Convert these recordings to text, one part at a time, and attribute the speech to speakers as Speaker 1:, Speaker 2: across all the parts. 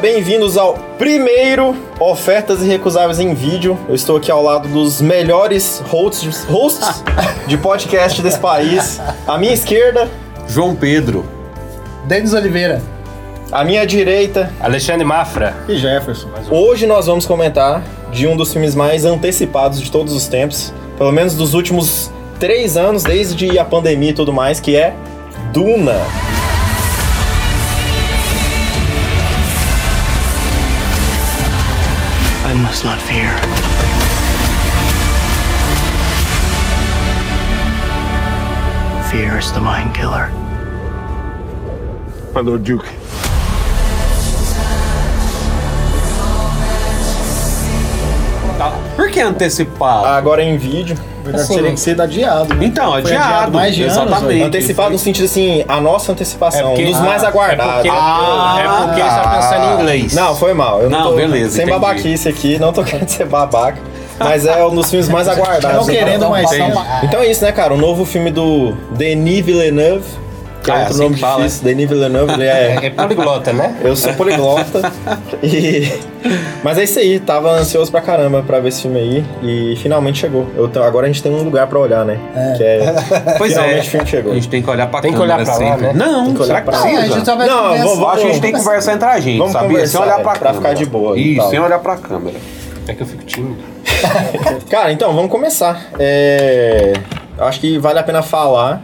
Speaker 1: bem-vindos ao primeiro Ofertas Irrecusáveis em Vídeo. Eu estou aqui ao lado dos melhores hosts, hosts de podcast desse país. À minha esquerda,
Speaker 2: João Pedro,
Speaker 3: Denis Oliveira.
Speaker 1: à minha direita
Speaker 2: Alexandre Mafra.
Speaker 3: E Jefferson.
Speaker 4: um.
Speaker 1: Hoje nós vamos comentar de um dos filmes mais antecipados de todos os tempos, pelo menos dos últimos três anos, desde a pandemia e tudo mais, que é Duna.
Speaker 5: I must not fear. Fear is the mind killer.
Speaker 6: My Lord Duke.
Speaker 2: Por que antecipado?
Speaker 1: Agora em vídeo. Assim,
Speaker 3: Verdade,
Speaker 7: Assim,
Speaker 3: teria que ser
Speaker 1: Ah,
Speaker 3: adiado. né?
Speaker 2: então,
Speaker 3: Foi
Speaker 2: adiado,
Speaker 3: adiado mais de anos,
Speaker 2: exatamente.
Speaker 3: velho.
Speaker 1: Antecipado no sentido assim, a nossa antecipação,
Speaker 4: É porque-
Speaker 1: um dos mais
Speaker 4: Ah, É
Speaker 1: aguardados. Ah,
Speaker 4: porque,
Speaker 2: Ah,
Speaker 4: é porque ele tá pensando em inglês.
Speaker 1: Não, foi mal. Eu não,
Speaker 2: Não,
Speaker 1: tô
Speaker 2: beleza,
Speaker 1: sem
Speaker 2: entendi.
Speaker 1: babaquice aqui, não tô querendo ser babaca, mas é um dos filmes mais aguardados.
Speaker 3: Não querendo
Speaker 2: um
Speaker 3: mais ser.
Speaker 1: Então é isso, né, cara? O novo filme do Denis Villeneuve, que é
Speaker 2: Ah, é
Speaker 1: outro
Speaker 2: assim
Speaker 1: nome
Speaker 2: que fala,
Speaker 1: difícil. Denis Villeneuve, ele é...
Speaker 4: É poliglota, né?
Speaker 1: Eu sou poliglota. e... Mas é isso aí, tava ansioso pra caramba pra ver esse filme aí e finalmente chegou. Eu tô- Agora a gente tem um lugar pra olhar, né? Que é...
Speaker 2: Pois
Speaker 1: Finalmente
Speaker 2: é.
Speaker 1: o filme chegou.
Speaker 2: A gente tem que olhar pra
Speaker 4: Tem que
Speaker 2: câmera,
Speaker 4: olhar pra
Speaker 2: assim.
Speaker 4: lá, né?
Speaker 2: Não,
Speaker 1: que olhar
Speaker 2: será que
Speaker 1: pra lá.
Speaker 3: Sim, a gente
Speaker 2: tá
Speaker 3: só vai
Speaker 1: Não,
Speaker 3: conversar.
Speaker 1: vou-
Speaker 2: Eu acho que a gente tem que conversar entre a gente,
Speaker 1: Vamos
Speaker 2: sabia? Sem
Speaker 1: conversar,
Speaker 2: olhar pra
Speaker 1: é, pra
Speaker 2: câmera.
Speaker 1: ficar de boa e
Speaker 2: Isso,
Speaker 1: tal.
Speaker 2: sem olhar pra câmera.
Speaker 4: É que eu fico tímido.
Speaker 1: Cara, então, vamos começar. É, Acho que vale a pena falar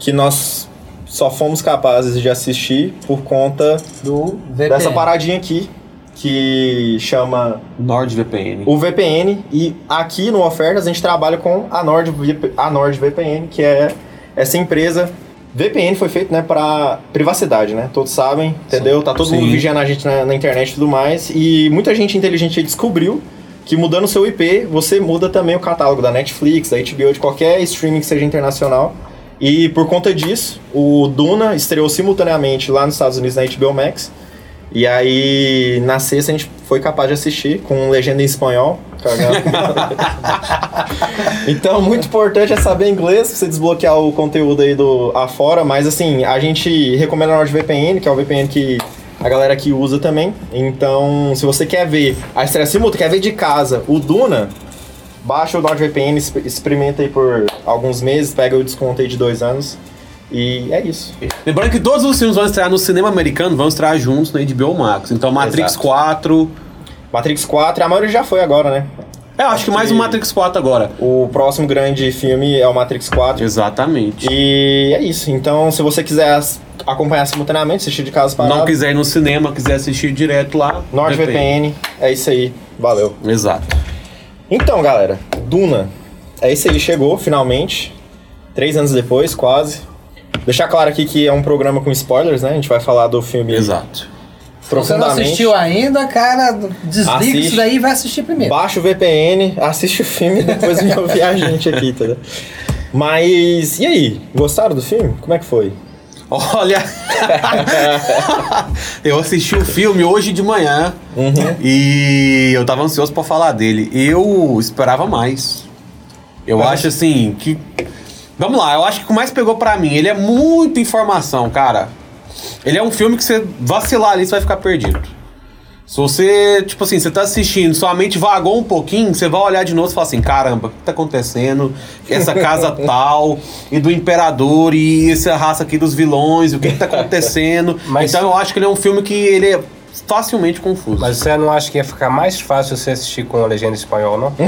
Speaker 1: que nós só fomos capazes de assistir por conta
Speaker 3: Do VPN.
Speaker 1: dessa paradinha aqui, que chama
Speaker 2: NordVPN.
Speaker 1: o VPN. E aqui no Ofertas a gente trabalha com a NordVPN, a NordVPN que é essa empresa. VPN foi feito, né, pra privacidade, né? Todos sabem, entendeu? Tá todo mundo
Speaker 2: Sim.
Speaker 1: vigiando a gente na, na internet e tudo mais. E muita gente inteligente aí descobriu que mudando o seu IP, você muda também o catálogo da Netflix, da HBO, de qualquer streaming que seja internacional. E por conta disso, o Duna estreou simultaneamente lá nos Estados Unidos na HBO Max. E aí, na sexta, a gente foi capaz de assistir com legenda em espanhol. então, muito importante é saber inglês pra você desbloquear o conteúdo aí do afora. Mas, assim, a gente recomenda a NordVPN, que é o VPN que a galera aqui usa também. Então, se você quer ver a estreia simultânea, quer ver de casa o Duna, baixa o NordVPN, exp- experimenta aí por alguns meses, pega o desconto aí de dois anos. E é isso.
Speaker 2: Lembrando que todos os filmes vão estrear no cinema americano, vão estrear juntos na HBO Max. Então Matrix
Speaker 1: Exato.
Speaker 2: 4...
Speaker 1: Matrix 4, a maioria já foi agora, né?
Speaker 2: É, eu acho que mais um
Speaker 1: E-
Speaker 2: Matrix 4 agora.
Speaker 1: O próximo grande filme é o Matrix 4.
Speaker 2: Exatamente.
Speaker 1: E é isso. Então, se você quiser as- acompanhar simultaneamente, assistir de casa parado,
Speaker 2: Não quiser ir no cinema, quiser assistir direto lá...
Speaker 1: NordVPN, é isso aí. Valeu.
Speaker 2: Exato.
Speaker 1: Então, galera, Duna. É isso aí, chegou finalmente. Três anos depois, quase. Deixar claro aqui que é um programa com spoilers, né? A gente vai falar do filme
Speaker 2: Exato.
Speaker 3: Se você não
Speaker 1: profundamente.
Speaker 3: assistiu ainda, cara, desliga
Speaker 1: Assiste.
Speaker 3: isso daí e vai assistir primeiro.
Speaker 1: Baixa o VPN, assiste o filme e depois vem ouvir a gente aqui, entendeu? Mas, e aí? Gostaram do filme? Como é que foi?
Speaker 2: Olha, eu assisti o filme hoje de manhã e eu tava ansioso pra falar dele. Eu esperava mais. Eu acho assim que. Vamos lá, eu acho que o que mais pegou pra mim, ele é muita informação, cara. Ele é um filme que você vacilar ali, você vai ficar perdido. Se você, tipo assim, você tá assistindo, sua mente vagou um pouquinho, você vai olhar de novo e fala assim, caramba, o que tá acontecendo? Essa casa tal, e do imperador, e essa raça aqui dos vilões, o que que tá acontecendo?
Speaker 4: Mas-
Speaker 2: Então eu acho que ele é um filme que ele é facilmente confuso.
Speaker 4: Mas você não acha que ia ficar mais fácil você assistir com a legenda em espanhol, não?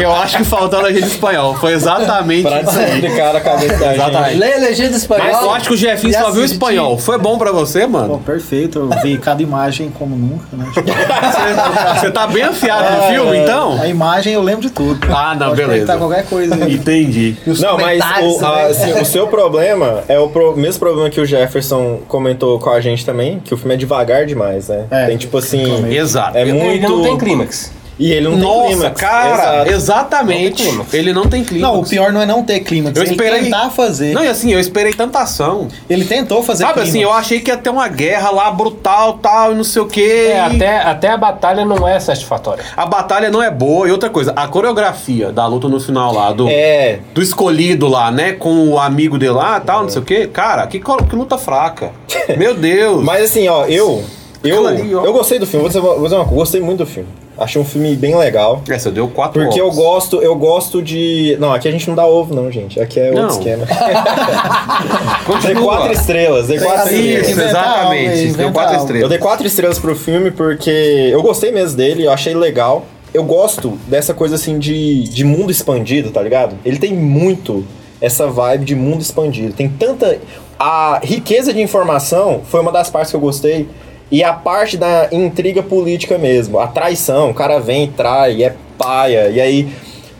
Speaker 2: Eu acho que faltou a legenda em espanhol, foi exatamente
Speaker 1: Pra
Speaker 2: isso aí.
Speaker 1: descomplicar a cabeça da gente.
Speaker 2: Exatamente.
Speaker 3: Lê a legenda em espanhol.
Speaker 2: Mas eu acho que o Jefinho
Speaker 3: E
Speaker 2: só viu o
Speaker 3: assiste.
Speaker 2: espanhol. Foi bom pra você,
Speaker 7: Bom,
Speaker 2: mano?
Speaker 7: perfeito, eu vi cada imagem como nunca, né? Tipo,
Speaker 2: Você- Você tá bem afiado no filme, então?
Speaker 7: a imagem eu lembro de tudo.
Speaker 2: Ah, não,
Speaker 7: Pode perguntar
Speaker 2: beleza.
Speaker 7: qualquer coisa. aí.
Speaker 2: Entendi.
Speaker 1: Não, mas
Speaker 3: comentários
Speaker 1: o, a-
Speaker 6: né?
Speaker 3: também.
Speaker 1: assim, o seu problema é o pro- mesmo problema que o Jefferson comentou com a gente também, que o filme é devagar demais, né?
Speaker 7: É,
Speaker 1: tem tipo assim.
Speaker 7: realmente.
Speaker 2: Exato.
Speaker 1: É
Speaker 4: Ele
Speaker 1: muito.
Speaker 4: não tem clímax.
Speaker 1: E ele não
Speaker 2: Nossa,
Speaker 1: tem clímax.
Speaker 2: cara,
Speaker 1: Exato.
Speaker 2: exatamente.
Speaker 4: Não tem clímax.
Speaker 2: ele não tem clima.
Speaker 8: Não, o pior não é não ter clímax,
Speaker 2: Eu
Speaker 8: ele
Speaker 2: esperei-
Speaker 8: tentar fazer.
Speaker 2: Não, e assim, eu esperei tanta ação.
Speaker 8: Ele tentou fazer
Speaker 2: Sabe
Speaker 8: clímax.
Speaker 2: assim, eu achei que ia ter uma guerra lá brutal, tal, e não sei o quê.
Speaker 4: É,
Speaker 2: e
Speaker 4: até, até a batalha não é satisfatória.
Speaker 2: A batalha não é boa. E outra coisa, a coreografia da luta no final lá, do,
Speaker 1: É.
Speaker 2: do escolhido lá, né? Com o amigo dele lá tal, não sei o quê. Cara, que, co- que luta fraca. Meu Deus.
Speaker 1: Mas assim, ó, eu. Eu,
Speaker 2: Aquilo ali, ó.
Speaker 1: eu gostei do filme, vou dizer, vou dizer uma coisa, eu gostei muito do filme. Achei um filme bem legal.
Speaker 2: Essa deu quatro
Speaker 1: Porque eu
Speaker 2: ovos.
Speaker 1: gosto, eu gosto de. Não, aqui a gente não dá ovo, não, gente. Aqui é outro
Speaker 2: Não.
Speaker 1: esquema. Dei
Speaker 2: Continua.
Speaker 1: quatro estrelas, dei quatro estrelas.
Speaker 2: Isso,
Speaker 8: Inventa algo,
Speaker 2: exatamente.
Speaker 8: inventa
Speaker 2: Deu quatro
Speaker 8: algo.
Speaker 1: Eu
Speaker 2: estrelas.
Speaker 1: dei quatro estrelas pro filme porque eu gostei mesmo dele, eu achei legal. Eu gosto dessa coisa assim de, de mundo expandido, tá ligado? Ele tem muito essa vibe de mundo expandido. Tem tanta. A riqueza de informação foi uma das partes que eu gostei. E a parte da intriga política mesmo. A traição, o cara vem, trai, é paia. E aí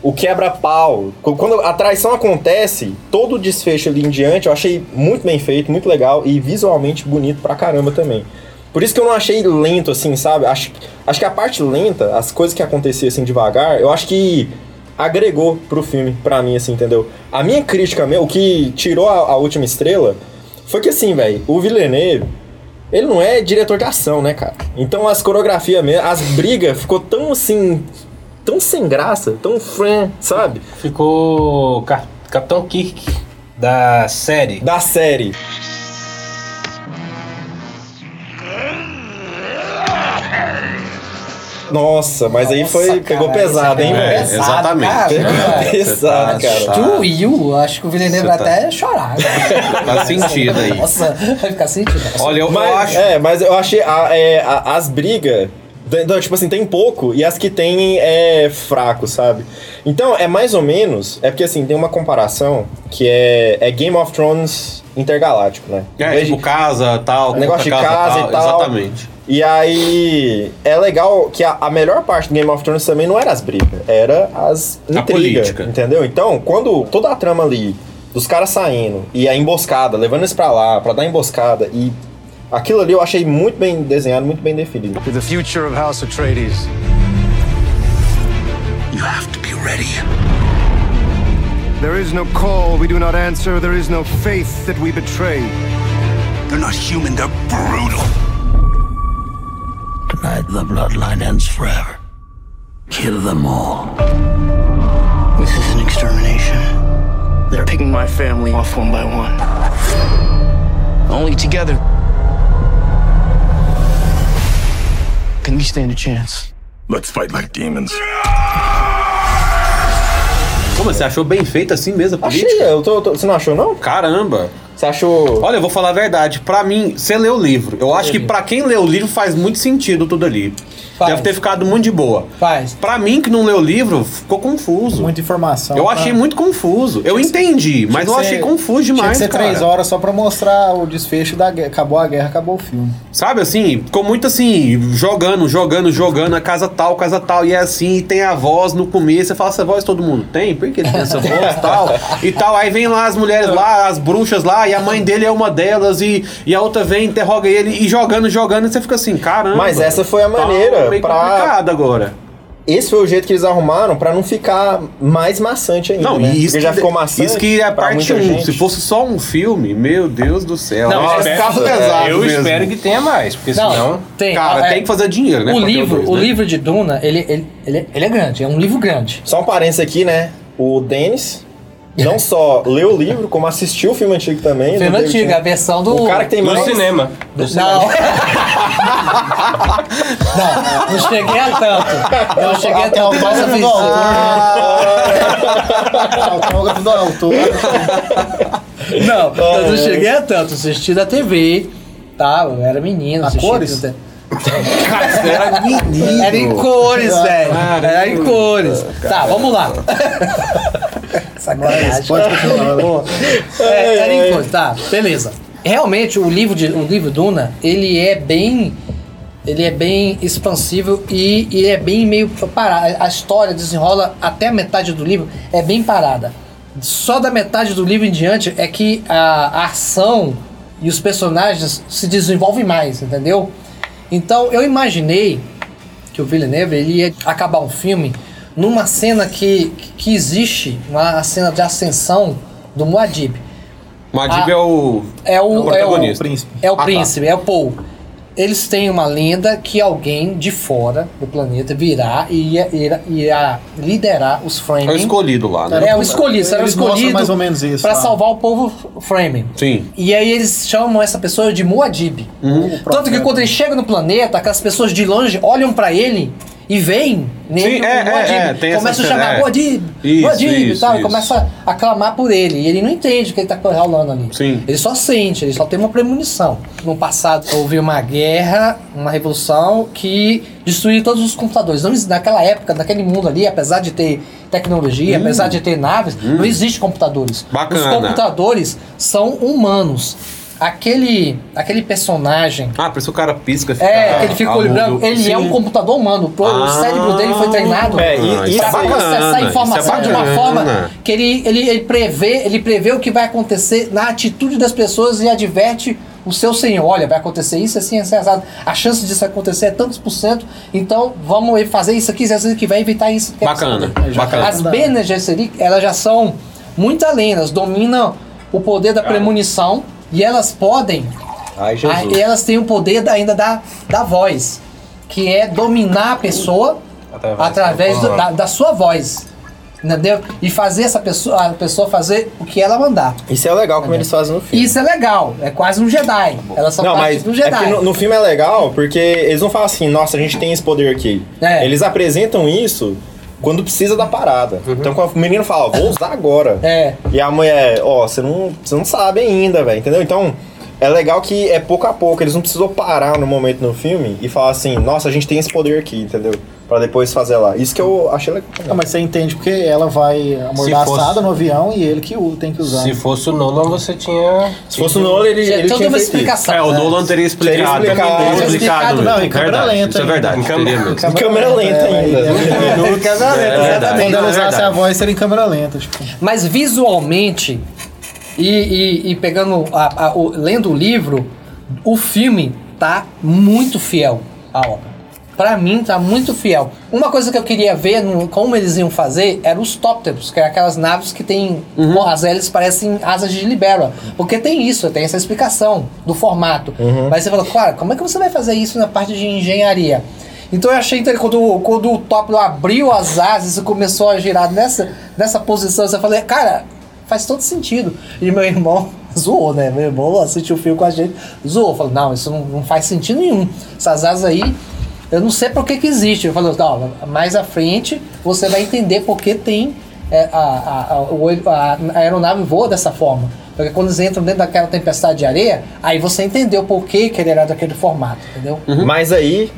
Speaker 1: o quebra-pau. Qu- Quando a traição acontece, todo o desfecho ali em diante eu achei muito bem feito, muito legal e visualmente bonito pra caramba também. Por isso que eu não achei lento, assim, sabe? Acho, acho que a parte lenta, as coisas que aconteciam assim devagar, eu acho que agregou pro filme, pra mim, assim, entendeu? A minha crítica mesmo, o que tirou a, a última estrela, foi que assim, velho, o Villeneuve, ele não é diretor de ação, né, cara? Então as coreografias mesmo, as brigas ficou tão assim. tão sem graça, tão fran, sabe?
Speaker 4: Ficou Cap- Capitão Kirk da série.
Speaker 1: Da série. Nossa, mas aí foi.
Speaker 6: Nossa,
Speaker 1: pegou
Speaker 6: caralho,
Speaker 1: pesado, hein,
Speaker 6: isso
Speaker 2: É,
Speaker 1: velho?
Speaker 6: Pesado, cara.
Speaker 2: exatamente. É,
Speaker 1: Pesado,
Speaker 2: você tá-
Speaker 6: Destruiu, acho que o Villeneuve vai
Speaker 2: Você tá-
Speaker 6: até chorar. cara.
Speaker 2: Tá sentido aí.
Speaker 6: Nossa, vai ficar sentido.
Speaker 2: Olha, eu, eu
Speaker 1: Mas,
Speaker 2: acho.
Speaker 1: É, mas eu achei a- é, a- as brigas. da- da- Tipo assim, tem pouco e as que tem é fraco, sabe? Então, é mais ou menos. É porque assim, tem uma comparação que é, é Game of Thrones intergaláctico, né?
Speaker 2: É,
Speaker 1: Em vez de-
Speaker 2: tipo casa, tal,
Speaker 1: negócio de
Speaker 2: compra
Speaker 1: casa e tal.
Speaker 2: Exatamente.
Speaker 1: E aí, é legal que a, a melhor parte do Game of Thrones também não era as brigas, era as
Speaker 2: A
Speaker 1: intrigas,
Speaker 2: política.
Speaker 1: entendeu? Então, quando toda a trama ali, dos caras saindo, e a emboscada, levando eles pra lá, pra dar emboscada, e aquilo ali eu achei muito bem desenhado, muito bem definido.
Speaker 5: To the future of House Atreides.
Speaker 9: You have to be ready.
Speaker 5: There is no call we do not answer. There is no faith that we betray.
Speaker 9: They're not human, they're brutal. Tonight, the bloodline ends forever. Kill them all.
Speaker 5: This is an extermination. They're picking my family off one by one. Only together can we stand a chance.
Speaker 9: Let's fight like demons.
Speaker 2: Pô, mas você achou bem feito assim mesmo a política?
Speaker 1: Achei, eu tô, tô- você não achou, não?
Speaker 2: Caramba.
Speaker 1: Você achou.
Speaker 2: Olha, eu vou falar a verdade. Pra mim, você leu o livro. Eu acho que pra quem leu o livro faz muito sentido tudo ali.
Speaker 6: Faz.
Speaker 2: Deve ter ficado muito de boa.
Speaker 6: Faz.
Speaker 2: Pra mim, que não leu o livro, ficou confuso.
Speaker 10: Muita
Speaker 1: Então,
Speaker 10: informação.
Speaker 2: eu
Speaker 1: tá.
Speaker 2: achei muito confuso. Eu entendi, mas eu
Speaker 10: Tinha que
Speaker 2: achei
Speaker 10: ser-
Speaker 2: confuso
Speaker 10: Tinha que
Speaker 2: demais,
Speaker 10: ser
Speaker 2: cara.
Speaker 10: três horas só pra mostrar o desfecho da guerra. Acabou a guerra, acabou o filme.
Speaker 2: Sabe assim, ficou muito assim, jogando, jogando, jogando, a casa tal, casa tal, e é assim, e tem a voz no começo, você fala, essa voz todo mundo tem? Por que ele tem essa voz tal? E tal, aí vem lá as mulheres lá, as bruxas lá, e a mãe dele é uma delas, e, e a outra vem, interroga ele, e jogando, jogando, e você fica assim, caramba. tá
Speaker 1: Mas essa foi a maneira
Speaker 2: meio
Speaker 1: pra-
Speaker 2: complicado agora.
Speaker 1: Esse foi o jeito que eles arrumaram pra não ficar mais maçante ainda.
Speaker 2: Não,
Speaker 1: né?
Speaker 2: e isso
Speaker 1: Porque já
Speaker 2: que,
Speaker 1: ficou maçante.
Speaker 2: Isso que é a
Speaker 1: pra
Speaker 2: parte
Speaker 1: muita
Speaker 2: 1.
Speaker 1: gente.
Speaker 2: Se fosse só um filme, meu Deus do céu.
Speaker 4: Não,
Speaker 2: Nossa,
Speaker 4: eu espero-
Speaker 2: carro pesado
Speaker 4: eu
Speaker 2: mesmo.
Speaker 4: espero que tenha mais, porque senão.
Speaker 6: tem.
Speaker 2: Cara,
Speaker 6: é,
Speaker 2: tem que fazer dinheiro, né?
Speaker 6: O
Speaker 2: pra ter
Speaker 6: livro,
Speaker 2: dois,
Speaker 6: o
Speaker 2: né?
Speaker 6: livro de Duna, ele, ele, ele, é- ele é grande, é um livro grande.
Speaker 1: Só um parênteses aqui, né? O Denis não só leu o livro, como assistiu o filme antigo também.
Speaker 6: O filme
Speaker 1: não teve
Speaker 6: antigo,
Speaker 10: né?
Speaker 6: a
Speaker 1: tempo.
Speaker 6: versão do.
Speaker 1: O cara que tem
Speaker 4: No
Speaker 1: mais...
Speaker 4: é cinema.
Speaker 6: Não. não, não cheguei a tanto. Eu não cheguei a tanto. Mas a
Speaker 10: Autógrafo do
Speaker 6: visão.
Speaker 10: autor. É, Autógrafo do autor.
Speaker 6: Não, eu não cheguei a tanto. Assisti da TV, tá? Eu era menino.
Speaker 10: A
Speaker 6: assisti
Speaker 10: cores?
Speaker 6: tudo.
Speaker 2: Cara, isso era menino.
Speaker 6: Era em cores, velho.
Speaker 2: Caramba.
Speaker 6: Era em cores. Tá, vamos lá.
Speaker 10: Mas
Speaker 6: Sacanagem.
Speaker 10: pode continuar.
Speaker 6: É, era em cores, tá, beleza. Realmente, o livro, de, o livro Duna, ele é bem... Ele é bem expansivo e, e é bem meio parado. A história desenrola até a metade do livro, é bem parada. Só da metade do livro em diante é que a, a ação e os personagens se desenvolvem mais, entendeu? Então, eu imaginei que o Villeneuve ele ia acabar um filme numa cena que, que existe, uma cena de ascensão do Muad'Dib.
Speaker 2: Madib
Speaker 6: Ah.
Speaker 2: é o.
Speaker 6: É o, é o,
Speaker 2: protagonista.
Speaker 11: príncipe.
Speaker 6: é o
Speaker 2: Ah, tá.
Speaker 6: príncipe, é o Paul. Eles têm uma lenda que alguém de fora do planeta virá e ia- irá, irá liderar os
Speaker 2: É o
Speaker 6: Fremen.
Speaker 2: escolhido lá, né?
Speaker 6: Uhum. É, o escolhido, será o
Speaker 7: Eles mostram
Speaker 6: escolhido
Speaker 7: mais ou menos isso, tá.
Speaker 6: pra
Speaker 7: lá.
Speaker 6: salvar o povo Fremen.
Speaker 2: Sim. Uhum.
Speaker 6: E aí eles chamam essa pessoa de Muad'Dib. Tanto que quando ele chega no planeta, aquelas pessoas de longe olham pra ele e veem nele
Speaker 2: Sim,
Speaker 6: o
Speaker 2: é, é, é,
Speaker 6: Muad'Dib.
Speaker 2: tem essa
Speaker 6: começa a
Speaker 2: cena,
Speaker 6: chamar
Speaker 2: é.
Speaker 6: Muad'Dib,
Speaker 2: Isso,
Speaker 6: Muad'Dib e
Speaker 2: isso,
Speaker 6: tal. E
Speaker 2: isso.
Speaker 6: começa a clamar por ele. E ele não entende o que ele tá rolando ali.
Speaker 2: Sim.
Speaker 6: Ele só sente, ele só tem uma premonição. No passado houve uma guerra, uma revolução que destruiu todos os computadores. Não, exi- naquela época, naquele mundo ali, apesar de ter tecnologia, apesar de ter naves, não existe computadores. Os
Speaker 2: Hum. Bacana.
Speaker 6: computadores são humanos. Aquele, aquele personagem.
Speaker 2: Ah, por isso o cara pisca. Fica
Speaker 6: É, que ele fica olho
Speaker 2: agudo.
Speaker 6: branco, ele
Speaker 2: Sim.
Speaker 6: é um computador humano. O
Speaker 2: Ah.
Speaker 6: cérebro dele foi treinado
Speaker 1: É, e-
Speaker 2: Ah,
Speaker 1: isso
Speaker 6: para
Speaker 1: é
Speaker 6: processar a
Speaker 2: bacana, isso
Speaker 6: informação
Speaker 2: é
Speaker 6: de uma
Speaker 2: bacana.
Speaker 6: forma que ele, ele, ele prevê, ele prevê o que vai acontecer na atitude das pessoas e adverte o seu senhor, olha, vai acontecer isso assim, assim, assado. A chance disso acontecer é tantos por cento, então vamos fazer isso aqui, isso aqui, que vai evitar isso. que é
Speaker 2: Bacana,
Speaker 6: isso.
Speaker 2: bacana.
Speaker 6: As Bene Gesserit, elas já são muito além, elas dominam o poder da premonição e elas podem
Speaker 4: Ai,
Speaker 6: ah, e elas têm o poder da- ainda da, da voz, que é dominar a pessoa
Speaker 4: Através
Speaker 6: através, do- da, da sua voz. Entendeu? E fazer essa pessoa, a pessoa fazer o que ela mandar.
Speaker 1: Isso é legal como eles fazem no filme.
Speaker 6: Isso é legal, é quase um Jedi. Elas são
Speaker 1: Não,
Speaker 6: parte
Speaker 1: mas
Speaker 6: do
Speaker 1: é
Speaker 6: Jedi.
Speaker 1: que no, no filme é legal porque eles não falam assim, nossa, a gente tem esse poder aqui.
Speaker 6: É.
Speaker 1: Eles apresentam isso quando precisa da parada. Então quando o menino fala, ó, vou usar agora.
Speaker 6: Uhum. É.
Speaker 1: E a mulher, ó, você não, você não sabe ainda, velho, entendeu? Então é legal que é pouco a pouco, eles não precisam parar no momento no filme e falar assim, nossa, a gente tem esse poder aqui, entendeu? Pra depois fazer lá. Isso que eu achei legal.
Speaker 7: Não, mas você entende porque ela vai amordaçada
Speaker 4: fosse-
Speaker 7: no avião e ele que o- tem que usar.
Speaker 4: Se fosse o Nolan, você tinha.
Speaker 1: Se fosse o Nolan, ele,
Speaker 6: Tinha
Speaker 1: ele
Speaker 6: toda
Speaker 1: tinha
Speaker 6: uma
Speaker 1: feito isso.
Speaker 6: explicação.
Speaker 2: É, o
Speaker 6: né?
Speaker 2: Nolan teria explicado.
Speaker 1: Teria explicado.
Speaker 2: Teria
Speaker 1: Teria
Speaker 7: explicado, não, em câmera
Speaker 2: Verdade,
Speaker 7: lenta
Speaker 2: Isso é
Speaker 7: ainda.
Speaker 2: verdade, teria mesmo. é
Speaker 1: Em câmera
Speaker 7: É,
Speaker 1: lenta
Speaker 6: né,
Speaker 1: ainda. né?
Speaker 2: verdade. é
Speaker 7: Quando Tá ela usasse
Speaker 2: Verdade.
Speaker 7: a voz, seria em câmera lenta. Tipo.
Speaker 6: Mas visualmente, e, e- e pegando a- a- o- lendo o livro, o filme tá muito fiel à obra. Pra mim, tá muito fiel. Uma coisa que eu queria ver, no- como eles iam fazer, eram os Topters, que é aquelas naves que tem.
Speaker 2: Uhum.
Speaker 6: As hélices parecem asas de libera. Porque tem isso, tem essa explicação do formato. Mas você falou, cara, como é que você vai fazer isso na parte de engenharia? Então eu achei interessante quando, quando o Toplo abriu as asas e começou a girar nessa, nessa posição, eu falei, cara, faz todo sentido. E meu irmão zoou, né? Meu irmão assistiu o filme com a gente, zoou. Falou, não, isso não, não faz sentido nenhum. Essas asas aí, eu não sei por que que existe. Eu falei, não, mais à frente você vai entender por que tem é, a, a, a, o olho- a- a aeronave voa dessa forma. Porque quando eles entram dentro daquela tempestade de areia, aí você entendeu por que, que ele era daquele formato, entendeu?
Speaker 1: Mas aí,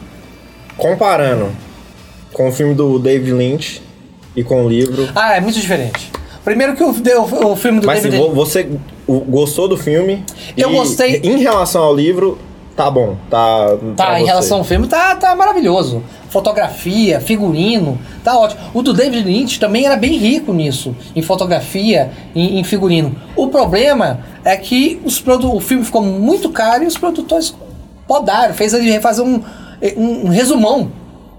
Speaker 1: comparando com o filme do David Lynch e com o livro.
Speaker 6: Ah, é muito diferente. Primeiro que o, o, o filme do
Speaker 1: Mas
Speaker 6: David
Speaker 1: assim, vo- você o- gostou do filme?
Speaker 6: Eu
Speaker 1: e
Speaker 6: gostei.
Speaker 1: Em relação ao livro, tá bom. Tá, pra
Speaker 6: Tá, em
Speaker 1: você.
Speaker 6: relação ao filme, tá, tá maravilhoso. Fotografia, figurino, tá ótimo. O do David Lynch também era bem rico nisso, em fotografia, em, em figurino. O problema é que os produ o filme ficou muito caro e os produtores podaram, fez ele refazer um, um, um resumão.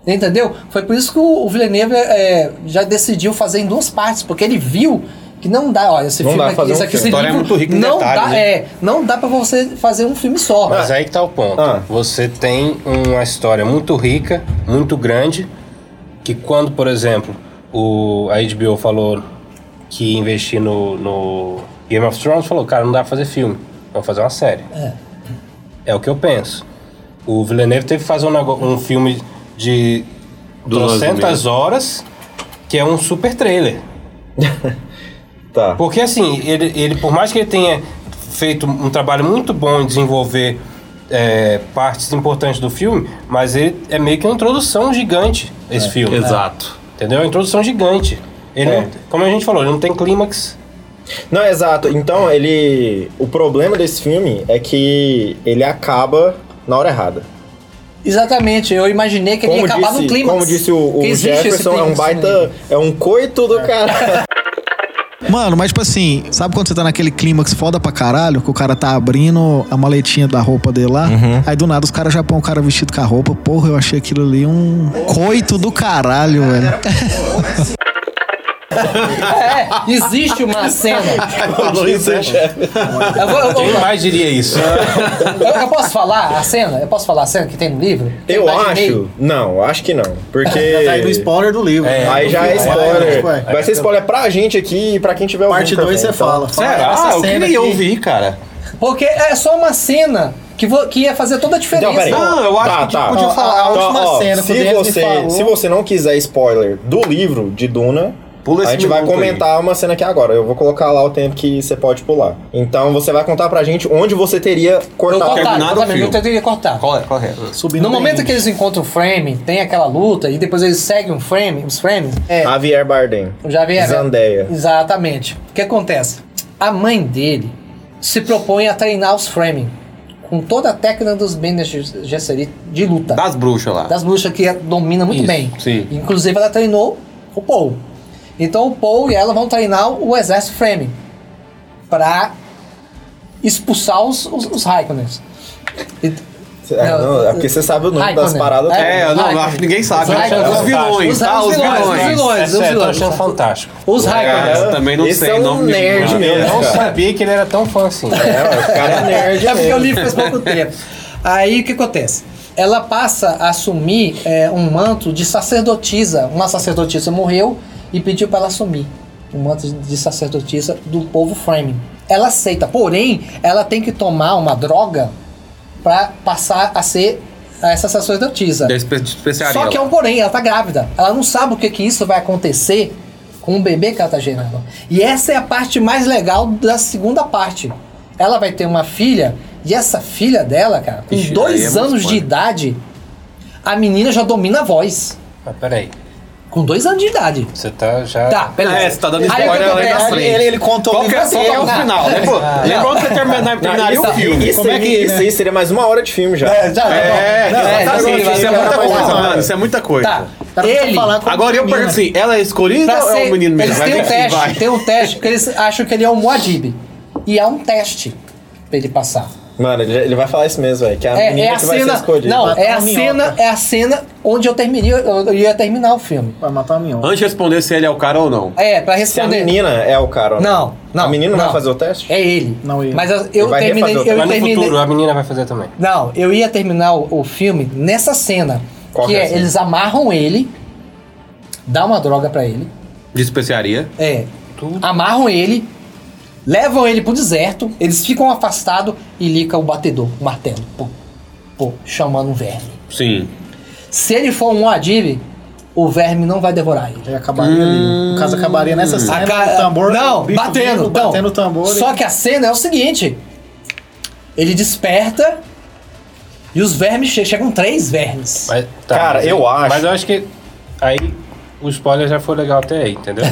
Speaker 6: Entendeu? Foi por isso que o o Villeneuve é, já decidiu fazer em duas partes, porque ele viu que não dá, olha, esse
Speaker 1: Não
Speaker 6: filme
Speaker 1: dá
Speaker 6: aqui,
Speaker 1: fazer
Speaker 6: isso
Speaker 1: um
Speaker 6: aqui,
Speaker 1: filme.
Speaker 6: esse
Speaker 2: A história é
Speaker 6: livro,
Speaker 2: muito rica em
Speaker 6: não
Speaker 2: detalhes,
Speaker 6: dá,
Speaker 2: né?
Speaker 6: é, não dá para você fazer um filme só.
Speaker 4: Mas aí que tá o ponto.
Speaker 1: Ah.
Speaker 4: Você tem uma história muito rica, muito grande, que quando, por exemplo, o, a HBO falou que ia investir no, no Game of Thrones, falou, cara, não dá pra fazer filme, vamos fazer uma série. É. o que eu penso. O Villeneuve teve que fazer um, nego- um filme de
Speaker 2: Duas
Speaker 4: trocentas horas, que é um super trailer.
Speaker 1: Tá.
Speaker 4: Porque assim, ele, ele por mais que ele tenha feito um trabalho muito bom em desenvolver é, partes importantes do filme, mas ele é meio que uma introdução gigante esse filme.
Speaker 2: Exato.
Speaker 4: Entendeu? É Uma introdução gigante. Ele
Speaker 1: É.
Speaker 4: não- como a gente falou, ele não tem clímax.
Speaker 1: Não, exato. Então, ele. O problema desse filme é que ele acaba na hora errada.
Speaker 6: Exatamente, eu imaginei que ele ia acabar no clímax.
Speaker 1: como disse o,
Speaker 6: Que
Speaker 1: o
Speaker 6: existe esse né?
Speaker 1: Jefferson, é um
Speaker 6: clímax
Speaker 1: baita. É um coito do cara.
Speaker 12: Mano, mas tipo assim, sabe quando você tá naquele clímax foda pra caralho, que o cara tá abrindo a maletinha da roupa dele lá, aí do nada os caras já põem o cara vestido com a roupa, porra, eu achei aquilo ali um coito do caralho, velho.
Speaker 1: né?
Speaker 3: É, existe uma cena.
Speaker 1: Falou isso, hein, chefe?
Speaker 3: Eu, vou- eu vou-
Speaker 4: Quem mais diria isso?
Speaker 3: Ah, eu- eu posso falar a cena? Eu posso falar a cena que tem no livro? Tem
Speaker 1: Eu
Speaker 3: mais de meio?
Speaker 1: acho. Não, acho que não. Porque.
Speaker 6: Tá aí do spoiler do livro. tipo,
Speaker 4: É,
Speaker 1: Aí já é spoiler.
Speaker 6: Ué.
Speaker 1: Vai ser spoiler pra gente aqui e pra quem tiver
Speaker 6: Parte
Speaker 1: ouvindo
Speaker 6: 2 você
Speaker 1: também, então.
Speaker 6: fala. fala
Speaker 2: Será?
Speaker 6: essa
Speaker 2: Ah, eu
Speaker 6: cena
Speaker 2: queria
Speaker 6: aqui.
Speaker 2: ouvir, cara.
Speaker 3: Porque é só uma cena que, vo- que ia fazer toda a diferença.
Speaker 1: Não, Então, peraí. Tá,
Speaker 2: Não, eu acho que
Speaker 6: podia tipo, falar a última cena que o
Speaker 1: se
Speaker 6: Dennis me
Speaker 1: você,
Speaker 6: falou.
Speaker 1: se você não quiser spoiler do livro de Duna,
Speaker 2: Pula esse
Speaker 1: a gente vai
Speaker 2: minuto
Speaker 1: comentar uma cena aqui agora. Eu vou colocar lá o tempo que você pode pular. Então você vai contar pra gente onde você teria
Speaker 3: Eu
Speaker 1: cortado.
Speaker 3: cortava,
Speaker 2: terminado o
Speaker 3: exatamente,
Speaker 2: filme.
Speaker 3: Ah, eu tentaria cortar.
Speaker 2: Correto, correto.
Speaker 6: Subindo
Speaker 3: No momento
Speaker 6: bem.
Speaker 3: que eles encontram o frame, tem aquela luta e depois eles seguem um frame, os frames. É,
Speaker 1: Javier Bardem.
Speaker 3: o Javier.
Speaker 1: Ah, Zandéia.
Speaker 3: Exatamente. O que acontece? A mãe dele se propõe a treinar os framing com toda a técnica dos Bene Gesserit de luta.
Speaker 6: Tá
Speaker 2: Das bruxas lá.
Speaker 3: das bruxas que domina muito
Speaker 4: Isso,
Speaker 3: bem.
Speaker 4: sim.
Speaker 3: Inclusive ela treinou o Paul. Então o Paul e ela vão treinar o exército Fremen para expulsar os, os, os Raikkonens. E-
Speaker 1: É, não, é porque você sabe o nome das
Speaker 3: Raikkonen.
Speaker 1: paradas.
Speaker 2: É, eu não
Speaker 3: Raikkonen.
Speaker 2: acho que ninguém sabe,
Speaker 3: Os
Speaker 2: né?
Speaker 3: Raikkonen.
Speaker 2: Os vilões,
Speaker 3: Os-
Speaker 2: tá?
Speaker 3: Ah, Os
Speaker 2: Os
Speaker 3: vilões, os
Speaker 2: vilões.
Speaker 3: vilões, os
Speaker 4: Essa É eu tô achando
Speaker 3: vilões.
Speaker 4: fantástico.
Speaker 3: Os
Speaker 2: Cara,
Speaker 3: Raikkonens.
Speaker 2: eu também não
Speaker 1: Esse
Speaker 2: sei
Speaker 1: é
Speaker 2: o
Speaker 1: um
Speaker 2: nome de
Speaker 1: nerd
Speaker 2: ninguém.
Speaker 1: mesmo.
Speaker 4: Eu não
Speaker 1: cara.
Speaker 4: sabia que ele era tão fã assim.
Speaker 1: É, o cara é nerd
Speaker 3: É porque eu
Speaker 1: mesmo.
Speaker 3: li faz pouco tempo. Aí o que acontece? Ela passa a assumir é, um manto de sacerdotisa. Uma sacerdotisa morreu e pediu para ela assumir o manto de sacerdotisa do povo Fremen. Ela aceita, porém, ela tem que tomar uma droga para passar a ser essa sacerdotisa.
Speaker 2: Da espe- especiaria.
Speaker 3: Só que é um porém, ela tá grávida. Ela não sabe o que que isso vai acontecer com o bebê que ela tá gerando. E essa é a parte mais legal da segunda parte. Ela vai ter uma filha, e essa filha dela, cara, com
Speaker 2: Ixi, aí é
Speaker 3: dois
Speaker 2: muito
Speaker 3: anos de
Speaker 2: spoiler.
Speaker 3: idade, a menina já domina a voz.
Speaker 4: Mas Ah, peraí,
Speaker 3: Com dois anos de idade.
Speaker 4: você tá já.
Speaker 3: Tá, beleza.
Speaker 2: É, você tá dando
Speaker 3: Aí o que
Speaker 2: spoiler além
Speaker 3: acontece?
Speaker 2: da frente.
Speaker 6: Ele, ele contou
Speaker 2: Qual que é
Speaker 6: livro
Speaker 2: a
Speaker 6: inteiro.
Speaker 2: solta no final?
Speaker 3: Ah,
Speaker 2: Lembra lembra onde você terminar, terminaria o
Speaker 1: Isso-
Speaker 2: filme?
Speaker 1: Isso,
Speaker 6: Como é que-
Speaker 1: aí- isso aí seria mais uma hora de filme já.
Speaker 6: É, já,
Speaker 2: É,
Speaker 6: não, não,
Speaker 3: é,
Speaker 6: tá
Speaker 3: assim,
Speaker 6: bom,
Speaker 2: isso é
Speaker 6: tá
Speaker 2: muita
Speaker 6: bom,
Speaker 2: coisa,
Speaker 6: tá bom.
Speaker 2: mano. Isso é muita coisa.
Speaker 3: Tá.
Speaker 6: Tá pra
Speaker 3: Ele,
Speaker 6: falar como
Speaker 2: Agora eu
Speaker 6: termina.
Speaker 2: pergunto assim, ela é escolhida
Speaker 3: pra
Speaker 2: ou é
Speaker 3: ser-
Speaker 2: o menino mesmo?
Speaker 3: Eles
Speaker 2: Vai
Speaker 3: têm um
Speaker 2: ver quem
Speaker 3: teste,
Speaker 2: vai.
Speaker 3: tem um teste, porque eles acham que ele é um Moadib. E há um teste pra ele passar.
Speaker 1: Mano, ele, ele vai falar isso mesmo, velho. Que é a
Speaker 3: É,
Speaker 1: menina
Speaker 3: é a
Speaker 1: que vai ser
Speaker 3: cena.
Speaker 1: escolhida.
Speaker 3: Não,
Speaker 6: Matar
Speaker 3: é a
Speaker 6: uma minhoca.
Speaker 3: cena, é a cena onde eu terminei, eu, eu ia terminar o filme.
Speaker 6: Vai matar o
Speaker 3: um-
Speaker 6: minhoca.
Speaker 2: Antes de responder se ele é o cara ou não.
Speaker 3: É, pra
Speaker 1: Se a
Speaker 3: responder.
Speaker 1: menina é o cara. ou
Speaker 3: Não, não.
Speaker 1: A menina não, vai fazer o teste?
Speaker 3: É ele.
Speaker 6: Não, ele.
Speaker 3: Mas eu, eu
Speaker 1: vai
Speaker 3: terminei,
Speaker 1: refazer o
Speaker 3: eu
Speaker 4: Mas no
Speaker 3: terminei.
Speaker 4: futuro a menina vai fazer também.
Speaker 3: Não, eu ia terminar o, o filme nessa cena,
Speaker 1: Qual
Speaker 3: que
Speaker 1: que é
Speaker 3: é,
Speaker 1: a cena?
Speaker 3: eles amarram ele, dá uma droga pra ele.
Speaker 2: De especiaria.
Speaker 3: É. Amarram ele, levam ele pro deserto, eles ficam afastados e lica o batedor, o martelo. Pô, pô, chamando um verme.
Speaker 2: Sim.
Speaker 3: Se ele for um Adib, o verme não vai devorar ele.
Speaker 6: Ele acabaria ali. No caso, acabaria nessa cena.
Speaker 3: A ca-
Speaker 6: o tambor.
Speaker 3: não,
Speaker 6: o bicho
Speaker 3: batendo,
Speaker 6: vindo,
Speaker 3: então.
Speaker 6: batendo o tambor.
Speaker 3: Só
Speaker 6: e-
Speaker 3: que a cena é o seguinte: ele desperta e os vermes che- chegam três vermes.
Speaker 4: Mas, tá,
Speaker 1: Cara,
Speaker 4: mas-
Speaker 1: eu acho.
Speaker 4: Mas eu acho que aí o spoiler já foi legal até aí, entendeu?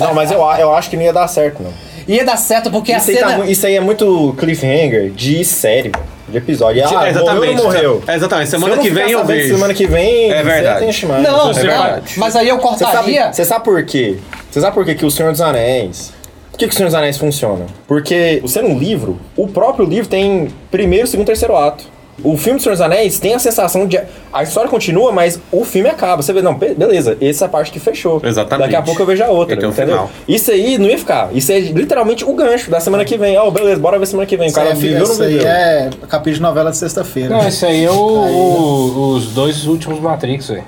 Speaker 1: Não, mas eu, a- eu acho que não ia dar certo, não.
Speaker 3: Ia dar certo porque a
Speaker 1: Isso aí, tá
Speaker 3: cena.
Speaker 1: mu- isso aí é muito cliffhanger de série, velho, de episódio. Ah,
Speaker 2: É,
Speaker 1: exatamente. Morreu, ou não morreu.
Speaker 2: É, exatamente.
Speaker 1: Se eu
Speaker 2: Semana
Speaker 1: não
Speaker 2: que
Speaker 1: ficar
Speaker 2: vem eu
Speaker 1: sabendo
Speaker 2: vejo.
Speaker 1: Semana que vem.
Speaker 2: É verdade.
Speaker 1: Você tem
Speaker 3: Não,
Speaker 1: você
Speaker 3: não, mas aí eu
Speaker 1: Você sabe,
Speaker 3: cortaria.
Speaker 1: você sabe por quê? Você sabe por quê que o Senhor dos Anéis. Por que, que o Senhor dos Anéis funciona? Porque você um livro, o próprio livro tem primeiro, segundo, terceiro ato. O filme do Senhor dos Anéis tem a sensação de. A história continua, mas o filme acaba. Você vê, não, be- beleza, essa é a parte que fechou.
Speaker 2: Exatamente.
Speaker 1: Daqui a pouco eu vejo a outra.
Speaker 2: Ele tem um
Speaker 1: entendeu?
Speaker 2: final.
Speaker 1: Isso aí não ia ficar. Isso é literalmente o gancho da semana que vem. Ó, beleza, bora ver semana que vem. O
Speaker 6: Isso
Speaker 1: cara
Speaker 6: aí é-
Speaker 1: viveu ou não
Speaker 6: isso aí
Speaker 1: viveu?
Speaker 6: É capítulo de novela de sexta-feira. Um
Speaker 4: Não, esse aí é o- o- os dois últimos Matrix, velho.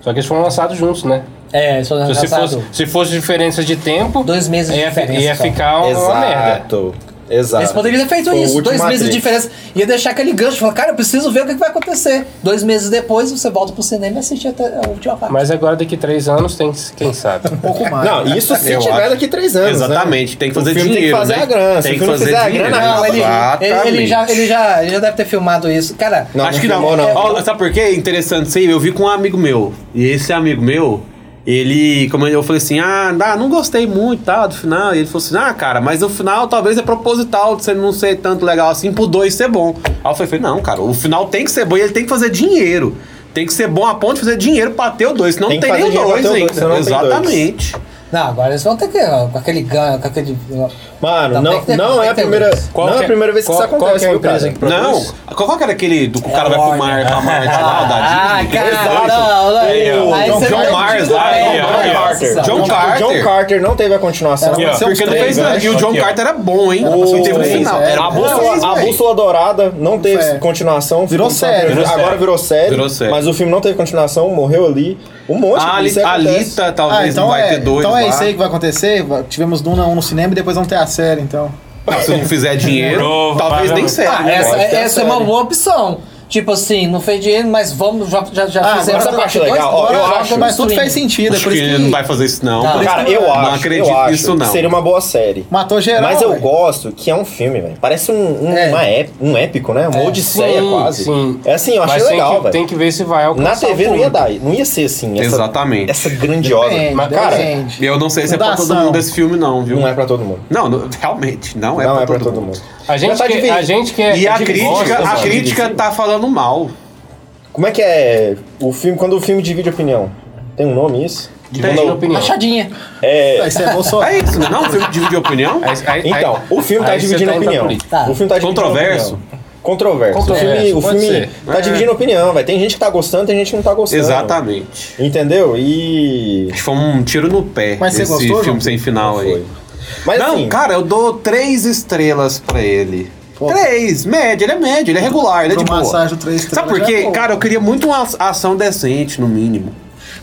Speaker 4: Só que eles foram lançados juntos, né?
Speaker 3: É, isso é
Speaker 4: Se, se,
Speaker 3: engraçado.
Speaker 4: fosse, se fosse diferença de tempo.
Speaker 3: Dois meses de
Speaker 4: ia, fi-
Speaker 3: diferença,
Speaker 4: Ia
Speaker 3: cara.
Speaker 4: ficar uma merda.
Speaker 1: Exato. Exato.
Speaker 3: Eles poderiam ter feito
Speaker 1: Foi o
Speaker 3: isso,
Speaker 1: último
Speaker 3: dois meses de
Speaker 1: Matrix.
Speaker 3: diferença. Ia deixar aquele gancho, falar, cara, eu preciso ver o que que vai acontecer. Dois meses depois você volta pro cinema e assiste até a última parte.
Speaker 4: Mas agora daqui três anos tem, quem sabe.
Speaker 6: Um pouco mais.
Speaker 1: Não, isso se
Speaker 2: Eu
Speaker 1: tiver
Speaker 2: acho.
Speaker 1: daqui três anos.
Speaker 2: Exatamente,
Speaker 1: né?
Speaker 2: tem que
Speaker 1: O
Speaker 2: fazer
Speaker 1: filme
Speaker 2: dinheiro.
Speaker 1: Tem que fazer
Speaker 2: né?
Speaker 1: a grana. Se
Speaker 2: Tem
Speaker 1: o
Speaker 2: que
Speaker 1: filme não
Speaker 2: fazer
Speaker 1: fizer a
Speaker 2: dinheiro.
Speaker 1: grana,
Speaker 3: Não, ele, ele, ele já,
Speaker 2: Exatamente.
Speaker 3: ele, já, ele já deve ter filmado isso. Cara,
Speaker 1: Não,
Speaker 2: Acho que não.
Speaker 1: filmou, não.
Speaker 2: Ó, sabe por quê? É Interessante isso aí. Eu vi com um amigo meu. E esse amigo meu, ele. Como eu falei assim, ah, não, não gostei muito tá, do final. E ele falou assim, ah, cara, mas o final talvez é proposital de você não ser tanto legal assim pro dois ser bom. Aí eu falei, não, cara, o final tem que ser bom e ele tem que fazer dinheiro. Tem que ser bom a ponto de fazer dinheiro pra ter o dois. Senão
Speaker 1: Tem
Speaker 2: não
Speaker 1: que
Speaker 2: tem nem
Speaker 1: fazer
Speaker 2: o
Speaker 1: dinheiro pra
Speaker 2: dois
Speaker 1: ter o dois, senão
Speaker 2: ainda.
Speaker 1: não tem dois.
Speaker 2: Exatamente.
Speaker 3: Não, agora eles vão ter que. ó, Com aquele ganho, com aquele. ó,
Speaker 1: Mano,
Speaker 3: Tá,
Speaker 1: não,
Speaker 3: tem que ter-
Speaker 1: não é
Speaker 3: tem
Speaker 1: a
Speaker 3: que ter
Speaker 1: primeira,
Speaker 3: luz.
Speaker 4: Qual
Speaker 1: não é
Speaker 4: que
Speaker 1: a
Speaker 4: é-
Speaker 1: primeira vez que
Speaker 4: qual-
Speaker 1: isso
Speaker 4: qual
Speaker 1: acontece,
Speaker 4: que é a
Speaker 1: viu, cara?
Speaker 4: empresa que produz?
Speaker 2: Não, qual que era aquele do que o cara vai pro mar, pra Marte lá, o da
Speaker 3: Ah,
Speaker 2: Disney?
Speaker 3: cara,
Speaker 1: Exato.
Speaker 3: não, não.
Speaker 1: Aí, ó,
Speaker 3: Aí
Speaker 1: John-
Speaker 3: você
Speaker 1: John
Speaker 3: vai-
Speaker 2: Mars lá,
Speaker 3: É,
Speaker 2: aí, ó,
Speaker 3: olha
Speaker 2: John
Speaker 3: só.
Speaker 2: Carter. John
Speaker 1: John
Speaker 2: Carter.
Speaker 1: John Carter não teve a continuação.
Speaker 6: Era uma-
Speaker 2: Porque não fez nada. E o John
Speaker 4: Aqui, ó.
Speaker 2: Carter era bom, hein?
Speaker 1: O-
Speaker 2: E teve no final.
Speaker 6: é,
Speaker 2: Era
Speaker 1: A
Speaker 2: bom.
Speaker 1: bússola, a Bússola dourada não teve
Speaker 6: É.
Speaker 1: continuação.
Speaker 6: Virou
Speaker 1: ficou
Speaker 6: série.
Speaker 1: só-
Speaker 6: Virou
Speaker 1: agora
Speaker 2: série.
Speaker 1: virou série,
Speaker 2: Virou série.
Speaker 1: Mas o filme não teve continuação, morreu ali. Um monte
Speaker 2: A
Speaker 1: isso
Speaker 2: Ali- a
Speaker 1: acontece.
Speaker 2: Alita
Speaker 6: Ah,
Speaker 2: talvez não
Speaker 6: então
Speaker 2: vai
Speaker 6: é,
Speaker 2: ter dois
Speaker 6: então é
Speaker 2: lá.
Speaker 6: isso aí que vai acontecer? Vai- Tivemos Duna 1 no cinema e depois vão ter a série, então.
Speaker 2: Se não fizer dinheiro,
Speaker 4: Novo,
Speaker 2: talvez
Speaker 4: vai,
Speaker 2: nem
Speaker 4: vai.
Speaker 2: serve.
Speaker 3: Ah,
Speaker 2: né?
Speaker 3: essa,
Speaker 1: Pode ter
Speaker 3: essa é uma
Speaker 1: série.
Speaker 3: boa opção. Tipo assim, não fez dinheiro, mas vamos, já, já, já
Speaker 6: Ah,
Speaker 3: fizemos
Speaker 1: essa
Speaker 3: dois-
Speaker 1: parte é legal. Ó,
Speaker 3: dois
Speaker 1: eu
Speaker 3: blocos
Speaker 1: acho-
Speaker 3: no
Speaker 6: Mas tudo
Speaker 3: streaming.
Speaker 6: faz sentido, é
Speaker 2: Acho
Speaker 6: por
Speaker 2: que
Speaker 6: isso que...
Speaker 2: ele não vai fazer isso, não.
Speaker 3: Tá.
Speaker 2: Por isso
Speaker 1: Cara,
Speaker 2: que
Speaker 1: eu
Speaker 2: não
Speaker 1: acho,
Speaker 2: acredito
Speaker 1: eu acho
Speaker 2: nisso, não.
Speaker 1: que seria uma boa série.
Speaker 6: Matou geral,
Speaker 1: Mas eu
Speaker 6: velho.
Speaker 1: gosto que é um filme, velho. Parece um, um-
Speaker 3: É.
Speaker 1: uma ép- um épico, né? Uma odisseia
Speaker 4: Sim,
Speaker 1: quase.
Speaker 4: sim.
Speaker 1: É assim, eu achei
Speaker 4: Mas tem
Speaker 1: legal,
Speaker 4: que-
Speaker 1: velho.
Speaker 4: Tem que ver se vai alcançar
Speaker 1: Na TV
Speaker 4: o
Speaker 1: não ia
Speaker 4: público.
Speaker 1: dar, não ia ser assim. Essa,
Speaker 2: Exatamente.
Speaker 1: Essa grandiosa.
Speaker 3: Depende,
Speaker 1: É, Mas, cara,
Speaker 3: depende.
Speaker 2: Eu não sei se é pra todo
Speaker 6: Fundação.
Speaker 2: mundo esse filme, não, viu?
Speaker 1: não é pra todo mundo.
Speaker 2: Não, não- realmente, não é
Speaker 1: não
Speaker 2: pra
Speaker 1: é pra
Speaker 2: todo,
Speaker 1: todo
Speaker 2: mundo.
Speaker 1: mundo.
Speaker 4: A gente,
Speaker 1: Já tá
Speaker 4: que,
Speaker 1: dividido.
Speaker 4: a gente que é.
Speaker 2: E a
Speaker 4: que
Speaker 2: crítica,
Speaker 4: gosta,
Speaker 2: a
Speaker 4: mano,
Speaker 2: crítica tá falando mal.
Speaker 1: Como é que é o filme, quando o filme divide opinião? Tem um nome isso?
Speaker 4: de- de
Speaker 1: Quando-
Speaker 4: opinião.
Speaker 3: Rachadinha.
Speaker 6: Ah, Isso é Bolsonaro.
Speaker 2: É isso, não é não? Um filme divide opinião?
Speaker 4: Aí- aí- aí-
Speaker 1: Então, o filme tá
Speaker 4: aí você
Speaker 1: dividindo
Speaker 4: indo pra
Speaker 1: opinião.
Speaker 4: política.
Speaker 3: Tá.
Speaker 1: O filme tá dividindo
Speaker 2: Controverso?
Speaker 1: opinião. Controverso.
Speaker 4: Controverso,
Speaker 1: O filme, o
Speaker 4: pode É.
Speaker 1: filme tá dividindo opinião, vai. Tem gente que tá gostando, tem gente que não tá gostando.
Speaker 2: Exatamente.
Speaker 1: Entendeu? E.
Speaker 2: Acho que Foi um tiro no pé
Speaker 6: Mas você
Speaker 2: esse
Speaker 6: gostou,
Speaker 2: filme
Speaker 6: João?
Speaker 2: sem final aí.
Speaker 1: Foi. Mas
Speaker 2: não,
Speaker 1: assim,
Speaker 2: cara, eu dou três estrelas pra ele. Três, média, ele é médio, ele é regular, ele é de
Speaker 6: Pro
Speaker 2: boa.
Speaker 6: massagem, três
Speaker 2: Sabe
Speaker 6: estrelas
Speaker 2: por
Speaker 6: já é
Speaker 2: quê?
Speaker 6: boa.
Speaker 2: cara, eu queria muito uma ação decente, no mínimo.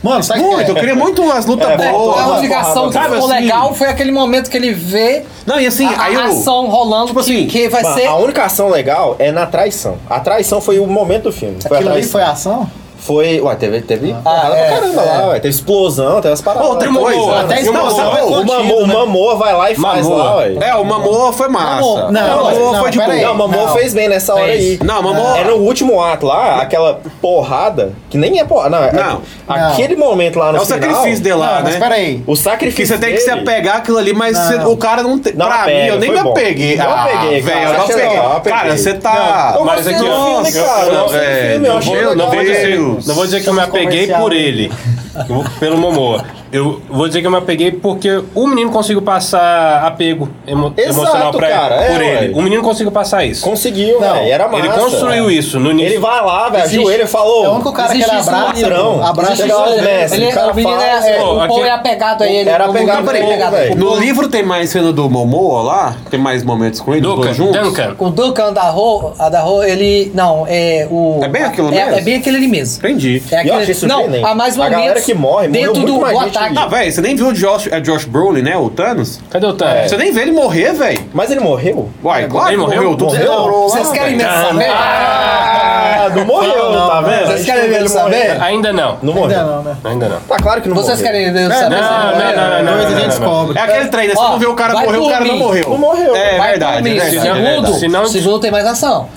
Speaker 6: Mano, sabe é?
Speaker 2: Muito, eu
Speaker 6: que
Speaker 2: queria muito umas lutas
Speaker 1: É,
Speaker 2: boas.
Speaker 3: a única ação que
Speaker 2: Sabe
Speaker 3: ficou
Speaker 2: assim?
Speaker 3: legal foi aquele momento que ele vê
Speaker 2: Não, e assim,
Speaker 3: a,
Speaker 2: aí
Speaker 3: a
Speaker 2: eu.
Speaker 3: ação rolando,
Speaker 2: Tipo
Speaker 3: que,
Speaker 2: assim,
Speaker 3: que vai
Speaker 1: mano,
Speaker 3: ser...
Speaker 1: a única ação legal é na traição. A traição foi o momento do filme. Foi
Speaker 6: Aquilo
Speaker 1: a
Speaker 6: ali
Speaker 1: traição.
Speaker 6: foi a Ah, ação?
Speaker 1: Foi. Ué, teve. teve porrada
Speaker 3: é,
Speaker 1: pra caramba
Speaker 3: é.
Speaker 1: lá, ué. Teve explosão, teve as paradas.
Speaker 2: Outra
Speaker 1: Pô,
Speaker 2: coisa,
Speaker 1: mano,
Speaker 2: até
Speaker 1: e o
Speaker 2: explosão
Speaker 1: Mamoa,
Speaker 2: é
Speaker 1: O
Speaker 6: contido,
Speaker 1: Mamoa, o
Speaker 6: né?
Speaker 1: Mamoa vai lá e faz
Speaker 4: Mamoa.
Speaker 1: lá, ué.
Speaker 2: É, o Mamoa foi massa.
Speaker 3: Mamoa. Não,
Speaker 2: o Mamoa
Speaker 6: mas-
Speaker 2: foi de
Speaker 6: não,
Speaker 2: boa.
Speaker 6: peraí.
Speaker 1: Não, mamou
Speaker 6: Não.
Speaker 1: fez bem nessa hora aí.
Speaker 2: Não, Mamô-
Speaker 1: Era o último ato lá, aquela porrada, que nem é porrada. Não, é-
Speaker 2: Não.
Speaker 1: Aquele momento lá no
Speaker 2: É o
Speaker 1: final,
Speaker 2: sacrifício dele lá,
Speaker 6: Não, mas
Speaker 2: né?
Speaker 6: peraí.
Speaker 1: O
Speaker 2: Que
Speaker 1: sacrifício
Speaker 2: você tem que se
Speaker 1: dele-
Speaker 2: apegar aquilo ali, mas você- o cara não tem.
Speaker 1: Não,
Speaker 2: Pra
Speaker 1: pega,
Speaker 2: mim, eu nem
Speaker 1: foi
Speaker 2: me
Speaker 1: bom.
Speaker 2: apeguei.
Speaker 1: Não
Speaker 2: ah,
Speaker 1: apeguei, cara,
Speaker 2: velho, eu não
Speaker 1: achei
Speaker 2: peguei.
Speaker 1: legal, apeguei.
Speaker 2: Cara, você tá.
Speaker 1: Eu
Speaker 4: Mas
Speaker 1: gostei
Speaker 4: aqui,
Speaker 1: do
Speaker 4: ó,
Speaker 1: assim filme,
Speaker 4: eu-
Speaker 1: cara.
Speaker 4: eu-
Speaker 1: Eu gostei do
Speaker 2: velho,
Speaker 1: filme, eu
Speaker 2: é, não
Speaker 1: achei
Speaker 2: vou-
Speaker 1: legal, assim,
Speaker 4: Não vou,
Speaker 1: cara.
Speaker 4: dizer,
Speaker 2: Deus.
Speaker 4: não vou dizer que eu me apeguei
Speaker 6: Comercial,
Speaker 4: por
Speaker 6: né?
Speaker 4: ele, eu vou- pelo Momoa. Eu vou dizer que eu me apeguei porque o menino conseguiu passar apego emo-
Speaker 1: Exato,
Speaker 4: emocional pra
Speaker 1: cara, é,
Speaker 4: por ele.
Speaker 1: ué.
Speaker 4: O menino conseguiu passar isso.
Speaker 1: Conseguiu,
Speaker 6: Não,
Speaker 1: velho. Era massa.
Speaker 4: ele construiu isso no início.
Speaker 1: Ele vai lá, velho, ajoelha e falou.
Speaker 6: É o único cara que ele
Speaker 3: Existe isso no
Speaker 6: abraça.
Speaker 3: livro.
Speaker 6: pô. Abraça
Speaker 1: Existe isso
Speaker 6: igual o
Speaker 1: no livro.
Speaker 6: Messi.
Speaker 3: Ele,
Speaker 1: o cara
Speaker 3: o menino
Speaker 1: faz,
Speaker 3: é, é,
Speaker 4: pô,
Speaker 3: o povo
Speaker 4: aqui-
Speaker 3: é apegado a ele.
Speaker 1: Era
Speaker 3: o povo
Speaker 1: apegado
Speaker 3: é
Speaker 1: a ele,
Speaker 3: apegado
Speaker 1: velho.
Speaker 3: Com
Speaker 2: No livro tem mais cena do Momoa lá? Tem mais momentos com ele? dos
Speaker 4: Duncan,
Speaker 2: dois juntos?
Speaker 4: Duncan.
Speaker 3: com o Duncan Adarro, Adarro, ele... Não, é o...
Speaker 2: É bem aquilo
Speaker 3: é,
Speaker 2: mesmo?
Speaker 3: É bem aquele ali mesmo.
Speaker 2: Entendi.
Speaker 3: É
Speaker 1: E eu achei surpreendente.
Speaker 3: não, há mais
Speaker 1: A galera
Speaker 3: momentos
Speaker 1: que morre, morreu
Speaker 3: dentro
Speaker 1: muito
Speaker 3: do,
Speaker 1: mais
Speaker 3: do
Speaker 1: gente
Speaker 3: ataque.
Speaker 2: Ah, velho, você nem viu o Josh, é Josh Brolin, né? O Thanos?
Speaker 4: Cadê o
Speaker 1: É.
Speaker 4: Thanos?
Speaker 2: Você nem vê ele morrer, velho.
Speaker 1: Mas ele morreu?
Speaker 2: Uai, claro que
Speaker 4: É. Ele morreu?
Speaker 2: morreu. Tudo
Speaker 1: Morreu?
Speaker 2: estourou lá,
Speaker 3: Vocês querem
Speaker 2: velho.
Speaker 3: mesmo saber?
Speaker 1: Ah, não morreu, tá vendo?
Speaker 3: Vocês querem ver ele saber?
Speaker 4: Ainda não.
Speaker 1: Não
Speaker 6: Ainda
Speaker 1: morreu.
Speaker 6: não, né?
Speaker 4: Ainda não.
Speaker 1: Tá claro que não
Speaker 3: Vocês
Speaker 1: morreu.
Speaker 3: querem ver ele saber?
Speaker 4: Não,
Speaker 3: se ele
Speaker 4: não,
Speaker 3: morreu?
Speaker 4: não, não,
Speaker 6: Depois
Speaker 4: não,
Speaker 6: a
Speaker 4: não,
Speaker 6: gente
Speaker 4: não, não.
Speaker 6: descobre.
Speaker 2: É aquele trem, né? Você
Speaker 3: Ó,
Speaker 2: não vê o cara
Speaker 3: vai
Speaker 2: morrer, o cara não
Speaker 3: dormir.
Speaker 2: morreu.
Speaker 1: Não morreu.
Speaker 2: É
Speaker 3: Vai
Speaker 2: verdade,
Speaker 3: dormir.
Speaker 2: é verdade. é
Speaker 3: Segundo,
Speaker 2: verdade.
Speaker 4: Se não-
Speaker 3: segundo tem mais ação.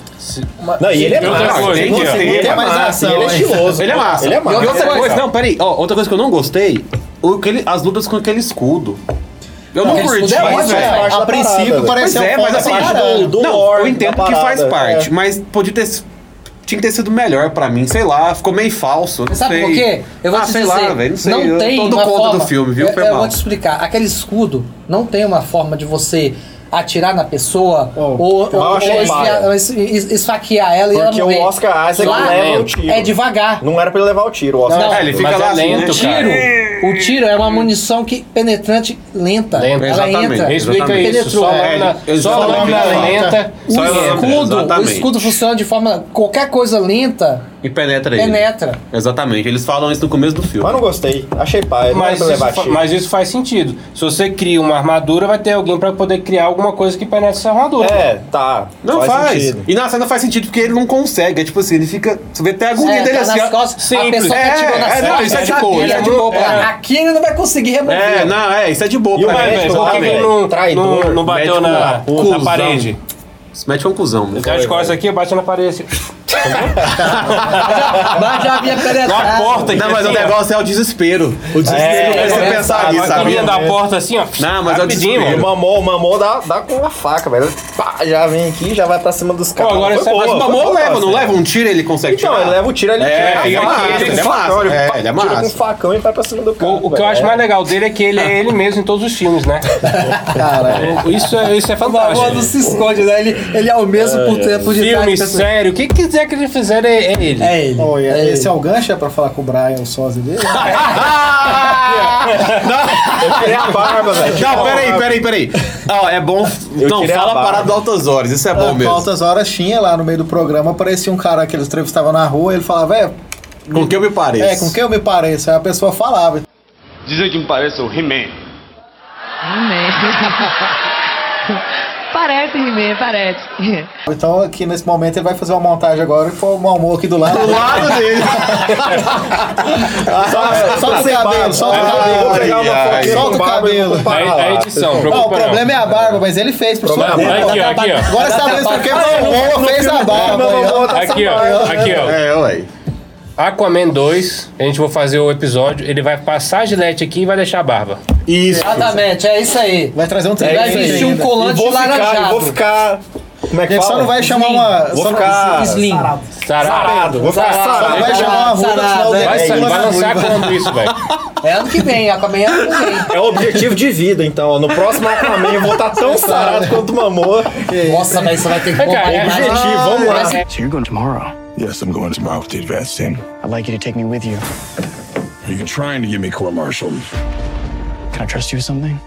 Speaker 1: Não, e ele é
Speaker 4: Eu
Speaker 1: massa.
Speaker 4: tô-
Speaker 1: Ele
Speaker 4: Tem que-
Speaker 1: é
Speaker 2: tem que-
Speaker 1: massa,
Speaker 6: mais ação,
Speaker 1: Ele é
Speaker 6: hein?
Speaker 1: estiloso.
Speaker 2: Ele é massa.
Speaker 1: Ele é massa.
Speaker 2: E outra
Speaker 1: Ele é
Speaker 2: coisa,
Speaker 1: massa.
Speaker 2: não, peraí. Ó, outra coisa que eu não gostei, o, aquele, as lutas com aquele escudo. Eu não,
Speaker 3: aquele
Speaker 2: curti,
Speaker 3: escudo é ótimo,
Speaker 2: velho.
Speaker 3: velho.
Speaker 6: A princípio
Speaker 2: Pois
Speaker 6: pareceu
Speaker 2: é, mas
Speaker 6: foda né?
Speaker 2: assim,
Speaker 6: pra
Speaker 1: parte
Speaker 6: caralho.
Speaker 1: do- do
Speaker 2: não,
Speaker 1: lore,
Speaker 2: eu entendo
Speaker 1: da
Speaker 2: que faz
Speaker 1: parada,
Speaker 2: parte,
Speaker 1: é.
Speaker 2: mas podia ter s- tinha que ter sido melhor pra mim, sei lá, ficou meio falso, não
Speaker 3: Sabe
Speaker 2: sei.
Speaker 3: por quê? Eu vou
Speaker 2: ah,
Speaker 3: te
Speaker 2: sei
Speaker 3: dizer,
Speaker 2: lá, velho, não sei, eu
Speaker 3: tem
Speaker 2: tô do
Speaker 3: uma
Speaker 2: conta
Speaker 3: forma,
Speaker 2: do filme, viu?
Speaker 3: Eu,
Speaker 2: Foi
Speaker 3: eu
Speaker 2: mal.
Speaker 3: vou te explicar. Aquele escudo não tem uma forma de você atirar na pessoa ou,
Speaker 1: Oh, eu
Speaker 3: ou-
Speaker 1: achei
Speaker 3: ou
Speaker 1: bala.
Speaker 3: esfia- es- es- esfaquear ela e ela
Speaker 1: Porque
Speaker 3: morrer.
Speaker 1: o Oscar Isaac
Speaker 3: Lá
Speaker 1: leva o tiro.
Speaker 3: É devagar.
Speaker 1: Não era pra ele levar o tiro, o Oscar.
Speaker 3: Não.
Speaker 2: É, ele fica
Speaker 4: Mas
Speaker 2: lá
Speaker 4: é
Speaker 2: assim, né? Hum.
Speaker 4: lento, cara.
Speaker 3: Tiro, o tiro é uma munição que penetrante lenta.
Speaker 4: Lenta,
Speaker 3: ela
Speaker 2: exatamente,
Speaker 3: entra,
Speaker 4: Explica
Speaker 2: Exatamente.
Speaker 4: isso.
Speaker 3: penetrou.
Speaker 4: Só
Speaker 2: É,
Speaker 4: lâmina
Speaker 2: exatamente.
Speaker 4: só lâmina lenta.
Speaker 3: O
Speaker 2: Só lâmina,
Speaker 3: escudo, o
Speaker 2: exatamente.
Speaker 3: escudo funciona de forma qualquer coisa lenta
Speaker 2: E penetra ele.
Speaker 3: penetra.
Speaker 2: Exatamente, eles falam isso no começo do filme.
Speaker 1: Mas não gostei. Achei pai. Não é era pra
Speaker 4: Mas isso,
Speaker 1: levar
Speaker 4: fa-
Speaker 1: tiro.
Speaker 4: mas isso faz sentido. Se você cria uma armadura, vai ter alguém pra poder criar alguma coisa que penetre essa armadura.
Speaker 1: É, tá.
Speaker 2: Não faz.
Speaker 1: sentido.
Speaker 2: E na cena faz sentido porque ele não consegue. É tipo assim, ele fica. Você vê até a agonia
Speaker 3: É,
Speaker 2: dele
Speaker 3: tá
Speaker 2: assim.
Speaker 3: nas
Speaker 2: ó.
Speaker 3: costas. A
Speaker 2: Simples.
Speaker 3: pessoa que atirou nas
Speaker 2: é, não,
Speaker 3: costas
Speaker 2: isso é de
Speaker 3: já
Speaker 2: boa. Isso
Speaker 3: sabia.
Speaker 2: é de boa pra
Speaker 3: É.
Speaker 2: mim.
Speaker 3: Aqui ele não vai conseguir remover.
Speaker 2: É, não, é, isso é de boa
Speaker 1: E o
Speaker 2: pra mim.
Speaker 1: médico
Speaker 2: Isso é
Speaker 1: lá,
Speaker 4: Por
Speaker 2: de
Speaker 4: que
Speaker 2: boa.
Speaker 4: que
Speaker 1: velho?
Speaker 4: não,
Speaker 1: Traidor, um
Speaker 4: não, não bateu
Speaker 2: médico
Speaker 4: na,
Speaker 2: cuzão.
Speaker 4: na parede?
Speaker 2: Isso mete uma cusão,
Speaker 4: Ele
Speaker 2: mesmo.
Speaker 4: tá de costas aqui, bate na parede. assim.
Speaker 3: Mas já havia
Speaker 2: Com a
Speaker 3: penetrado.
Speaker 2: porta aqui, Não, mas o assim, ó. negócio é o desespero. O desespero
Speaker 1: É,
Speaker 2: fez você
Speaker 1: é,
Speaker 2: pensar
Speaker 1: sabe,
Speaker 2: nisso,
Speaker 1: a
Speaker 2: sabe?
Speaker 1: menina
Speaker 4: da porta assim, ó.
Speaker 2: Não, mas é o
Speaker 4: rapidinho,
Speaker 2: desespero.
Speaker 1: Mamou, mamou, dá, dá com a faca, velho. Pá, já vem aqui, já vai pra cima dos caras.
Speaker 4: agora
Speaker 1: Foi
Speaker 4: essa-
Speaker 1: boa,
Speaker 2: Mas
Speaker 1: foi
Speaker 2: o mamão
Speaker 1: boa,
Speaker 2: leva, não
Speaker 1: assim.
Speaker 2: leva? Um tiro ele consegue
Speaker 1: Então,
Speaker 2: tirar.
Speaker 1: ele leva o tiro, ele
Speaker 2: É,
Speaker 1: tira.
Speaker 2: fica
Speaker 1: com a
Speaker 2: aqui,
Speaker 1: faca,
Speaker 2: ele
Speaker 1: com
Speaker 2: é
Speaker 1: o facão,
Speaker 2: massa.
Speaker 1: ele pá,
Speaker 2: É, ele é
Speaker 1: tira com o
Speaker 2: massa.
Speaker 1: facão e vai pra cima do cara.
Speaker 4: O, o que eu
Speaker 1: velho.
Speaker 4: acho mais legal dele é que ele é ele mesmo em todos os filmes, né? Caralho. Isso, é- isso é
Speaker 3: O bagulho não
Speaker 4: fantástico.
Speaker 3: se esconde, né? Ele, ele é o mesmo por tempo de
Speaker 4: Filme,
Speaker 3: trás. pessoal.
Speaker 4: sério, o que quiser que ele fizer é, é ele.
Speaker 3: É ele.
Speaker 2: Oh,
Speaker 6: Olha,
Speaker 3: é
Speaker 6: esse
Speaker 3: ele.
Speaker 6: é o gancho é pra falar com o Brian, o sósia dele?
Speaker 1: Eu tirei a barba, velho.
Speaker 2: Ah! Não, peraí, peraí, peraí. Ó, é bom.
Speaker 1: Eu
Speaker 2: Não,
Speaker 1: tirei a
Speaker 2: fala a
Speaker 1: barba.
Speaker 2: parada do Altas Horas, isso é bom
Speaker 6: Com
Speaker 2: mesmo.
Speaker 6: altas horas tinha lá no meio do programa, aparecia um cara que eles entrevistavam na rua, ele falava, é,
Speaker 2: Com que eu me pareço.
Speaker 6: é, com quem eu me pareço? Aí a pessoa falava.
Speaker 13: Dizem que me parece o He-Man.
Speaker 14: parece, Rimei, parece.
Speaker 6: Então aqui nesse momento ele vai fazer uma montagem agora e foi um almoço aqui do lado.
Speaker 2: Do lado dele.
Speaker 6: Só- Solta o cabelo, solta o
Speaker 1: Vou
Speaker 6: cabelo.
Speaker 1: pegar uma
Speaker 2: Ai,
Speaker 1: fotinha
Speaker 6: ai.
Speaker 1: com
Speaker 6: Solta o
Speaker 1: barba e
Speaker 6: cabelo.
Speaker 1: com barba.
Speaker 4: É, é edição,
Speaker 6: Não, o
Speaker 4: preocupa não.
Speaker 6: problema é a barba, mas ele fez por sua
Speaker 4: Problema-
Speaker 6: conta.
Speaker 4: Aqui, ó, aqui, ó.
Speaker 6: Agora sabemos porque o Momoa fez a barba.
Speaker 1: Não,
Speaker 6: aí, ó.
Speaker 1: vou botar essa
Speaker 4: Aqui, ó.
Speaker 1: barba.
Speaker 4: Aqui, ó.
Speaker 2: É, ué.
Speaker 4: Aquaman 2, a gente vai fazer o episódio, ele vai passar a gilete aqui e vai deixar a barba.
Speaker 2: Isso.
Speaker 3: Exatamente, é isso aí.
Speaker 6: Vai trazer um trailer.
Speaker 3: Vai vestir
Speaker 6: ainda.
Speaker 3: um colante
Speaker 1: Vou ficar, eu
Speaker 3: laranjado.
Speaker 1: vou ficar. Como é que
Speaker 6: Ele
Speaker 1: fala?
Speaker 6: só não vai chamar
Speaker 3: Slim.
Speaker 6: uma.
Speaker 1: Vou
Speaker 6: só não-
Speaker 1: ficar.
Speaker 3: Slim.
Speaker 4: Sarado.
Speaker 1: Sarado. Vou ficar
Speaker 3: Sarado.
Speaker 6: Só não
Speaker 1: sarado. é
Speaker 6: vai chamar uma ruda no final do
Speaker 3: Sarado,
Speaker 4: Vai,
Speaker 6: ano.
Speaker 4: sair, vai lançar quando isso, velho?
Speaker 3: É ano que vem, Aquaman é ano que vem.
Speaker 1: É o objetivo de vida, então. ó. No próximo Aquaman eu vou estar tão sarado quanto mamou.
Speaker 3: Nossa, velho, você vai ter que
Speaker 4: Cara,
Speaker 3: comprar
Speaker 4: é
Speaker 3: imagem.
Speaker 1: Objetivo, vamos lá.
Speaker 5: So you're going tomorrow.
Speaker 9: Yes, I'm going tomorrow to the advanced team.
Speaker 5: I'd like you to take me with you.
Speaker 9: You're trying to get me court-martialed.
Speaker 5: Can I trust you with something?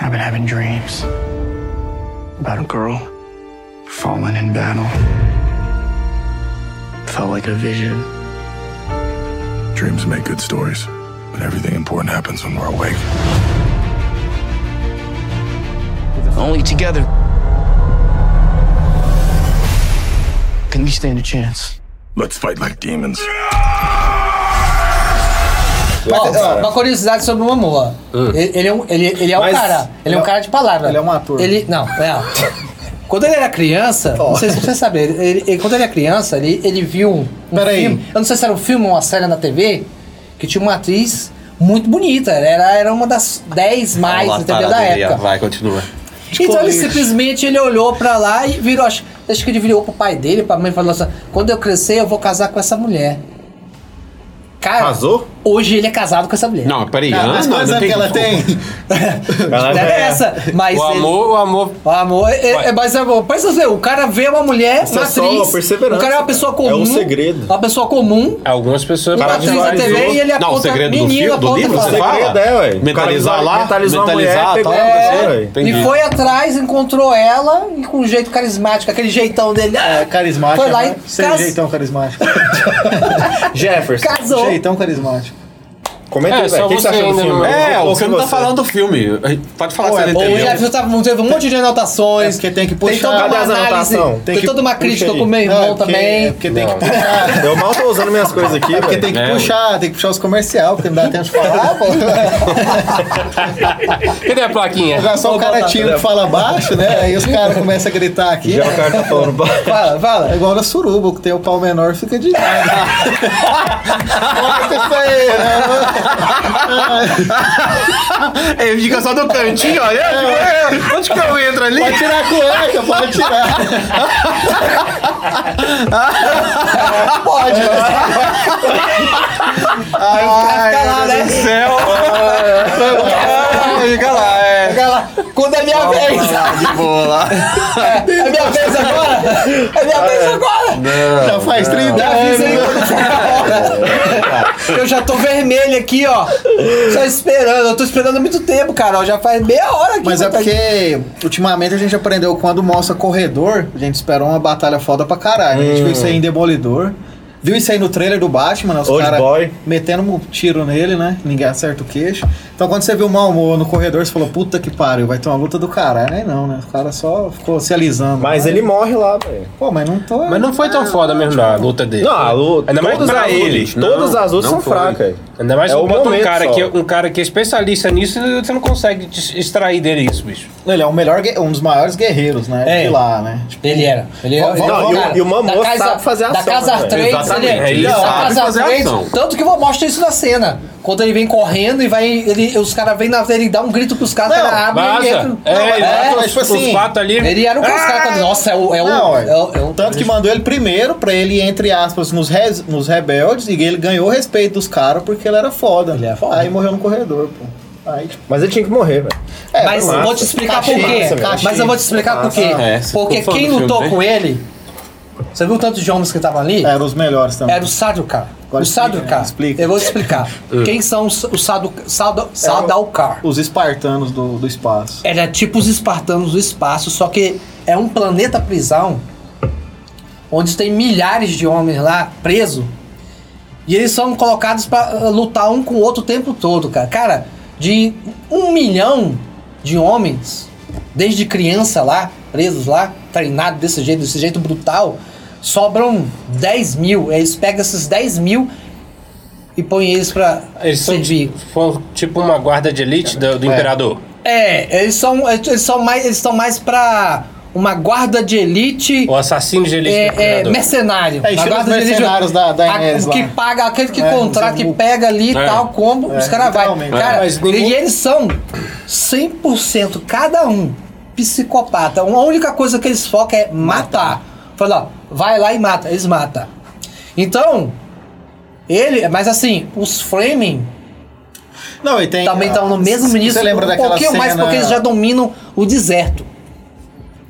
Speaker 5: I've been having dreams about a girl fallen in battle. Felt like a vision.
Speaker 9: Dreams make good stories, but everything important happens when we're awake.
Speaker 5: Only together can we stand a chance.
Speaker 9: Let's fight like demons.
Speaker 3: Ó, uma curiosidade sobre o Momoa. Ele, ele é um, ele, ele é um
Speaker 1: Mas-
Speaker 3: cara. Ele é um cara de palavra.
Speaker 6: Ele é um ator.
Speaker 3: Ele, não, é. Quando ele era criança, não sei se você sabe, ele, ele- ele- quando ele era criança, ele, ele viu um
Speaker 6: Peraí.
Speaker 3: filme. Eu não sei se era um filme ou uma série na TV, que tinha uma atriz muito bonita. Era, era uma das 10 mais,
Speaker 2: Olha lá,
Speaker 3: entendeu? Da
Speaker 2: parada aí, ó.
Speaker 3: época.
Speaker 2: Vai, continua.
Speaker 3: Então ele simplesmente ele olhou pra lá e virou. Acho, acho que ele virou pro pai dele, pra mãe e falou assim: quando eu crescer, eu vou casar com essa mulher. Cara,
Speaker 1: Casou?
Speaker 3: hoje ele é casado com essa mulher.
Speaker 2: Não, peraí.
Speaker 6: Mas
Speaker 2: antes,
Speaker 6: quantos
Speaker 2: Ah, não
Speaker 6: anos que ela tem?
Speaker 3: Não é essa. Mas
Speaker 4: O
Speaker 3: ele-
Speaker 4: amor, o amor.
Speaker 3: O amor, é,
Speaker 4: Vai.
Speaker 3: é, mas é, bom. pensa assim, o cara vê uma mulher,
Speaker 1: Isso é
Speaker 3: uma
Speaker 1: só
Speaker 3: atriz.
Speaker 1: perseverança,
Speaker 3: o cara é uma pessoa
Speaker 1: cara.
Speaker 3: comum.
Speaker 1: É um segredo.
Speaker 3: Uma pessoa comum,
Speaker 2: É
Speaker 4: Algumas pessoas
Speaker 3: uma atriz na
Speaker 4: visualizam.
Speaker 3: TV e ele aponta
Speaker 2: Não, o segredo do,
Speaker 3: menino,
Speaker 2: filme, do
Speaker 3: aponta
Speaker 2: livro,
Speaker 3: pra-
Speaker 2: você
Speaker 1: Segredo,
Speaker 2: fala?
Speaker 1: é, ué.
Speaker 2: Mentalizar
Speaker 1: Cara,
Speaker 2: lá,
Speaker 1: mentalizar a mulher,
Speaker 2: mentalizar, tal.
Speaker 1: pegar a pessoa,
Speaker 2: É,
Speaker 1: ué.
Speaker 3: E
Speaker 2: entendi.
Speaker 3: foi atrás, encontrou ela e com um jeito carismático, aquele jeitão dele. ah,
Speaker 6: É, carismático.
Speaker 3: Foi lá
Speaker 6: né?
Speaker 3: e
Speaker 6: Sem
Speaker 3: cas-
Speaker 6: jeitão carismático.
Speaker 1: Jefferson,
Speaker 3: Casou.
Speaker 6: Jeitão carismático.
Speaker 1: comenta
Speaker 4: É,
Speaker 1: aí,
Speaker 4: só
Speaker 1: velho. O que você
Speaker 4: você
Speaker 1: achou do
Speaker 4: ainda
Speaker 1: filme?
Speaker 4: não-
Speaker 2: É,
Speaker 1: Eu vou
Speaker 2: você
Speaker 1: com
Speaker 2: não tá falando do filme. Pode falar que você não
Speaker 3: O
Speaker 2: entendeu.
Speaker 3: Jefferson tá, teve um monte de anotações.
Speaker 6: É, porque tem que
Speaker 3: Tem
Speaker 6: puxar.
Speaker 3: toda
Speaker 1: Cadê
Speaker 3: uma
Speaker 1: as
Speaker 3: análise.
Speaker 1: anotação?
Speaker 3: Tem,
Speaker 6: Tem que
Speaker 3: toda uma
Speaker 6: puxa
Speaker 3: crítica
Speaker 6: aí.
Speaker 3: com o meu
Speaker 6: Não,
Speaker 3: irmão
Speaker 6: é porque-
Speaker 3: também.
Speaker 6: É porque tem que puxar.
Speaker 1: assim,
Speaker 2: assim.
Speaker 1: Eu mal tô usando minhas coisas aqui,
Speaker 6: Porque
Speaker 1: velho.
Speaker 6: tem que
Speaker 4: É,
Speaker 6: puxar, tem que puxar os comercial, porque não dá tempo de falar, pô.
Speaker 4: Cadê a plaquinha?
Speaker 6: Já é só o cara tímido que fala baixo, né? Aí os caras começam a gritar aqui.
Speaker 1: Já o cara tá falando. ba-
Speaker 6: Fala, fala. É igual na suruba, que tem o pau menor fica de lado. Olha isso aí, né?
Speaker 2: É, Ele fica só no cantinho, olha. é, Onde que eu entro ali?
Speaker 6: Pode tirar a cueca, pode tirar.
Speaker 3: Pode, mas
Speaker 2: Ai,
Speaker 3: lá,
Speaker 2: meu
Speaker 3: né?
Speaker 2: Deus do céu. Ai, Fica lá, é.
Speaker 3: fica lá. Quando é minha vez?
Speaker 2: De boa lá.
Speaker 3: É minha vez agora? É minha vez agora?
Speaker 6: Já faz 30
Speaker 3: Avisa aí
Speaker 6: anos.
Speaker 3: quando for a hora. Eu já tô vermelho aqui, ó. Só esperando. Eu tô esperando há muito tempo, Carol. Já faz meia hora aqui.
Speaker 6: Mas
Speaker 3: que
Speaker 6: é
Speaker 3: eu tô aqui.
Speaker 6: porque ultimamente a gente aprendeu quando mostra corredor, a gente esperou uma batalha foda pra caralho. A gente viu isso aí em Demolidor. Viu isso aí no trailer do Batman, né? os
Speaker 1: Old
Speaker 6: caras
Speaker 1: Boy.
Speaker 6: metendo um tiro nele, né? Ninguém acerta o queixo. Então quando você viu o Malmo no corredor, você falou, puta que pariu, vai ter uma luta do caralho. Aí não, né? O cara só ficou se alisando.
Speaker 1: Mas ele morre lá, velho.
Speaker 6: Pô, mas não tô.
Speaker 4: Mas não foi tão foda mesmo, não, a luta dele.
Speaker 1: Não, a luta.
Speaker 4: Ainda mais
Speaker 1: todas
Speaker 4: pra
Speaker 1: as
Speaker 4: ele.
Speaker 1: lutas- todas
Speaker 4: Não,
Speaker 1: as lutas são
Speaker 4: não foi.
Speaker 1: fracas.
Speaker 4: Ainda mais
Speaker 1: É
Speaker 4: se
Speaker 1: o
Speaker 4: eu botar um
Speaker 1: momento
Speaker 4: cara,
Speaker 1: só.
Speaker 4: que é, um cara que é especialista nisso, você não consegue des- extrair dele isso, bicho.
Speaker 6: Ele é o melhor, gue- um dos maiores guerreiros, né?
Speaker 4: É.
Speaker 6: De lá, né? Tipo,
Speaker 3: Ele era. Ele era.
Speaker 6: Vamos-
Speaker 3: ele era
Speaker 6: não,
Speaker 3: um
Speaker 6: e o-
Speaker 3: cara
Speaker 6: e o Mammoth
Speaker 3: da casa-
Speaker 6: sabe fazer
Speaker 3: Da
Speaker 6: ação né?
Speaker 3: Casa
Speaker 6: também.
Speaker 3: Atreides, ele
Speaker 6: Exatamente,
Speaker 3: é.
Speaker 6: ele
Speaker 3: da
Speaker 6: sabe
Speaker 3: casa
Speaker 6: fazer
Speaker 3: Atreides,
Speaker 6: ação.
Speaker 3: Tanto que mostra isso na cena. Quando ele vem correndo e vai. Ele, os caras vêm na. Ele dá um grito pros caras,
Speaker 6: Não,
Speaker 3: o cara abre e ele
Speaker 6: vaza.
Speaker 3: entra.
Speaker 6: É, ele mata
Speaker 4: tipo,
Speaker 6: os- os quatro ali.
Speaker 3: tipo Ele era um dos caras quando. Nossa, é o. É o,
Speaker 6: Ah, Não, Então
Speaker 3: é o, é o
Speaker 6: Tanto que mandou ele primeiro pra ele, entre aspas, nos, res- nos rebeldes, e ele ganhou o respeito dos caras porque ele era foda. Ele é foda. Aí morreu no corredor, pô. Aí, tipo,
Speaker 1: Mas ele tinha que morrer, velho.
Speaker 6: É,
Speaker 3: mas
Speaker 6: foi
Speaker 3: eu
Speaker 6: massa.
Speaker 3: vou te explicar
Speaker 6: Cachê,
Speaker 3: por quê.
Speaker 6: massa mesmo.
Speaker 3: Mas eu vou te explicar por quê.
Speaker 6: Ah, é, você
Speaker 3: Porque
Speaker 6: ficou fã
Speaker 3: quem
Speaker 6: do
Speaker 3: lutou
Speaker 6: filme,
Speaker 3: com
Speaker 6: né?
Speaker 3: ele. Você viu o tanto de homens que estavam ali?
Speaker 6: Eram os melhores também.
Speaker 3: Era o Sadukar.
Speaker 6: Agora
Speaker 3: o
Speaker 6: explica,
Speaker 3: Sadukar.
Speaker 6: né? É, Explica. É
Speaker 3: Eu vou explicar.
Speaker 6: Uh.
Speaker 3: Quem são os, os Sadu, Sadu, Sadaukar?
Speaker 6: Os espartanos do, do espaço.
Speaker 3: Era tipo os espartanos do espaço, só que é um planeta prisão onde tem milhares de homens lá preso e eles são colocados para lutar um com o outro o tempo todo, cara. Cara, de um milhão de homens, desde criança lá, presos lá, treinados desse jeito, desse jeito brutal, sobram 10 mil. Eles pegam esses 10 mil e põem eles pra
Speaker 4: Eles são
Speaker 3: servir.
Speaker 4: Foi tipo uma guarda de elite do, do
Speaker 3: É.
Speaker 4: imperador.
Speaker 3: É, eles são, eles são mais, eles estão mais pra uma guarda de elite.
Speaker 4: O assassino de elite do
Speaker 3: É, é,
Speaker 4: imperador.
Speaker 3: mercenário.
Speaker 6: É, estilo
Speaker 3: A guarda
Speaker 6: os
Speaker 3: de elite-
Speaker 6: mercenários da- da
Speaker 3: a-
Speaker 6: Inês
Speaker 3: o que
Speaker 6: lá.
Speaker 3: paga, aquele que
Speaker 6: É,
Speaker 3: contrata, que pega ali e
Speaker 4: É.
Speaker 3: tal, combo,
Speaker 6: É,
Speaker 3: os caras vão.
Speaker 6: literalmente.
Speaker 3: Cara,
Speaker 6: É, mas
Speaker 3: E eles são 100% cada um psicopata. A única coisa que eles focam é matar. Fala, ó, vai lá e mata. Eles matam. Então, ele, mas assim, os framing
Speaker 6: Não, e tem.
Speaker 3: também estão no mesmo
Speaker 6: tá Você
Speaker 3: ministro.
Speaker 6: lembra
Speaker 3: um
Speaker 6: daquela
Speaker 3: pouquinho mais
Speaker 6: cena-
Speaker 3: porque eles já dominam o deserto.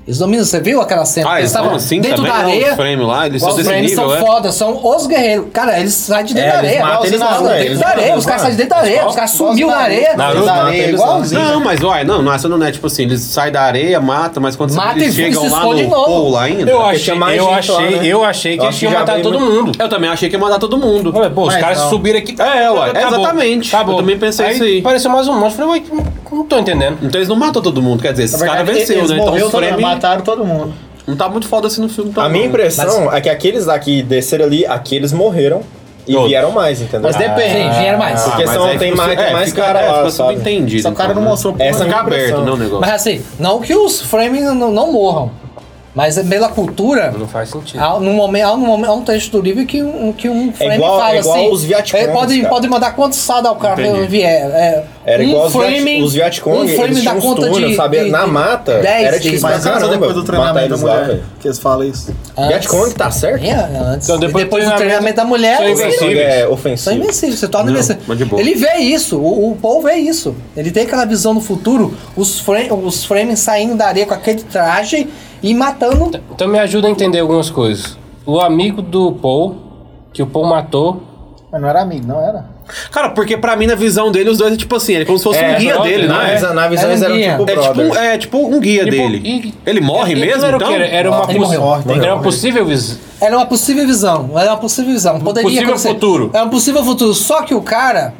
Speaker 3: Eles dominam, você viu aquela cena?
Speaker 2: Ah,
Speaker 3: Porque
Speaker 2: eles
Speaker 3: estavam
Speaker 2: estão assim
Speaker 3: dentro
Speaker 2: também?
Speaker 3: da
Speaker 2: Não,
Speaker 3: areia.
Speaker 2: os frame lá, eles são
Speaker 3: Os
Speaker 2: desse
Speaker 3: frames
Speaker 2: nível,
Speaker 3: são
Speaker 2: é?
Speaker 3: foda, são os guerreiros. Cara, eles saem de dentro
Speaker 2: É,
Speaker 3: da
Speaker 2: eles
Speaker 3: areia.
Speaker 2: matam
Speaker 3: Os
Speaker 2: eles
Speaker 3: caras
Speaker 2: na
Speaker 3: saem
Speaker 2: rua,
Speaker 3: dentro
Speaker 2: eles
Speaker 3: da
Speaker 2: matam,
Speaker 3: areia,
Speaker 2: eles
Speaker 3: os caras saem de
Speaker 2: matam.
Speaker 3: dentro da areia, os caras
Speaker 2: Igual-
Speaker 3: sumiu na areia.
Speaker 2: Naruto,
Speaker 3: Eles-
Speaker 2: Naruto, eles- Não, mas olha, não, não, essa não é tipo assim, eles saem da areia, matam, mas quando
Speaker 3: Mata
Speaker 2: eles
Speaker 3: e
Speaker 2: chegam
Speaker 3: se
Speaker 2: lá
Speaker 3: esconde
Speaker 2: no
Speaker 3: de novo.
Speaker 2: pool ainda.
Speaker 4: Eu achei, eu achei, eu achei que eles tinham matado todo mundo.
Speaker 2: Eu também achei que ia matar todo mundo.
Speaker 4: Pô, os caras subiram aqui.
Speaker 2: É, ué,
Speaker 4: Acabou.
Speaker 2: exatamente.
Speaker 4: Acabou.
Speaker 2: Eu também pensei
Speaker 4: Aí
Speaker 2: isso aí.
Speaker 4: Pareceu mais um monstro. Falei, ué, não tô entendendo.
Speaker 2: Então eles não matam todo mundo, quer dizer, esses caras venceu,
Speaker 6: eles
Speaker 2: né? Então
Speaker 6: morreu
Speaker 2: os
Speaker 6: todo-
Speaker 2: frame
Speaker 6: mataram todo mundo.
Speaker 2: não tá muito foda assim no filme.
Speaker 1: A minha impressão é que aqueles lá que desceram ali, aqueles morreram e vieram mais, entendeu?
Speaker 2: Mas depende. Sim,
Speaker 3: é
Speaker 2: vieram mais.
Speaker 1: Porque
Speaker 2: Ah, mas
Speaker 1: são,
Speaker 2: aí
Speaker 1: tem
Speaker 2: fica-
Speaker 1: mais,
Speaker 2: é,
Speaker 1: tem mais
Speaker 2: fica-
Speaker 1: cara
Speaker 2: é,
Speaker 1: lá,
Speaker 2: fica
Speaker 1: sabe?
Speaker 2: subentendido, Só o cara então, não né? mostrou pra
Speaker 1: Essa
Speaker 2: mim.
Speaker 1: é a
Speaker 2: Fica
Speaker 1: minha
Speaker 2: aberto,
Speaker 1: impressão.
Speaker 2: né, o negócio.
Speaker 3: Mas assim, não que os framing não, não morram. Mas é pela cultura. Não
Speaker 4: faz sentido.
Speaker 3: Há, num momento, há, um momen- há um texto do livro que um, que um frame
Speaker 1: igual-
Speaker 3: fala
Speaker 1: é igual
Speaker 3: assim.
Speaker 1: os Vietcongs,
Speaker 3: é, pode,
Speaker 1: cara.
Speaker 3: pode mandar quanto sada ao cara
Speaker 1: Entendi.
Speaker 3: vier. É,
Speaker 1: Era
Speaker 3: um
Speaker 1: igual os Viet-
Speaker 3: framing-
Speaker 1: os Vietcong,
Speaker 3: um
Speaker 1: eles
Speaker 3: framing
Speaker 1: tinham
Speaker 3: dá
Speaker 1: uns
Speaker 3: conta
Speaker 1: túnel,
Speaker 3: de,
Speaker 1: sabe?
Speaker 3: de-
Speaker 1: Na mata,
Speaker 3: dez,
Speaker 1: era difícil
Speaker 3: dez.
Speaker 1: pra
Speaker 6: Mas
Speaker 1: Caramba,
Speaker 6: cara, depois do
Speaker 1: matar
Speaker 6: treinamento da
Speaker 1: eles
Speaker 6: mulher,
Speaker 1: lá, velho.
Speaker 6: que eles falam isso.
Speaker 1: Vietcong tá certo?
Speaker 3: É, antes.
Speaker 1: Então,
Speaker 3: E
Speaker 1: depois
Speaker 3: depois,
Speaker 1: do
Speaker 3: do treinamento
Speaker 1: treinamento,
Speaker 3: da mulher,
Speaker 1: são
Speaker 3: ele-
Speaker 1: invencíveis. É, ofensivo.
Speaker 3: São invencíveis, se torna
Speaker 1: Não,
Speaker 3: invencível.
Speaker 1: mas de boa.
Speaker 3: Ele vê isso, o, o Paul vê isso. Ele tem aquela visão no futuro, os, frame, os frames saindo da areia com aquele traje e matando.
Speaker 4: Então me ajuda a entender algumas coisas. O amigo do Paul, que o Paul matou.
Speaker 6: Mas não era amigo, não era?
Speaker 2: Cara, porque pra mim, na visão dele, os dois é tipo assim, é como se fosse
Speaker 1: É,
Speaker 2: um guia
Speaker 1: não,
Speaker 2: dele,
Speaker 1: na
Speaker 2: né?
Speaker 1: visão- na visão Era um eles eram guia. tipo
Speaker 2: é tipo, um-
Speaker 1: brothers.
Speaker 2: é tipo um guia
Speaker 1: E, pô,
Speaker 2: dele. ele morre
Speaker 4: Ele- ele
Speaker 2: mesmo,
Speaker 4: era o
Speaker 2: então?
Speaker 4: quê? Era- era uma Ele poss- morreu. era uma possível visão.
Speaker 3: Era uma possível visão. Era uma possível visão. Poderia
Speaker 4: possível
Speaker 3: acontecer.
Speaker 4: futuro.
Speaker 3: Era um possível futuro. Só que o cara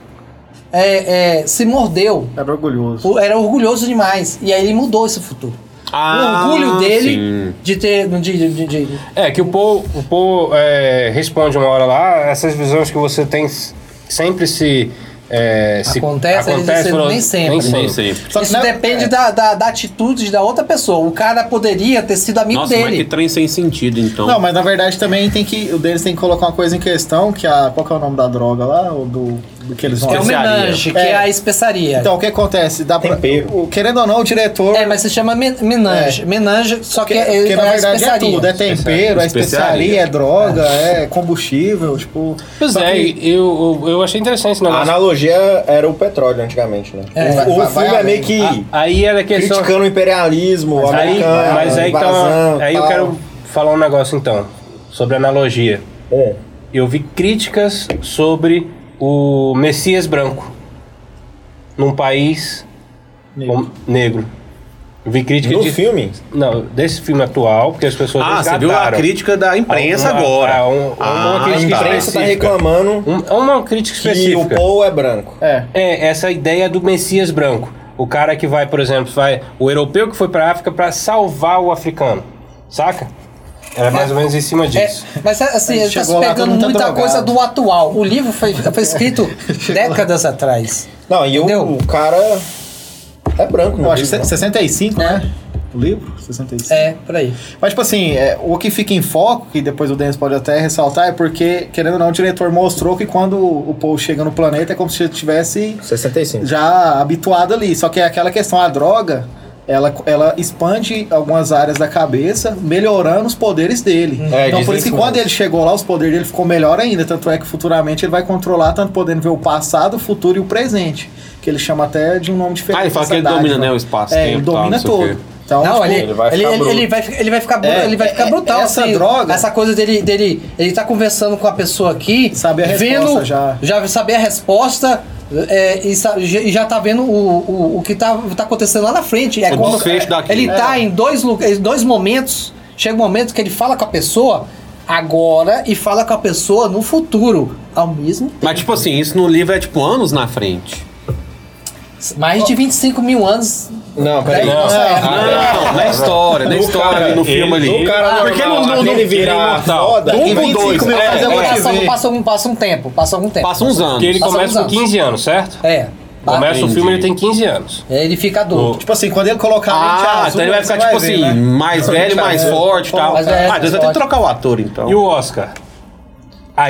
Speaker 3: é, é, se mordeu.
Speaker 6: Era orgulhoso.
Speaker 3: Era orgulhoso demais. E aí ele mudou esse futuro.
Speaker 4: Ah,
Speaker 3: o orgulho
Speaker 4: sim.
Speaker 3: dele de ter. de- de- de- de-
Speaker 4: É, que o Paul, o Paul é, responde uma hora lá, essas visões que você tem s- sempre se. É, se
Speaker 3: Acontece, eles dizem,
Speaker 4: falou,
Speaker 3: nem sempre.
Speaker 4: Nem sempre.
Speaker 3: Isso
Speaker 6: é-
Speaker 3: depende da, da, da atitude da outra pessoa. O cara poderia ter sido amigo
Speaker 2: Nossa, mas que
Speaker 3: dele.
Speaker 2: trem sem sentido, então.
Speaker 6: Não, mas na verdade também tem que. O deles tem que colocar uma coisa em questão, que a. Qual que é o nome da droga lá? Ou do, do que eles vão
Speaker 3: Que é o menage, que é a especiaria.
Speaker 6: Então, o que acontece? Dá pra, o- querendo ou não, o diretor.
Speaker 3: É, mas se chama men- menage.
Speaker 6: É.
Speaker 3: Menage, só que,
Speaker 6: Porque,
Speaker 3: é,
Speaker 6: porque,
Speaker 3: é
Speaker 6: na
Speaker 3: a
Speaker 6: verdade é
Speaker 3: especiaria.
Speaker 6: tudo, é tempero, é especiaria, é droga, é combustível, tipo.
Speaker 4: Pois
Speaker 6: só
Speaker 4: é,
Speaker 6: que-
Speaker 4: eu, eu, eu achei interessante esse
Speaker 1: A
Speaker 4: negócio.
Speaker 1: analogia era o petróleo antigamente, né?
Speaker 4: É,
Speaker 1: o
Speaker 4: vai-
Speaker 1: o
Speaker 4: vai-
Speaker 1: filme
Speaker 4: vai
Speaker 1: é meio
Speaker 4: além.
Speaker 1: que
Speaker 4: A- aí era questão-
Speaker 1: criticando o imperialismo
Speaker 4: Mas aí-
Speaker 1: americano,
Speaker 4: mas aí, então,
Speaker 1: invasão,
Speaker 4: aí eu
Speaker 1: tal.
Speaker 4: quero falar um negócio então, sobre analogia.
Speaker 1: É.
Speaker 4: Eu vi críticas sobre o Messias branco num país com- negro. Eu Vi críticas
Speaker 2: No
Speaker 4: de
Speaker 1: filme?
Speaker 4: Não, desse filme atual, porque as pessoas
Speaker 2: Ah, você viu a
Speaker 4: resgataram.
Speaker 2: crítica da imprensa
Speaker 4: Uma-
Speaker 2: agora.
Speaker 4: a- um-
Speaker 2: Ah,
Speaker 4: uma crítica
Speaker 1: então.
Speaker 2: a imprensa tá
Speaker 4: específica.
Speaker 1: reclamando
Speaker 4: Um- uma crítica
Speaker 1: que
Speaker 4: específica.
Speaker 1: o Paul é branco.
Speaker 6: É.
Speaker 4: essa ideia do Messias branco. O cara que vai, por exemplo, vai o europeu que foi pra África pra salvar o africano. Saca? Era mais ou menos em cima disso.
Speaker 3: É, mas assim,
Speaker 4: Aí
Speaker 3: ele tá se
Speaker 4: chegou lá, todo
Speaker 3: pegando
Speaker 4: mundo tá
Speaker 3: muita
Speaker 4: drogado.
Speaker 3: coisa do atual. O livro foi, foi escrito décadas atrás.
Speaker 1: Não, e o, cara é branco,
Speaker 6: Eu acho que se- 65, né? O livro? 65.
Speaker 3: É, por aí.
Speaker 6: Mas, tipo assim, é, o que fica em foco, que depois o Dennis pode até ressaltar, é porque, querendo ou não, o diretor mostrou que quando o Paul chega no planeta é como se ele tivesse
Speaker 1: 65.
Speaker 6: já habituado ali. Só que é aquela questão, a droga, ela, ela expande algumas áreas da cabeça, melhorando os poderes dele.
Speaker 1: É, dizem
Speaker 6: então, por isso que
Speaker 1: isso
Speaker 6: quando
Speaker 1: mesmo.
Speaker 6: ele chegou lá, os poderes dele ficou melhor ainda. Tanto é que futuramente ele vai controlar, tanto podendo ver o passado, o futuro e o presente. Que ele chama até de um nome diferente.
Speaker 2: Ah, ele fala
Speaker 6: dessa
Speaker 2: que ele
Speaker 6: dádiva.
Speaker 2: domina, né, o espaço,
Speaker 6: É,
Speaker 2: tempo,
Speaker 6: ele
Speaker 2: tal,
Speaker 6: domina
Speaker 2: não sei o quê.
Speaker 6: todo. Então,
Speaker 3: não,
Speaker 6: tipo,
Speaker 3: ele, ele, vai ele, ele vai, ele vai ficar, bru-
Speaker 6: É,
Speaker 3: ele vai ficar
Speaker 6: é,
Speaker 3: brutal.
Speaker 6: essa
Speaker 3: assim,
Speaker 6: droga-
Speaker 3: Essa coisa dele, dele. Ele tá conversando com a pessoa aqui. Sabe
Speaker 6: a resposta já.
Speaker 3: Já saber a resposta. é, e, sa- e já tá vendo o, o, o que tá, tá acontecendo lá na frente. É
Speaker 2: O
Speaker 3: como,
Speaker 2: desfecho daquilo.
Speaker 3: ele tá
Speaker 2: É.
Speaker 3: em dois, lu- em dois momentos. Chega um momento que ele fala com a pessoa agora e fala com a pessoa no futuro. Ao mesmo
Speaker 2: Mas, tipo assim, isso no livro é, tipo, anos na frente.
Speaker 3: Mais de 25 mil anos.
Speaker 1: Não,
Speaker 2: peraí. Não, é, não, na história, na história ali, é, no filme ali. Ah, porque no- no- no- ele
Speaker 4: é
Speaker 2: virar foda,
Speaker 3: Daqui
Speaker 2: um ou dois,
Speaker 3: mil
Speaker 2: é,
Speaker 3: anos eu vou
Speaker 2: é.
Speaker 3: passar- Passa, um, passa um tempo, passa algum tempo.
Speaker 2: Passa uns anos.
Speaker 4: Porque ele
Speaker 3: Passa uns
Speaker 4: começa com
Speaker 3: anos.
Speaker 4: 15 anos, certo?
Speaker 3: É.
Speaker 4: Começa o
Speaker 2: um Ah, Entendi.
Speaker 4: filme, ele tem 15 anos.
Speaker 3: Ele fica adulto.
Speaker 6: Tipo assim, quando ele colocar a mente
Speaker 2: Ah,
Speaker 6: azul,
Speaker 2: então ele vai
Speaker 6: você
Speaker 2: ficar, tipo
Speaker 6: ver,
Speaker 2: assim,
Speaker 6: né?
Speaker 2: mais
Speaker 6: Quando
Speaker 2: velho,
Speaker 6: ele
Speaker 2: mais
Speaker 6: tiver-
Speaker 2: forte e tal.
Speaker 6: Mas é,
Speaker 2: Ah, Deus vai ter que trocar o ator, então.
Speaker 4: E o Oscar?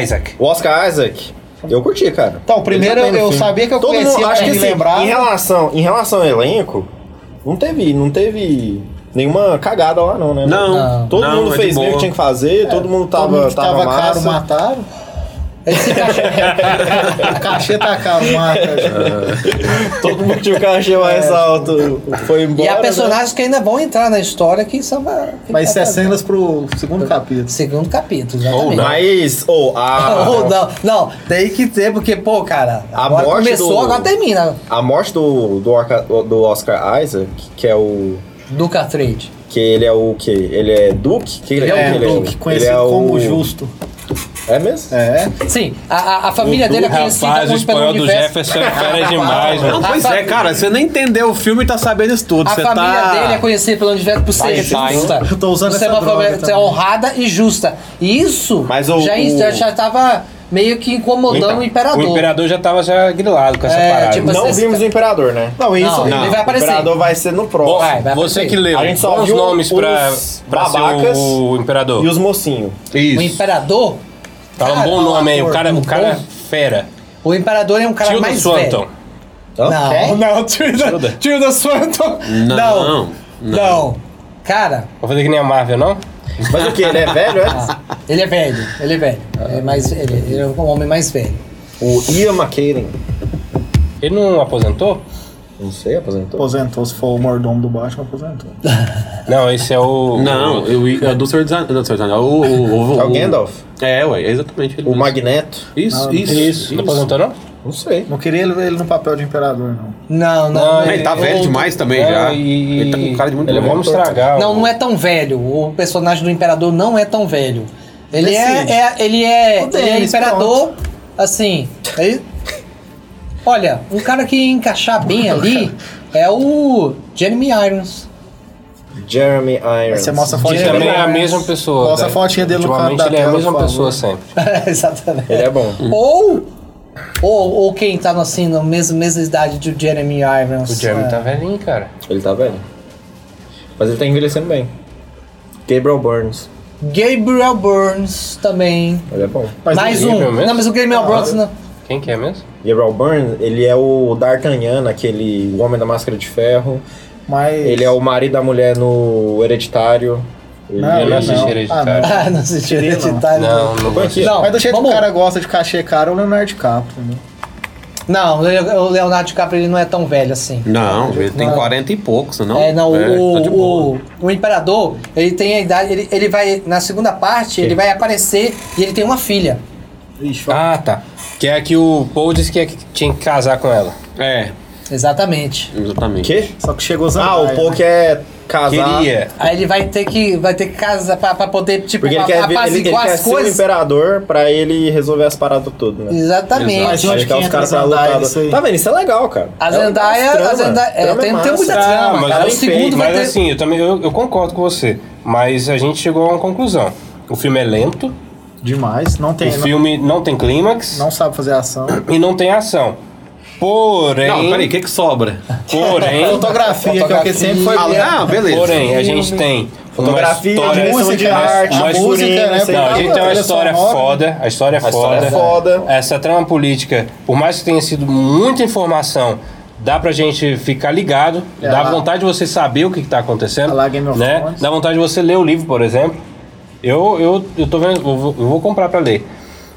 Speaker 4: Isaac.
Speaker 1: O Oscar Isaac. Eu curti, cara.
Speaker 6: Então, primeiro
Speaker 1: Ele tá bem no
Speaker 6: eu
Speaker 1: filme.
Speaker 6: sabia que eu
Speaker 1: Todo
Speaker 6: conhecia,
Speaker 1: mundo,
Speaker 6: mas
Speaker 1: acho que
Speaker 6: me
Speaker 1: assim,
Speaker 6: lembrava.
Speaker 1: em relação, em relação ao elenco, não teve, não teve nenhuma cagada lá não, né?
Speaker 2: Não. Não.
Speaker 1: Todo
Speaker 2: Não,
Speaker 1: mundo
Speaker 2: é de
Speaker 1: fez bem o
Speaker 2: boa.
Speaker 1: que tinha que fazer, todo mundo tava
Speaker 6: Todo mundo que
Speaker 1: tava,
Speaker 6: tava caro,
Speaker 1: massa.
Speaker 6: mataram. O cachê tá caro,
Speaker 1: todo mundo tinha o cachê mais alto. Foi embora.
Speaker 3: E há
Speaker 1: né?
Speaker 3: personagens que ainda vão entrar na história que são.
Speaker 6: Mas isso é cenas pro segundo capítulo.
Speaker 3: Segundo capítulo, exatamente.
Speaker 1: Ou não. Mas, ou a.
Speaker 3: Ou não, não, tem que ter, porque, pô, cara,
Speaker 1: A
Speaker 3: agora
Speaker 1: morte
Speaker 3: começou,
Speaker 1: do-
Speaker 3: agora termina.
Speaker 1: A morte do, do, Orca- do Oscar Isaac, que é o.
Speaker 3: Duca Trade.
Speaker 1: Que ele é o quê? Ele é Duke? Que
Speaker 3: Ele é o
Speaker 1: que
Speaker 3: Duke, conhecido
Speaker 1: Ele é
Speaker 3: como
Speaker 6: Justo.
Speaker 1: É mesmo?
Speaker 6: É.
Speaker 3: Sim, a, a, a família dele é conhecida
Speaker 4: Rapaz, o
Speaker 3: muito pelo
Speaker 4: espanhol do
Speaker 3: universo. um
Speaker 4: Jefferson é fera demais, mano.
Speaker 2: Não, pois é, cara, você nem entendeu o filme e tá sabendo isso tudo.
Speaker 3: A
Speaker 2: você
Speaker 3: família
Speaker 2: tá...
Speaker 3: dele é conhecida pelo universo por ser
Speaker 2: Vai, vai.
Speaker 3: justa.
Speaker 2: Eu tô usando
Speaker 3: Você é
Speaker 2: essa
Speaker 3: uma
Speaker 2: droga
Speaker 3: família você é
Speaker 2: também.
Speaker 3: honrada e justa. E isso
Speaker 4: Mas o-
Speaker 3: já,
Speaker 4: o-
Speaker 3: já, já tava meio que incomodando
Speaker 4: Então,
Speaker 3: o imperador.
Speaker 4: O imperador já tava já grilado com essa
Speaker 3: É,
Speaker 4: parada.
Speaker 3: tipo
Speaker 1: Não vimos o Imperador, né?
Speaker 3: Não, isso- Não. ele vai aparecer.
Speaker 1: O Imperador vai ser no próximo.
Speaker 4: Você que leu,
Speaker 1: A gente só
Speaker 4: os
Speaker 1: viu
Speaker 4: nomes pra,
Speaker 1: os
Speaker 4: pra ser
Speaker 1: babacas
Speaker 4: o, o imperador.
Speaker 1: e os mocinhos.
Speaker 3: O imperador.
Speaker 4: Tá um
Speaker 3: Cara,
Speaker 4: bom nome aí, o
Speaker 3: ator,
Speaker 4: cara,
Speaker 3: um
Speaker 4: o cara é
Speaker 3: bom-
Speaker 4: fera.
Speaker 3: O imperador é um cara
Speaker 4: Tio do
Speaker 3: mais
Speaker 4: Swanton.
Speaker 3: velho.
Speaker 1: tá?
Speaker 3: Não,
Speaker 1: É?
Speaker 4: Quem?
Speaker 3: não, tio da, tio da Swanton.
Speaker 4: Não,
Speaker 3: Não,
Speaker 4: não.
Speaker 3: não. Cara,
Speaker 4: Vou fazer que nem a Marvel, não?
Speaker 1: Mas o que? Ele é velho, é?
Speaker 3: ele é velho, ele é velho.
Speaker 4: Ah.
Speaker 3: Ele é, mais, ele, ele é um homem mais velho.
Speaker 1: O Ian McKellen.
Speaker 4: Ele não aposentou?
Speaker 1: Não sei, aposentou.
Speaker 6: Aposentou, se for o mordomo do Batman, aposentou.
Speaker 4: Não, esse é o.
Speaker 2: Não, eu, eu, do Senhor dos Anéis. Não, do Senhor dos Anéis, O, o, o,
Speaker 1: É o Gandalf.
Speaker 2: É, ué, é exatamente. ele
Speaker 1: O
Speaker 2: mesmo.
Speaker 1: Magneto.
Speaker 2: Isso,
Speaker 6: Não,
Speaker 2: isso,
Speaker 6: não.
Speaker 2: isso.
Speaker 4: tá
Speaker 6: Não aposentou,
Speaker 4: não?
Speaker 1: Não sei.
Speaker 6: Não queria ele, ele no papel de imperador, não.
Speaker 3: Não, não.
Speaker 2: Não, ele tá velho demais também já. Ele tá com cara de muito
Speaker 4: É, ele é
Speaker 2: velho.
Speaker 4: bom estragar.
Speaker 3: Não, não é tão velho. O personagem do imperador não é tão velho. Ele
Speaker 6: Decide.
Speaker 3: é, é- ele é,
Speaker 6: O
Speaker 3: ele é
Speaker 6: Denis,
Speaker 3: imperador, assim. ele- Olha, um cara que ia encaixar bem ali é o Jeremy Irons.
Speaker 1: Jeremy Irons.
Speaker 6: Você mostra a fotinha
Speaker 4: Ele também
Speaker 6: dele,
Speaker 4: é a
Speaker 6: né?
Speaker 4: mesma pessoa.
Speaker 6: Mostra a
Speaker 4: velho.
Speaker 6: fotinha dele no canto
Speaker 4: Ultimamente
Speaker 6: da
Speaker 4: ele é a
Speaker 6: tela,
Speaker 4: mesma
Speaker 6: por favor.
Speaker 4: pessoa sempre.
Speaker 3: Exatamente.
Speaker 1: Ele é bom.
Speaker 3: Ou, ou, ou quem tá assim, na mesma, mesma idade do Jeremy Irons.
Speaker 4: O Jeremy
Speaker 3: é.
Speaker 4: tá velhinho, cara.
Speaker 1: Ele tá velho. Mas ele tá envelhecendo bem. Gabriel Burns.
Speaker 3: Gabriel Burns também.
Speaker 1: Ele é bom.
Speaker 3: Mais um. Não, mas o
Speaker 6: Ah,
Speaker 3: Gabriel Burns não.
Speaker 4: Quem que é mesmo?
Speaker 1: Gabriel Burns, ele é o D'Artagnan, aquele homem da máscara de ferro.
Speaker 6: Mas.
Speaker 1: Ele é o marido da mulher no Hereditário. Ele
Speaker 6: Não,
Speaker 1: é
Speaker 6: ele não. Ah, não.
Speaker 3: Ah, não se tira
Speaker 6: Queria, não.
Speaker 3: hereditário.
Speaker 4: Não, não
Speaker 1: vou assistir.
Speaker 6: Mas do jeito
Speaker 3: vamos-
Speaker 6: que o cara gosta de cachê caro, é o Leonardo DiCaprio, né?
Speaker 3: Não, o Le- o Leonardo DiCaprio ele não é tão velho assim.
Speaker 2: Não, ele tem 40 e poucos, não?
Speaker 3: É, não, o,
Speaker 2: tá de boa.
Speaker 3: o, o imperador, ele tem a idade, ele, ele vai, na segunda parte, ele vai aparecer e ele tem uma filha.
Speaker 4: Ah, tá. Que é a que o Paul disse que, é que tinha que casar com ela.
Speaker 2: É,
Speaker 3: Exatamente.
Speaker 2: exatamente.
Speaker 1: Quê?
Speaker 6: Só que chegou né?
Speaker 1: Ah, o Paul que é casar.
Speaker 4: Queria.
Speaker 3: Aí ele vai ter que, vai ter que casar pra, pra poder, tipo,
Speaker 1: Porque ele quer, ver, ele, ele
Speaker 3: apaziguar
Speaker 1: quer
Speaker 3: as
Speaker 1: ser o
Speaker 3: coisas.
Speaker 1: imperador pra ele resolver as paradas tudo, né?
Speaker 3: Exatamente. Mas eu
Speaker 1: Aí
Speaker 3: acho
Speaker 1: tá
Speaker 3: que
Speaker 1: os
Speaker 3: entra
Speaker 1: caras pra
Speaker 3: a Zendaya
Speaker 1: lutar.
Speaker 3: nisso aí.
Speaker 1: Tá vendo? Isso é legal, cara.
Speaker 3: A
Speaker 1: É um-
Speaker 3: Zendaya-
Speaker 1: é um
Speaker 3: a Zendaya- é, tem- tem muita
Speaker 1: massa.
Speaker 3: trama,
Speaker 1: mas
Speaker 3: cara.
Speaker 1: ela
Speaker 3: O
Speaker 1: é
Speaker 3: segundo
Speaker 1: enfeite.
Speaker 3: vai
Speaker 4: Mas
Speaker 3: ter-
Speaker 4: assim, eu também eu, eu concordo com você. Mas a gente chegou a uma conclusão. O filme é lento,
Speaker 6: Demais. Não tem.
Speaker 4: o filme não tem clímax
Speaker 6: Não, não sabe fazer ação.
Speaker 4: e não tem ação. Porém.
Speaker 2: Não, peraí, o que, que sobra?
Speaker 4: Porém.
Speaker 6: Fotografia, que é o que sempre foi.
Speaker 2: Ah, ah, beleza.
Speaker 4: Porém, é. a gente tem. uma
Speaker 1: Fotografia,
Speaker 4: história-
Speaker 1: direção de
Speaker 4: uma-
Speaker 1: arte,
Speaker 4: uma-
Speaker 1: música, né?
Speaker 4: assim. Não, a
Speaker 1: Tem
Speaker 4: gente tem uma
Speaker 1: trilha
Speaker 4: história
Speaker 1: sonora.
Speaker 4: foda. A história é
Speaker 1: A história
Speaker 4: foda.
Speaker 1: é foda.
Speaker 4: Essa trama política, por mais que tenha sido muita informação, dá pra gente ficar ligado.
Speaker 6: É,
Speaker 4: dá
Speaker 6: lá-
Speaker 4: vontade de você saber o que, que tá acontecendo.
Speaker 6: lá Game of
Speaker 4: né?
Speaker 6: Thrones.
Speaker 4: Dá vontade de você ler o livro, por exemplo. Eu, eu, eu tô vendo, eu vou, eu vou comprar pra ler.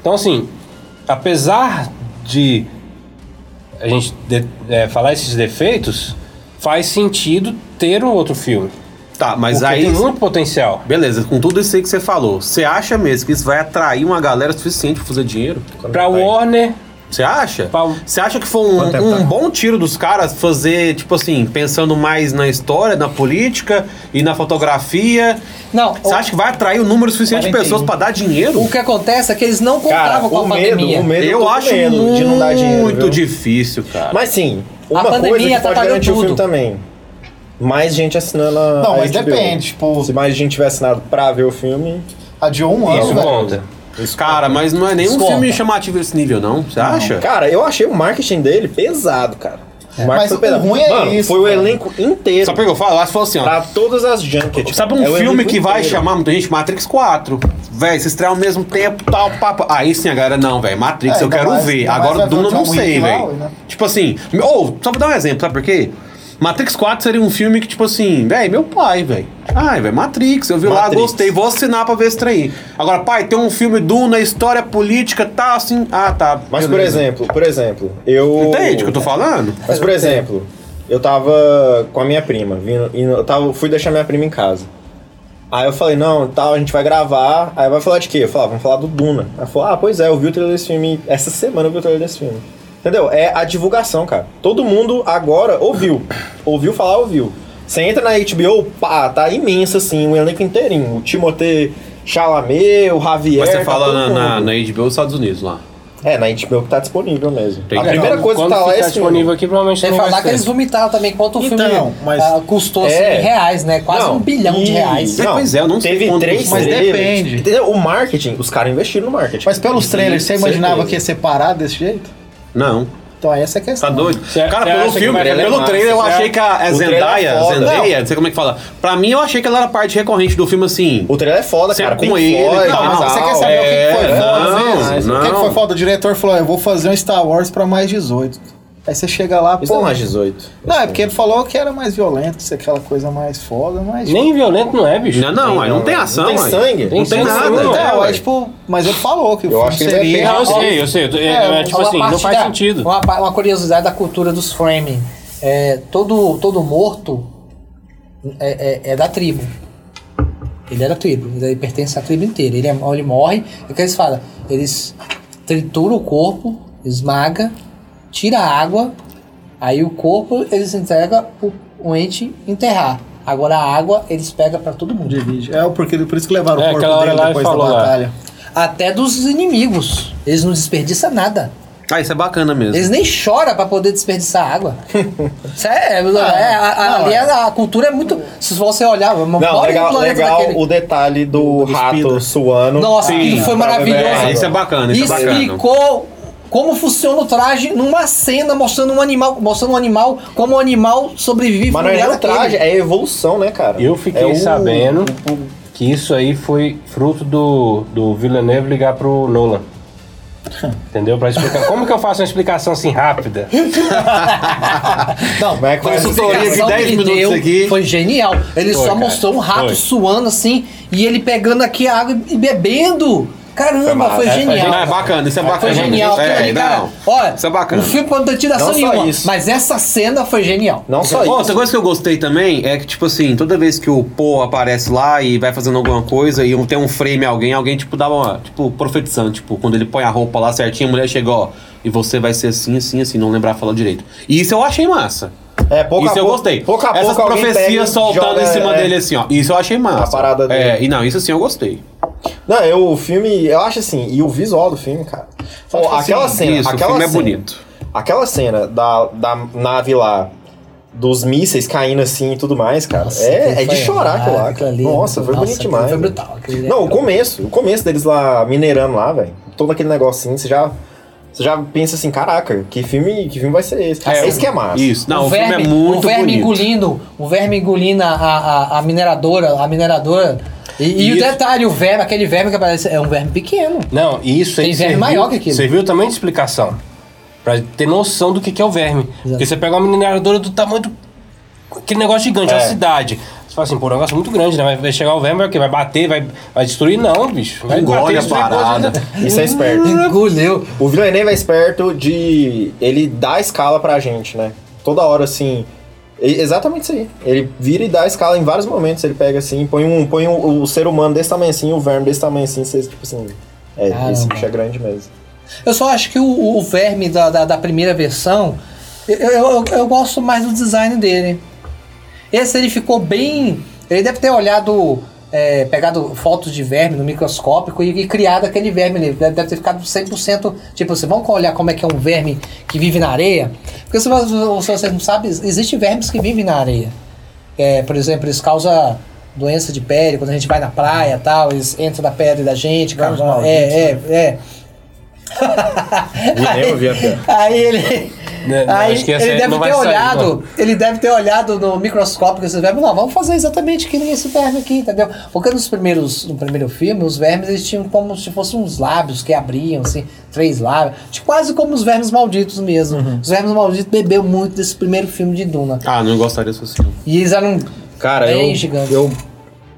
Speaker 4: Então, assim, apesar de a gente de- é, falar esses defeitos, faz sentido ter um outro filme.
Speaker 2: Tá, mas
Speaker 4: Porque
Speaker 2: aí.
Speaker 4: tem um- muito potencial.
Speaker 2: Beleza, com tudo isso aí que você falou, você acha mesmo que isso vai atrair uma galera suficiente pra fazer dinheiro?
Speaker 4: Pra Warner,
Speaker 2: Você acha?
Speaker 4: pra-
Speaker 2: Você acha que foi um,
Speaker 6: Quanto tempo
Speaker 2: um
Speaker 6: tá?
Speaker 2: bom tiro dos caras fazer, tipo assim, pensando mais na história, na política e na fotografia?
Speaker 3: Não,
Speaker 2: Você acha que vai atrair o número suficiente de pessoas pra dar dinheiro?
Speaker 3: o que acontece é que eles não
Speaker 1: Cara,
Speaker 3: contavam com a
Speaker 1: o medo,
Speaker 3: pandemia.
Speaker 1: o medo, eu,
Speaker 2: Eu
Speaker 1: tô
Speaker 2: acho
Speaker 1: com medo de não dar dinheiro.
Speaker 2: muito
Speaker 1: viu?
Speaker 2: difícil, cara.
Speaker 1: Mas sim, uma
Speaker 3: pandemia
Speaker 1: coisa que pode
Speaker 3: atrapalhou
Speaker 1: garantir o
Speaker 3: tudo.
Speaker 1: filme também. Mais gente assinando a
Speaker 7: Não,
Speaker 1: a
Speaker 7: mas
Speaker 1: HBO.
Speaker 7: depende, tipo-
Speaker 1: Se mais gente tiver assinado pra ver o filme...
Speaker 7: Adiou um ano,
Speaker 4: isso
Speaker 7: velho.
Speaker 4: conta.
Speaker 2: Cara, mas não é nenhum
Speaker 3: Desconta.
Speaker 2: filme chamativo desse nível, não. Você acha?
Speaker 1: Cara, eu achei o marketing dele pesado, cara. O marketing
Speaker 7: Mas
Speaker 1: foi
Speaker 7: o ruim é
Speaker 1: Mano,
Speaker 7: isso,
Speaker 1: foi o
Speaker 7: cara.
Speaker 1: elenco inteiro.
Speaker 2: Sabe o que eu falo? Eu acho que foi assim, ó.
Speaker 1: Pra todas as junkets.
Speaker 2: Sabe um
Speaker 1: É o
Speaker 2: filme
Speaker 1: elenco
Speaker 2: que vai
Speaker 1: inteiro.
Speaker 2: chamar muita gente? Matrix 4. Véi, se estrear ao mesmo tempo, tal, papo. Aí sim, a galera, não, véi, Matrix,
Speaker 7: É,
Speaker 2: eu
Speaker 7: ainda
Speaker 2: quero
Speaker 7: mais-
Speaker 2: ver.
Speaker 7: ainda mais
Speaker 2: Agora
Speaker 7: vai
Speaker 2: o Duna eu
Speaker 7: ver o
Speaker 2: não
Speaker 7: John
Speaker 1: um
Speaker 2: sei,
Speaker 7: Wick lá,
Speaker 2: véi.
Speaker 7: né?
Speaker 2: Tipo assim, ou, só pra dar um exemplo, sabe por quê? Matrix 4 seria um filme que, tipo assim, véi, meu pai, véi. Ai, véi, Matrix, eu vi lá,
Speaker 1: Matrix.
Speaker 2: gostei, vou assinar pra ver esse trem. aí. Agora, pai, tem um filme Duna, história política, tá assim. Ah, tá.
Speaker 1: Mas, por
Speaker 2: beleza.
Speaker 1: exemplo, por exemplo, eu...
Speaker 2: Entende o que eu tô falando?
Speaker 1: Mas, por exemplo, eu tava com a minha prima, vindo, indo- eu tava, fui deixar minha prima em casa. Aí eu falei, não, tal, a gente vai gravar. Aí vai falar de quê? Eu falei, ah, vamos falar do Duna. Ela falou, ah, pois é, eu vi o trailer desse filme. Essa semana eu vi o trailer desse filme. Entendeu? É a divulgação, cara. Todo mundo agora ouviu. Ouviu falar, ouviu. Você entra na HBO, pá, tá imenso assim, o elenco inteirinho. O Timothée Chalamet, o Javier.
Speaker 2: Mas você
Speaker 1: tá
Speaker 2: fala
Speaker 1: todo
Speaker 2: na, na,
Speaker 1: mundo.
Speaker 2: na HBO dos Estados Unidos lá.
Speaker 1: É, na HBO que tá disponível mesmo.
Speaker 2: Tem
Speaker 1: a
Speaker 2: que-
Speaker 1: primeira
Speaker 4: Quando-
Speaker 1: coisa que
Speaker 4: quando
Speaker 1: tá lá é
Speaker 4: ficar
Speaker 1: esse filme.
Speaker 4: disponível aqui, provavelmente
Speaker 3: Sem
Speaker 4: não é vai
Speaker 3: falar que
Speaker 4: ser.
Speaker 3: eles vomitaram também quanto o filme
Speaker 6: Então, mas-
Speaker 3: ah, custou assim,
Speaker 1: É.
Speaker 3: em reais, né? Quase
Speaker 1: Não,
Speaker 3: um bilhão de
Speaker 1: e-
Speaker 3: reais.
Speaker 2: É, pois é, eu não sei
Speaker 1: Teve
Speaker 2: quanto
Speaker 1: três,
Speaker 2: isso é.
Speaker 6: Mas
Speaker 1: trailers,
Speaker 6: depende.
Speaker 1: entendeu? O marketing, os caras investiram no marketing.
Speaker 6: Mas pelos trailers, você imaginava
Speaker 1: Tipo, certeza.
Speaker 6: que ia separar desse jeito?
Speaker 2: Não.
Speaker 6: Então essa é a questão.
Speaker 2: Tá doido?
Speaker 4: Cê-
Speaker 2: cara,
Speaker 4: cê
Speaker 2: pelo
Speaker 4: acha que
Speaker 2: filme,
Speaker 4: vai valer
Speaker 2: pelo
Speaker 4: mais?
Speaker 2: trailer eu
Speaker 4: Cê-
Speaker 2: achei que a, a
Speaker 1: o trailer
Speaker 2: Zendaya,
Speaker 1: é foda.
Speaker 2: Zendaya, não sei como é que fala. Pra mim eu achei que ela era parte recorrente do filme assim.
Speaker 1: O trailer é foda,
Speaker 2: Cê-
Speaker 1: cara.
Speaker 2: com ele,
Speaker 6: Não, mas
Speaker 2: Não,
Speaker 6: Ah, você quer saber o que que
Speaker 2: é,
Speaker 6: foi foda?
Speaker 2: não,
Speaker 6: às vezes? O que que
Speaker 2: não.
Speaker 6: foi foda? O diretor falou: eu vou fazer um Star Wars pra mais 18. Aí você chega lá,
Speaker 1: Isso
Speaker 6: pô.
Speaker 1: não é mais 18.
Speaker 6: Não, é porque ele falou que era mais violento, que isso é aquela coisa mais foda, mas.
Speaker 4: Nem violento não é, bicho.
Speaker 2: Não, não, aí não tem ação.
Speaker 1: tem
Speaker 2: aí.
Speaker 1: sangue?
Speaker 2: Não tem
Speaker 4: Tem
Speaker 2: nada.
Speaker 4: sangue,
Speaker 2: Não,
Speaker 4: não,
Speaker 6: É,
Speaker 4: é,
Speaker 6: ué,
Speaker 4: ué.
Speaker 6: tipo, mas ele falou que o
Speaker 1: Eu acho que ele
Speaker 6: seria.
Speaker 1: depende-
Speaker 4: Não, eu sei, eu sei. eu tô- É, é, tipo
Speaker 3: uma
Speaker 4: assim,
Speaker 3: parte
Speaker 4: não faz
Speaker 3: da-
Speaker 4: sentido.
Speaker 3: Uma, pa- uma curiosidade da cultura dos framing. É, todo, todo morto é, é- é da tribo. Ele é da tribo, ele pertence à tribo inteira. Ele, é- ele morre, é o que eles falam? Eles trituram o corpo, esmaga, tira a água, aí o corpo eles entregam pro o ente enterrar. Agora a água eles pegam pra todo mundo.
Speaker 6: Divide. É, porque, por isso que levaram
Speaker 4: É,
Speaker 6: o
Speaker 4: aquela
Speaker 6: corpo
Speaker 4: hora
Speaker 6: dele
Speaker 4: lá ele
Speaker 6: depois da
Speaker 1: é.
Speaker 4: falou lá.
Speaker 6: batalha.
Speaker 3: Até dos inimigos. Eles não desperdiçam nada.
Speaker 2: Ah, isso é bacana mesmo.
Speaker 3: Eles nem choram pra poder desperdiçar água. Sério, é, é, a- a-
Speaker 6: não,
Speaker 3: ali
Speaker 6: é.
Speaker 3: a, a cultura é muito. Se você olhar, uma
Speaker 1: Não,
Speaker 3: bora
Speaker 1: legal,
Speaker 3: no planeta
Speaker 1: legal
Speaker 3: daquele.
Speaker 1: o detalhe do,
Speaker 6: do
Speaker 1: rato
Speaker 6: Speeder.
Speaker 1: suando.
Speaker 3: Nossa, aquilo foi
Speaker 1: pra beber
Speaker 3: maravilhoso.
Speaker 1: água.
Speaker 2: É, isso é bacana, isso é bacana.
Speaker 3: Explicou como funciona o traje numa cena mostrando um animal, mostrando um animal, como o animal sobrevive
Speaker 1: Mas não é
Speaker 3: lugar
Speaker 1: nem o traje,
Speaker 3: daquele.
Speaker 1: é a evolução, né, cara?
Speaker 4: Eu fiquei
Speaker 1: É o-
Speaker 4: sabendo que isso aí foi fruto do, do Villeneuve ligar pro Nolan. Entendeu? Pra explicar. Como que eu faço uma explicação assim rápida?
Speaker 1: Como é que vai
Speaker 3: A
Speaker 2: Consultoria de
Speaker 3: explicação
Speaker 2: 10
Speaker 3: que ele
Speaker 2: minutos
Speaker 3: deu
Speaker 2: aqui.
Speaker 3: Foi genial. Ele
Speaker 4: Foi,
Speaker 3: só
Speaker 4: cara,
Speaker 3: mostrou um rato
Speaker 4: foi.
Speaker 3: suando assim e ele pegando aqui a água e bebendo. Caramba, foi,
Speaker 1: maravilha.
Speaker 3: genial.
Speaker 2: Não, é bacana, isso é bacana.
Speaker 3: Foi genial, aquilo
Speaker 2: é,
Speaker 3: ali, cara.
Speaker 2: não.
Speaker 3: Olha,
Speaker 2: Isso é bacana.
Speaker 3: o filme pode não ter tido ação
Speaker 1: Não só
Speaker 3: nenhuma,
Speaker 1: isso.
Speaker 3: mas essa cena foi genial.
Speaker 1: Não só
Speaker 2: Ó,
Speaker 1: isso.
Speaker 2: outra coisa que eu gostei também é que, tipo assim, toda vez que o Paul aparece lá e vai fazendo alguma coisa e um- tem um frame em alguém, alguém, tipo, dava uma, tipo, profetizando, tipo, quando ele põe a roupa lá certinho, a mulher chega, ó, e você vai ser assim, assim, assim, não lembrar falar direito. E isso eu achei massa.
Speaker 1: É, pouco a
Speaker 2: isso eu
Speaker 1: pouco-
Speaker 2: gostei.
Speaker 1: pouco a
Speaker 2: Essas
Speaker 1: pouco alguém pega e
Speaker 2: profecias soltando
Speaker 1: joga,
Speaker 2: em cima
Speaker 1: é,
Speaker 2: dele assim, ó. Isso eu achei massa.
Speaker 1: a parada dele.
Speaker 2: É, e não, isso sim eu gostei.
Speaker 1: Não, eu, o filme, eu acho assim, e o visual do filme, cara. tipo Pô,
Speaker 2: que, assim,
Speaker 1: aquela cena.
Speaker 2: isso, o
Speaker 1: aquela
Speaker 2: filme é
Speaker 1: cena-
Speaker 2: bonito.
Speaker 1: Aquela cena da, da nave lá, dos mísseis caindo assim e tudo mais, cara. é, é de chorar aquilo lá. cara. Nossa, foi bonito demais.
Speaker 3: Foi brutal. aquele- é
Speaker 1: Não, o começo, o começo deles lá minerando lá, velho. Todo aquele negocinho, você já. Você já pensa assim, caraca, que filme, que filme vai ser esse? É, esse que é massa.
Speaker 2: Isso, não, o,
Speaker 3: verme,
Speaker 2: filme é muito
Speaker 3: o verme
Speaker 2: bonito.
Speaker 3: engolindo, o verme engolindo a, a, a mineradora, a mineradora. E, e o
Speaker 4: Isso.
Speaker 3: detalhe, o verme, aquele verme que aparece, é um verme pequeno.
Speaker 4: Não, e isso aí
Speaker 3: Tem verme
Speaker 4: serviu-
Speaker 3: maior que aquilo.
Speaker 4: Serviu também de explicação. Pra ter noção do que, que é o verme. Porque você pega uma mineradora do tamanho do. Aquele negócio gigante,
Speaker 2: É.
Speaker 4: uma cidade. Você fala assim, pô, o negócio é muito grande, né? Vai, vai chegar o verme, vai, o quê? vai bater, vai, vai destruir? Não, bicho. Vai
Speaker 2: Engole
Speaker 4: bater, né?
Speaker 2: a
Speaker 4: destruir
Speaker 2: parada.
Speaker 4: coisa.
Speaker 1: Isso é
Speaker 3: Uhum.
Speaker 1: esperto.
Speaker 3: Engoleu.
Speaker 1: O Villeneuve é esperto de. Ele dá a escala pra gente, né? Toda hora, assim. e- Exatamente isso aí. Ele vira e dá a escala em vários momentos. Ele pega assim, põe um, põe um, o ser humano desse tamanho assim, o verme desse tamanho assim, vocês, tipo assim. É, esse
Speaker 3: Caramba.
Speaker 1: bicho é grande mesmo.
Speaker 3: Eu só acho que o, o verme da, da, da primeira versão, eu, eu, eu- eu gosto mais do design dele. Esse ele ficou bem. Ele deve ter olhado, é, pegado fotos de verme no microscópico e, e criado aquele verme ali. Deve, deve ter ficado 100%. Tipo assim, vamos olhar como é que é um verme que vive na areia. Porque se, vo- se você não sabe, existem vermes que vivem na areia. É, por exemplo, isso causa doença de pele quando a gente vai na praia e tal, eles entram na pele da gente. Causa, é, é, é.
Speaker 4: nem ouvi a piada.
Speaker 3: Aí ele.
Speaker 4: Né, não,
Speaker 3: aí
Speaker 4: acho que essa
Speaker 3: ele
Speaker 4: aí
Speaker 3: deve
Speaker 4: não vai
Speaker 3: ter
Speaker 4: sair,
Speaker 3: olhado,
Speaker 4: não.
Speaker 3: ele deve ter olhado no microscópio que esses vermes, não, vamos fazer exatamente que nem esse verme aqui, entendeu? Porque nos primeiros, no primeiro filme, os vermes eles tinham como se fossem uns lábios que abriam, assim, três lábios, tipo, quase como os vermes malditos mesmo.
Speaker 4: Uhum.
Speaker 3: Os vermes malditos bebeu muito desse primeiro filme de Duna.
Speaker 2: Ah, não gostaria se fosse.
Speaker 3: E eles eram
Speaker 1: Cara,
Speaker 3: bem
Speaker 1: eu,
Speaker 3: gigantes.
Speaker 1: eu.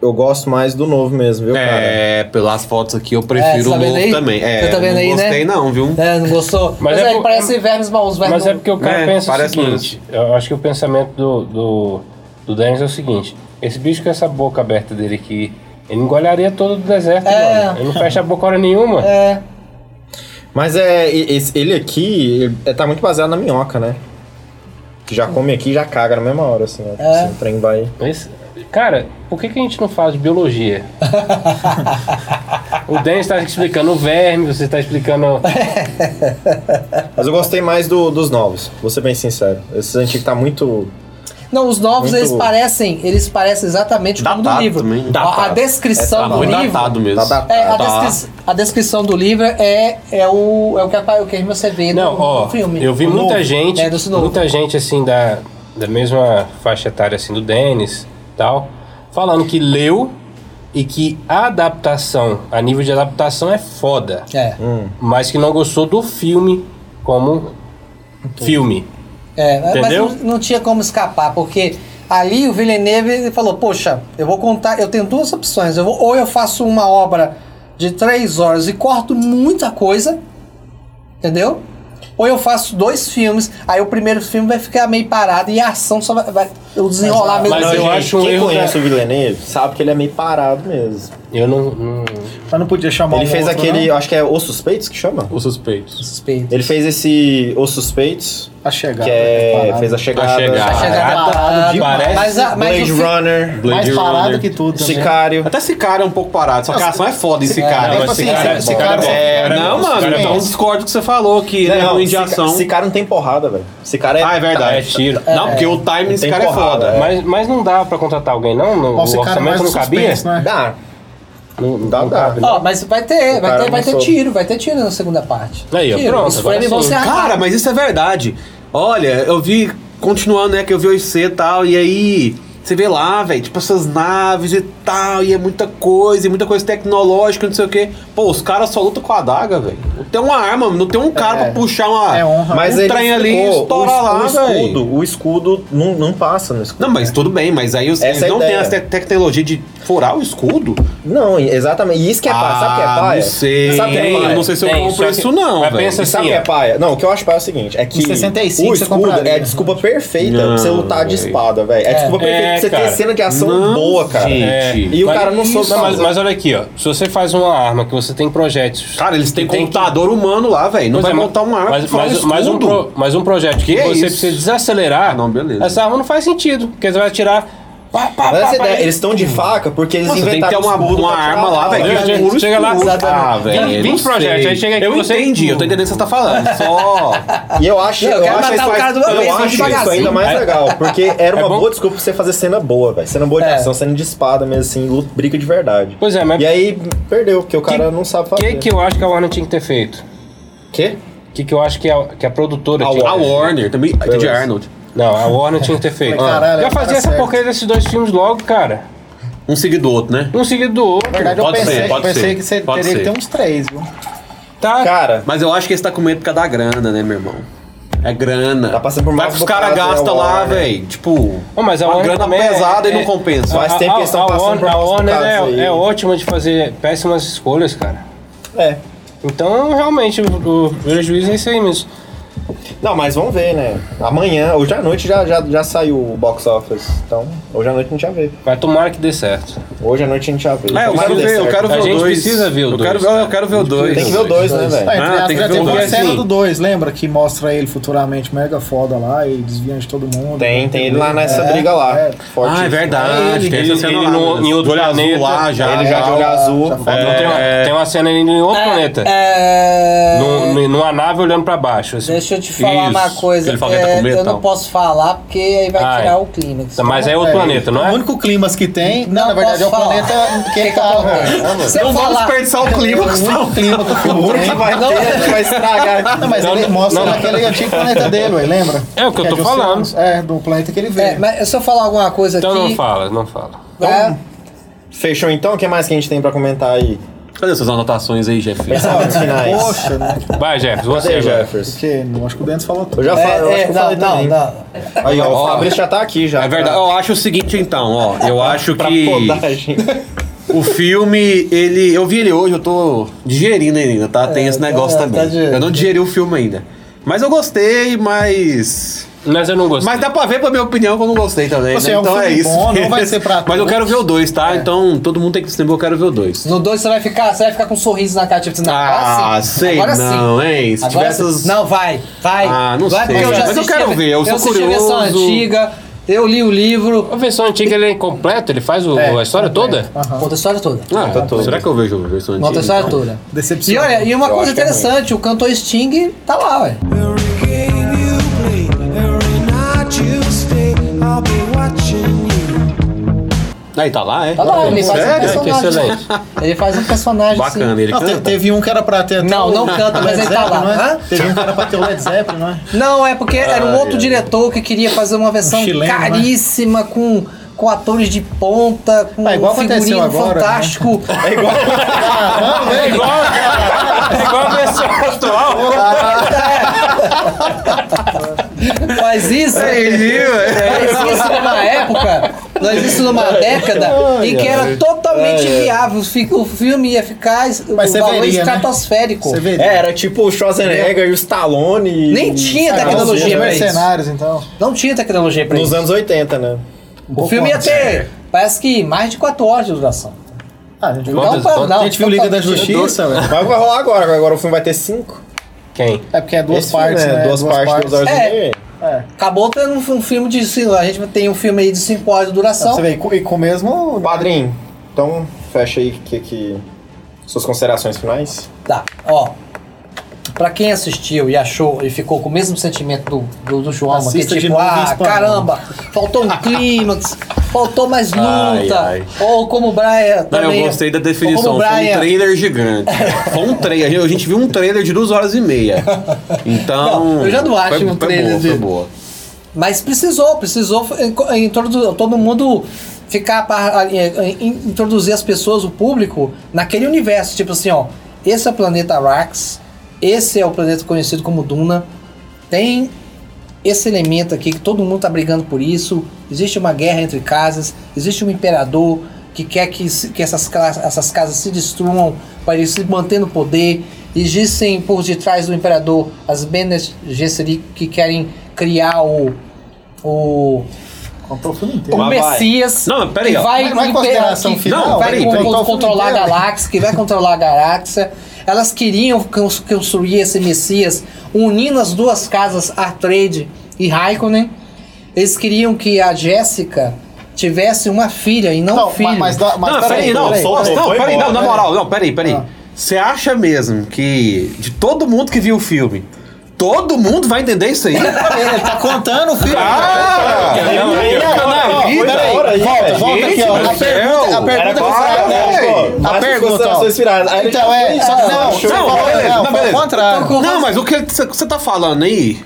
Speaker 1: Eu gosto mais do novo mesmo, viu, cara?
Speaker 2: É, pelas fotos aqui eu
Speaker 3: É, você
Speaker 2: prefiro
Speaker 3: tá
Speaker 2: o
Speaker 3: vendo
Speaker 2: novo
Speaker 3: aí?
Speaker 2: também. É,
Speaker 3: Você tá vendo
Speaker 2: não
Speaker 3: aí, né?
Speaker 2: gostei não, viu?
Speaker 3: É, não gostou?
Speaker 4: Mas
Speaker 3: Mas,
Speaker 4: é
Speaker 3: é,
Speaker 4: por-
Speaker 3: parece vermes maus, vermes
Speaker 4: Mas é porque o cara
Speaker 2: É,
Speaker 4: pensa o
Speaker 2: parece
Speaker 4: seguinte: eu acho que o pensamento do, do, do Dennis é o seguinte: esse bicho com essa boca aberta dele aqui, ele engole a areia todo do deserto,
Speaker 3: É.
Speaker 4: mano. Ele não fecha a boca hora nenhuma.
Speaker 3: É.
Speaker 1: Mas é. e- esse- ele aqui ele é- tá muito baseado na minhoca, né? Que já come aqui e já caga na mesma hora, assim, né? Tipo assim, o trem vai.
Speaker 4: Mas, cara, por que, que a gente não fala de biologia? o Dennis tá explicando o verme, você tá explicando.
Speaker 1: Mas eu gostei mais do- dos novos, vou ser bem sincero. Esse antigo tá muito.
Speaker 3: Não, os novos
Speaker 1: Muito-
Speaker 3: eles parecem, eles parecem exatamente como do
Speaker 1: Datado
Speaker 3: livro.
Speaker 1: também.
Speaker 3: A- A,
Speaker 1: Datado.
Speaker 3: descrição
Speaker 2: Tá
Speaker 3: do
Speaker 2: muito
Speaker 3: livro.
Speaker 2: datado mesmo.
Speaker 1: Tá
Speaker 3: É, a,
Speaker 2: Tá.
Speaker 3: descri- a descrição do livro é, é, o, é o que, apa- o que você vê no,
Speaker 4: Não,
Speaker 3: no
Speaker 4: ó,
Speaker 3: filme.
Speaker 4: eu vi
Speaker 3: O
Speaker 4: muita
Speaker 3: novo.
Speaker 4: gente,
Speaker 3: É, do novo.
Speaker 4: muita gente assim da, da mesma faixa etária assim do Dennis, tal, falando que leu e que a adaptação, a nível de adaptação é foda,
Speaker 3: É,
Speaker 2: Hum.
Speaker 4: mas que não gostou do filme como filme.
Speaker 3: é, mas
Speaker 4: Entendeu?
Speaker 3: não, não tinha como escapar, porque ali o Villeneuve ele falou, poxa, eu vou contar, eu tenho duas opções, eu vou- ou eu faço uma obra de três horas e corto muita coisa, entendeu? Ou eu faço dois filmes, aí o primeiro filme vai ficar meio parado e a ação só vai, vai o desenrolar é mesmo.
Speaker 4: mas
Speaker 1: Não,
Speaker 4: eu
Speaker 1: gente,
Speaker 4: acho um
Speaker 1: quem
Speaker 4: erro
Speaker 1: conhece
Speaker 4: da-
Speaker 1: o Villeneuve sabe que ele é meio parado mesmo.
Speaker 4: Eu não, não-
Speaker 6: Mas não podia chamar
Speaker 1: ele
Speaker 6: um
Speaker 1: fez
Speaker 6: outro,
Speaker 1: aquele,
Speaker 6: não?
Speaker 1: eu acho que é Os Suspeitos que chama?
Speaker 2: Os suspeitos.
Speaker 3: Suspeito.
Speaker 1: Ele fez esse Os Suspeitos,
Speaker 6: A chegada.
Speaker 1: que é.
Speaker 6: parado.
Speaker 1: Fez a chegada.
Speaker 2: A chegada.
Speaker 3: Chega
Speaker 4: é
Speaker 6: Parado
Speaker 3: parado,
Speaker 6: demais.
Speaker 4: Parece
Speaker 3: mas, a- mas o
Speaker 1: é Blade
Speaker 3: fi-
Speaker 1: Runner,
Speaker 6: Mais
Speaker 2: Blade
Speaker 6: parado
Speaker 2: Runner.
Speaker 6: que tudo. né? também.
Speaker 1: Sicário.
Speaker 2: Até esse cara é um pouco parado, só que a ação é foda esse
Speaker 1: Ah,
Speaker 2: cara.
Speaker 4: Não, mas
Speaker 2: Tipo
Speaker 4: esse
Speaker 2: assim,
Speaker 4: cara-
Speaker 2: você-
Speaker 4: esse cara é bom.
Speaker 2: Não,
Speaker 4: Esse
Speaker 2: mano,
Speaker 4: cara é
Speaker 2: então
Speaker 4: bom.
Speaker 2: discordo que você falou, que ele é ruim de
Speaker 1: Sica-
Speaker 2: ação.
Speaker 1: Sicário não tem porrada, velho. Sicário é.
Speaker 2: Ah, é verdade.
Speaker 4: É tiro.
Speaker 2: Não, porque o timing desse
Speaker 1: Tem
Speaker 2: cara
Speaker 1: porrada,
Speaker 2: é foda.
Speaker 4: Mas, mas não dá pra contratar alguém, não? No,
Speaker 6: Nossa,
Speaker 4: o
Speaker 6: esse cara é mais
Speaker 4: orçamento
Speaker 6: um
Speaker 4: não cabia?
Speaker 6: suspense, né?
Speaker 1: Ah, Dá.
Speaker 4: Não,
Speaker 1: Dá,
Speaker 4: não
Speaker 1: dá.
Speaker 4: cabe, não.
Speaker 3: Ó, mas vai ter, vai
Speaker 1: cara
Speaker 3: ter, vai ter
Speaker 1: lançou.
Speaker 3: tiro, vai ter tiro na segunda parte.
Speaker 4: Aí, ó,
Speaker 3: tiro.
Speaker 4: pronto,
Speaker 3: Os
Speaker 4: agora
Speaker 3: frames vão
Speaker 4: sim.
Speaker 3: ser
Speaker 2: Cara, mas isso é verdade. Olha, eu vi. Continuando, né? Que eu vi o IC e tal, e aí. Você vê lá, velho, tipo essas naves e tal, e é muita coisa, e muita coisa tecnológica, não sei o quê. Pô, os caras só lutam com a adaga, velho. Não tem uma arma, não tem um cara pra puxar uma,
Speaker 6: É honra.
Speaker 1: Mas
Speaker 2: um
Speaker 1: ele
Speaker 2: trem ali e
Speaker 1: explicou,
Speaker 2: estourar lá,
Speaker 1: o, es- o
Speaker 2: velho.
Speaker 1: escudo, o escudo não, não passa no escudo.
Speaker 2: Não, mas tudo bem, mas aí os,
Speaker 1: Essa
Speaker 2: eles
Speaker 1: é a
Speaker 2: não têm
Speaker 1: ideia.
Speaker 2: essa te- tecnologia de furar o escudo?
Speaker 1: Não, exatamente. E isso que é paia. Sabe o que é
Speaker 2: Ah,
Speaker 1: paia?
Speaker 2: Não sei.
Speaker 1: Sabe o que é paia?
Speaker 2: eu não sei se eu
Speaker 4: Tem, só
Speaker 2: compro
Speaker 4: que-
Speaker 2: isso, não.
Speaker 4: mas
Speaker 2: velho.
Speaker 1: Sabe
Speaker 4: pensa
Speaker 1: o
Speaker 4: assim,
Speaker 1: que é
Speaker 4: ó.
Speaker 1: paia? Não, o que eu acho paia é o seguinte: é que
Speaker 6: Em 65
Speaker 1: o
Speaker 6: você
Speaker 1: escudo
Speaker 6: compraria,
Speaker 1: é a
Speaker 6: né?
Speaker 1: desculpa perfeita
Speaker 2: Não,
Speaker 1: pra você lutar de
Speaker 2: velho.
Speaker 1: espada, velho. É a desculpa
Speaker 4: É,
Speaker 1: perfeita pra você
Speaker 4: cara.
Speaker 1: ter cena de ação
Speaker 2: Não,
Speaker 1: boa, cara.
Speaker 2: gente.
Speaker 4: É,
Speaker 1: E o cara não soube
Speaker 4: mas,
Speaker 1: fazer.
Speaker 4: mas olha aqui, ó. Se você faz uma arma que você tem projéteis.
Speaker 2: Cara, eles têm
Speaker 4: que tem que-
Speaker 2: amador humano lá, velho. Não
Speaker 4: Pois
Speaker 2: vai
Speaker 4: é, mas-
Speaker 2: montar uma arma.
Speaker 4: Mas,
Speaker 2: com
Speaker 4: mas, mas um
Speaker 2: escudo.
Speaker 4: pro- mas um projeto que,
Speaker 2: Que
Speaker 4: você
Speaker 2: isso?
Speaker 4: precisa desacelerar.
Speaker 2: não, beleza.
Speaker 4: Essa arma não faz sentido, porque você vai atirar. pá, pá,
Speaker 1: Mas
Speaker 4: pá,
Speaker 1: essa
Speaker 4: pá,
Speaker 1: ideia,
Speaker 4: e-
Speaker 1: eles estão é
Speaker 3: tipo,
Speaker 1: de faca porque eles
Speaker 2: Nossa, tem que ter
Speaker 1: inventaram
Speaker 2: uma,
Speaker 1: escudo
Speaker 2: uma
Speaker 1: pra
Speaker 2: arma lá,
Speaker 1: tirar,
Speaker 2: velho.
Speaker 1: né?
Speaker 2: que é
Speaker 4: Chega-
Speaker 2: puro
Speaker 4: chega lá,
Speaker 2: escudo.
Speaker 4: exatamente.
Speaker 2: Ah, velho.
Speaker 4: 20
Speaker 2: não sei.
Speaker 4: projetos, aí chega aqui,
Speaker 2: Eu
Speaker 4: você-
Speaker 2: entendi, eu tô entendendo o que você tá falando. Só.
Speaker 1: É. E eu acho,
Speaker 3: Eu
Speaker 1: eu,
Speaker 3: quero
Speaker 1: acho,
Speaker 3: matar
Speaker 1: isso
Speaker 3: o
Speaker 1: mais-
Speaker 3: cara de uma
Speaker 1: eu
Speaker 3: vez,
Speaker 1: acho
Speaker 3: vamos
Speaker 1: isso
Speaker 3: devagarzinho.
Speaker 1: ainda mais
Speaker 4: É-
Speaker 1: legal, porque era uma
Speaker 4: é bom?
Speaker 1: boa desculpa pra você fazer cena boa, velho. Cena boa de
Speaker 3: É.
Speaker 1: ação, cena de espada mesmo, assim, luta, briga de verdade.
Speaker 4: Pois é, mas
Speaker 1: E aí, perdeu, porque o cara
Speaker 4: Que-
Speaker 1: não sabe
Speaker 4: o que,
Speaker 1: fazer.
Speaker 4: que eu acho que a Warner tinha que ter feito?
Speaker 1: Quê?
Speaker 4: O que, que eu acho que é a, que a produtora tinha
Speaker 2: A
Speaker 4: que ter feito?
Speaker 2: Warner também. A T.J. Arnold.
Speaker 4: Não, a Warner tinha que ter feito.
Speaker 6: Falei, caralho,
Speaker 4: já
Speaker 6: é o cara
Speaker 4: fazia essa
Speaker 6: certo.
Speaker 4: porcaria desses dois filmes logo, cara.
Speaker 2: Um seguido do outro, né?
Speaker 4: Um seguido do outro.
Speaker 6: Na verdade,
Speaker 2: Pode
Speaker 6: eu pensei,
Speaker 2: ser, pode
Speaker 6: pensei
Speaker 2: ser.
Speaker 6: que você
Speaker 2: Pode
Speaker 6: teria que
Speaker 2: ser.
Speaker 6: ter um uns três, viu?
Speaker 4: Tá.
Speaker 1: Cara,
Speaker 2: Mas eu acho que esse tá com medo por causa da grana, né, meu irmão? É grana.
Speaker 1: Tá passando por
Speaker 2: Vai
Speaker 1: mais
Speaker 2: que os caras
Speaker 1: bocado, né,
Speaker 2: gastam
Speaker 1: a
Speaker 2: lá,
Speaker 1: Warner.
Speaker 2: velho. Tipo,
Speaker 4: Ô, mas a
Speaker 2: uma
Speaker 4: Então, Warner
Speaker 2: grana
Speaker 4: também é-
Speaker 2: pesada e não
Speaker 4: é-
Speaker 2: compensa.
Speaker 1: Mas tem
Speaker 4: a,
Speaker 1: que eles tão
Speaker 4: a, a
Speaker 1: passando por
Speaker 4: Warner, a
Speaker 1: maus
Speaker 4: Warner
Speaker 1: bocados
Speaker 4: é,
Speaker 1: aí.
Speaker 4: é ótima de fazer péssimas escolhas, cara.
Speaker 1: É.
Speaker 4: Então, realmente, o, o prejuízo é isso aí mesmo.
Speaker 1: Não, mas vamos ver, né? Amanhã, hoje à noite já, já, já saiu o box office. Então, hoje à noite a gente já vê.
Speaker 4: Mas tomara que dê certo.
Speaker 1: Hoje à noite a gente já vê.
Speaker 2: É, eu
Speaker 1: Tomara
Speaker 2: quero
Speaker 1: que dê
Speaker 2: ver, eu
Speaker 1: certo.
Speaker 2: quero
Speaker 4: A
Speaker 2: ver o
Speaker 4: gente
Speaker 2: dois.
Speaker 4: precisa ver o
Speaker 2: eu
Speaker 4: dois,
Speaker 2: Quero ver, eu quero ver o dois.
Speaker 1: né? Tem que ver o dois,
Speaker 3: É,
Speaker 1: né, velho?
Speaker 6: Ah, entre
Speaker 2: Ah,
Speaker 6: aspas,
Speaker 2: tem que ver
Speaker 6: já teve
Speaker 2: o
Speaker 6: uma
Speaker 2: dois.
Speaker 6: cena
Speaker 2: Sim.
Speaker 6: é do 2, lembra? Que mostra ele futuramente mega foda lá e desviando de todo mundo.
Speaker 1: Tem, tem ele lá nessa
Speaker 6: É,
Speaker 1: briga lá.
Speaker 6: é.
Speaker 1: fortíssimo.
Speaker 2: Ah, é verdade.
Speaker 4: ele-
Speaker 2: tem essa cena
Speaker 4: ele
Speaker 2: lá,
Speaker 4: no-
Speaker 2: né?
Speaker 4: em outro
Speaker 2: Do olho azul
Speaker 4: planeta,
Speaker 2: lá já. É.
Speaker 1: Ele já de olho azul. É.
Speaker 4: Não, tem, uma, tem uma cena ali em outro planeta.
Speaker 3: É,
Speaker 4: Num- num- numa nave olhando pra baixo. assim.
Speaker 3: Deixa eu te falar
Speaker 2: Isso,
Speaker 3: uma coisa.
Speaker 2: que ele fala que tá com
Speaker 3: é,
Speaker 2: medo,
Speaker 3: eu não
Speaker 2: tal. Tá,
Speaker 3: posso falar porque aí vai
Speaker 4: Ah,
Speaker 3: tirar
Speaker 4: é.
Speaker 3: o clímax.
Speaker 4: Mas é outro planeta, não
Speaker 6: O
Speaker 4: é?
Speaker 6: único climas que tem. Não,
Speaker 3: Não
Speaker 6: na verdade é o
Speaker 3: posso falar.
Speaker 6: planeta que ele tá.
Speaker 3: Se eu falar,
Speaker 2: desperdiçar o
Speaker 6: É o único clima do filme.
Speaker 1: O que vai ter vai estragar.
Speaker 6: Não, mas
Speaker 4: Não,
Speaker 6: ele
Speaker 4: não,
Speaker 6: mostra
Speaker 4: não.
Speaker 6: naquele antigo planeta dele, ué, lembra?
Speaker 4: É o que eu tô
Speaker 6: de
Speaker 4: falando.
Speaker 6: oceanos. É, do planeta que ele
Speaker 3: é,
Speaker 6: veio.
Speaker 3: mas se eu falar alguma coisa
Speaker 4: Então
Speaker 3: aqui.
Speaker 4: não fala, não fala.
Speaker 6: Então,
Speaker 3: é,
Speaker 1: Fechou então? O que mais que a gente tem pra comentar aí?
Speaker 2: Cadê suas anotações aí, Jeff?
Speaker 1: Pensamento finais.
Speaker 6: Poxa, né?
Speaker 4: Vai, Jefferson,
Speaker 1: Cadê,
Speaker 4: você
Speaker 2: É,
Speaker 4: agora.
Speaker 1: Jefferson?
Speaker 6: Porque não, acho que o Dentes falou
Speaker 1: Eu
Speaker 6: tudo.
Speaker 1: já falei, eu
Speaker 3: é,
Speaker 1: acho que
Speaker 3: é,
Speaker 1: eu
Speaker 3: não,
Speaker 1: falei
Speaker 3: não,
Speaker 1: também.
Speaker 3: não.
Speaker 1: Aí, ó,
Speaker 2: Ó.
Speaker 1: o Fabrício já tá aqui já.
Speaker 2: É verdade. Eu acho o seguinte, então, ó. Eu acho
Speaker 1: Pra
Speaker 2: que
Speaker 1: podagem.
Speaker 2: o filme, ele. Eu vi ele hoje, eu tô digerindo ele ainda, tá? Tem esse negócio
Speaker 3: tá
Speaker 2: também.
Speaker 3: digerindo.
Speaker 2: eu não digeri o filme ainda. Mas eu gostei, mas.
Speaker 4: Mas eu não gostei.
Speaker 2: Mas dá pra ver, pra minha opinião, que eu não gostei também.
Speaker 6: Assim,
Speaker 2: né?
Speaker 6: é um
Speaker 2: Então é,
Speaker 6: filme
Speaker 2: isso.
Speaker 6: bom, não vai ser pra
Speaker 2: Mas eu
Speaker 6: todos.
Speaker 2: quero ver o dois, tá? Então todo mundo tem que se lembrar, eu quero ver o dois.
Speaker 3: No 2 você vai ficar, você vai ficar com um sorriso na cara, tipo, assim, não,
Speaker 2: Ah,
Speaker 3: agora sim.
Speaker 2: sei
Speaker 3: agora
Speaker 2: não,
Speaker 3: sim.
Speaker 2: hein? Se
Speaker 3: agora
Speaker 2: tivesse
Speaker 3: sim.
Speaker 2: as-
Speaker 3: Não, vai, vai.
Speaker 2: Ah, não
Speaker 3: vai,
Speaker 2: sei,
Speaker 3: porque
Speaker 2: mas eu
Speaker 3: assisti
Speaker 2: quero
Speaker 3: a-
Speaker 2: ver, eu sou
Speaker 3: assisti a versão
Speaker 2: curioso.
Speaker 3: antiga, eu li o livro,
Speaker 4: A versão antiga ele é incompleto, ele faz o- a história toda?
Speaker 3: conta a história toda.
Speaker 2: Ah, será que eu vejo a versão
Speaker 3: Conta a
Speaker 2: antiga?
Speaker 3: história
Speaker 2: então?
Speaker 3: toda. E
Speaker 6: Decepcionante.
Speaker 3: olha, e uma coisa interessante, o cantor Sting tá lá, ué.
Speaker 2: Aí tá lá, é?
Speaker 3: Tá lá, ele faz um
Speaker 2: Sério?
Speaker 3: personagem.
Speaker 4: Excelente.
Speaker 3: Ele faz um personagem, assim.
Speaker 2: Bacana, ele
Speaker 6: Não, te-
Speaker 2: canta.
Speaker 6: teve um que era pra ter. até
Speaker 3: Não,
Speaker 6: o
Speaker 3: não canta, mas
Speaker 6: Led
Speaker 3: ele tá
Speaker 6: Zeppelin,
Speaker 3: lá.
Speaker 6: não é?
Speaker 3: Hã?
Speaker 6: Teve um que era pra ter o Led Zeppelin, não é?
Speaker 3: Não, é porque era um outro diretor que queria fazer uma versão
Speaker 6: Um chileno,
Speaker 3: caríssima com, com atores de ponta, com
Speaker 6: Ah, igual
Speaker 3: um
Speaker 6: aconteceu
Speaker 3: figurino
Speaker 6: agora, né?
Speaker 3: fantástico.
Speaker 1: É igual.
Speaker 4: É igual, cara. É igual a versão atual.
Speaker 3: Mas isso, mas isso numa época, mas isso numa década em que era totalmente viável. O fi- O filme ia ficar es- o
Speaker 6: Mas você
Speaker 3: valor
Speaker 6: veria, né?
Speaker 3: estratosférico.
Speaker 6: Você vê.
Speaker 1: É, era tipo o Schwarzenegger e o Stallone. e-
Speaker 3: Nem tinha
Speaker 1: Sabe,
Speaker 3: tecnologia
Speaker 1: os
Speaker 3: pra isso.
Speaker 6: mercenários, então.
Speaker 3: Não tinha tecnologia pra
Speaker 1: Nos
Speaker 3: isso.
Speaker 1: anos 80, né?
Speaker 3: O filme ia ter, parece que mais de 4 horas de duração.
Speaker 6: Ah, a gente viu,
Speaker 3: Não,
Speaker 4: Quantas-
Speaker 3: pra-
Speaker 4: quantas-
Speaker 3: não,
Speaker 6: a gente viu Liga da
Speaker 3: pra-
Speaker 6: Justiça, velho.
Speaker 1: Mas vai rolar agora, agora o filme vai ter cinco.
Speaker 4: Quem?
Speaker 6: É porque é duas
Speaker 1: Esse filme,
Speaker 6: partes,
Speaker 1: né?
Speaker 6: né?
Speaker 1: Duas, partes, duas horas
Speaker 3: É.
Speaker 1: e meia.
Speaker 3: Acabou tendo um, um filme de. cinco- A gente tem um filme aí de 5 horas de duração.
Speaker 6: Você vê, e com- e com o mesmo.
Speaker 1: Padrinho, então fecha aí que, que- suas considerações finais.
Speaker 3: Tá, ó. Pra quem assistiu e achou e ficou com o mesmo sentimento do, do, do João, que é
Speaker 6: Assista de
Speaker 3: tipo,
Speaker 6: novo em
Speaker 3: ah,
Speaker 6: espanhol."
Speaker 3: caramba, faltou um clímax, faltou mais luta.
Speaker 2: Ai, ai.
Speaker 3: Ou como o Brian
Speaker 2: Não,
Speaker 3: também.
Speaker 2: eu gostei da
Speaker 3: ou como
Speaker 2: definição.
Speaker 3: o
Speaker 2: Foi um
Speaker 3: Brian,
Speaker 2: trailer gigante. Foi um trailer. A gente viu um trailer de duas horas e meia. Então.
Speaker 3: Não, eu já não acho
Speaker 2: foi,
Speaker 3: um trailer
Speaker 2: boa,
Speaker 3: de-
Speaker 2: Foi boa.
Speaker 3: Mas precisou, precisou em- em todo, todo mundo ficar pa- eh, in- introduzir as pessoas, o público, naquele universo. Tipo assim, ó, esse é o planeta Arax, esse é o planeta conhecido como Duna. Tem esse elemento aqui que todo mundo tá brigando por isso. Existe uma guerra entre casas, existe um imperador que quer que, se- que essas, cla- essas casas se destruam para ele se manter no poder. Existem por detrás do imperador as Bene Gesserit que querem criar o. o
Speaker 6: Contou o filme inteiro.
Speaker 3: o
Speaker 1: Mas vai.
Speaker 3: Messias
Speaker 2: Não, mas peraí,
Speaker 3: que
Speaker 2: ó.
Speaker 3: vai,
Speaker 6: Mas não é
Speaker 3: imperar-
Speaker 6: consideração
Speaker 3: que
Speaker 6: final?
Speaker 3: vai
Speaker 2: Peraí,
Speaker 3: con-
Speaker 6: peraí.
Speaker 3: controlar a galáxia, que vai controlar a galáxia. Elas queriam cons- construir esse Messias unindo as duas casas, Artrade e Raikkonen. Eles queriam que a Jéssica tivesse uma filha e não, um filho.
Speaker 6: mas dá- mas
Speaker 2: não, Ah, peraí, não, só- né? não, peraí, não, na moral, não, peraí, peraí. Você acha mesmo que de todo mundo que viu o filme, todo mundo vai entender isso aí?
Speaker 6: Ele tá contando o filme.
Speaker 2: Ah,
Speaker 6: Ele
Speaker 2: não,
Speaker 6: tá
Speaker 2: não,
Speaker 6: contando
Speaker 2: não,
Speaker 6: a vida.
Speaker 2: peraí,
Speaker 6: Volta,
Speaker 2: peraí,
Speaker 6: volta,
Speaker 2: peraí.
Speaker 6: volta aqui, ó. A
Speaker 2: Gente,
Speaker 6: pergunta- a
Speaker 2: meu
Speaker 6: pergunta
Speaker 2: Deus.
Speaker 6: que foi-
Speaker 2: Era
Speaker 6: a
Speaker 2: pra-
Speaker 6: pergunta, ó.
Speaker 1: considerações viradas. Aí ele
Speaker 6: Então é,
Speaker 1: fez,
Speaker 6: só que não,
Speaker 1: achou.
Speaker 6: não,
Speaker 2: né? Não, beleza,
Speaker 6: Não,
Speaker 2: não,
Speaker 6: foi o
Speaker 2: beleza.
Speaker 6: contrário.
Speaker 2: Não, mas o que você É. tá falando aí,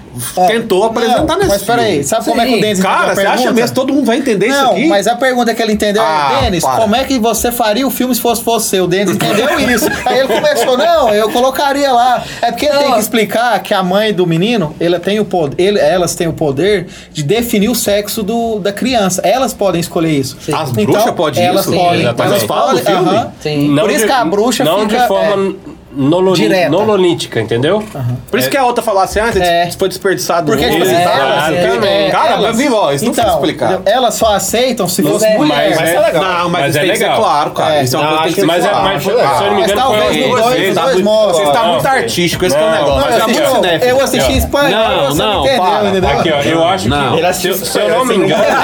Speaker 2: tentou apresentar nesse
Speaker 6: mas peraí, sabe como é que o Denis entendeu
Speaker 2: Cara,
Speaker 6: a
Speaker 2: você acha
Speaker 6: pergunta?
Speaker 2: mesmo que todo mundo vai entender isso
Speaker 6: Não,
Speaker 2: aqui?
Speaker 6: mas a pergunta que ele entendeu
Speaker 2: Ah,
Speaker 6: é, Denis,
Speaker 2: para.
Speaker 6: como é que você faria o filme se fosse você? O Denis entendeu isso. Aí ele começou, não, eu colocaria lá. É porque ele tem que explicar que a mãe do menino, ela tem o poder, ele- elas têm o poder de definir o sexo do, da criança. Elas podem escolher isso. Então,
Speaker 2: As bruxas podem
Speaker 6: elas
Speaker 2: isso?
Speaker 6: Podem,
Speaker 4: Exatamente.
Speaker 6: elas falam no filme?
Speaker 4: Aham.
Speaker 6: Por isso que a bruxa
Speaker 4: Não
Speaker 6: fica...
Speaker 4: de forma
Speaker 6: é,
Speaker 4: n- nolo-
Speaker 6: direta.
Speaker 4: nolonítica, entendeu?
Speaker 2: Por isso que a outra falou assim, ah, você foi desperdiçado.
Speaker 6: Porque, tipo
Speaker 2: hoje,
Speaker 6: assim,
Speaker 2: tá?
Speaker 6: elas,
Speaker 2: Não,
Speaker 6: entendeu?
Speaker 2: tem-
Speaker 6: É,
Speaker 2: Cara,
Speaker 6: elas-
Speaker 2: mas vivo, ó, isso não foi
Speaker 6: Então,
Speaker 2: explicado.
Speaker 6: Elas só aceitam se fosse mulher.
Speaker 4: Mas é legal.
Speaker 2: Não, mas,
Speaker 4: Mas
Speaker 2: isso
Speaker 4: é
Speaker 2: tem que ser
Speaker 4: legal.
Speaker 2: claro, cara.
Speaker 6: É.
Speaker 2: Isso é uma
Speaker 4: Não,
Speaker 2: coisa que
Speaker 4: acho
Speaker 2: tem que
Speaker 4: mas
Speaker 2: ser
Speaker 4: é-
Speaker 2: clara.
Speaker 4: mas foi- se eu não me
Speaker 6: Mas
Speaker 4: engano,
Speaker 6: talvez
Speaker 4: foi-
Speaker 6: nos
Speaker 4: foi-
Speaker 6: dois,
Speaker 4: tá
Speaker 6: nos dois
Speaker 4: muito-
Speaker 6: modos.
Speaker 2: Você está
Speaker 4: Não,
Speaker 2: muito
Speaker 4: não.
Speaker 2: artístico, esse que é o
Speaker 4: Não,
Speaker 2: negócio.
Speaker 4: mas
Speaker 2: Você é
Speaker 6: assim,
Speaker 2: muito
Speaker 6: ó,
Speaker 2: cinéfilo.
Speaker 6: eu assisti em espanhol,
Speaker 2: Não,
Speaker 6: você
Speaker 2: não,
Speaker 6: entendeu,
Speaker 2: para.
Speaker 6: entendeu?
Speaker 4: Aqui, ó, eu acho
Speaker 2: Não.
Speaker 1: Ele
Speaker 4: que.
Speaker 1: assistiu
Speaker 4: Se, se eu não me
Speaker 1: espanhol,
Speaker 4: engano.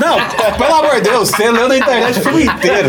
Speaker 2: Não, pelo amor de Deus, você leu na internet o filme inteiro.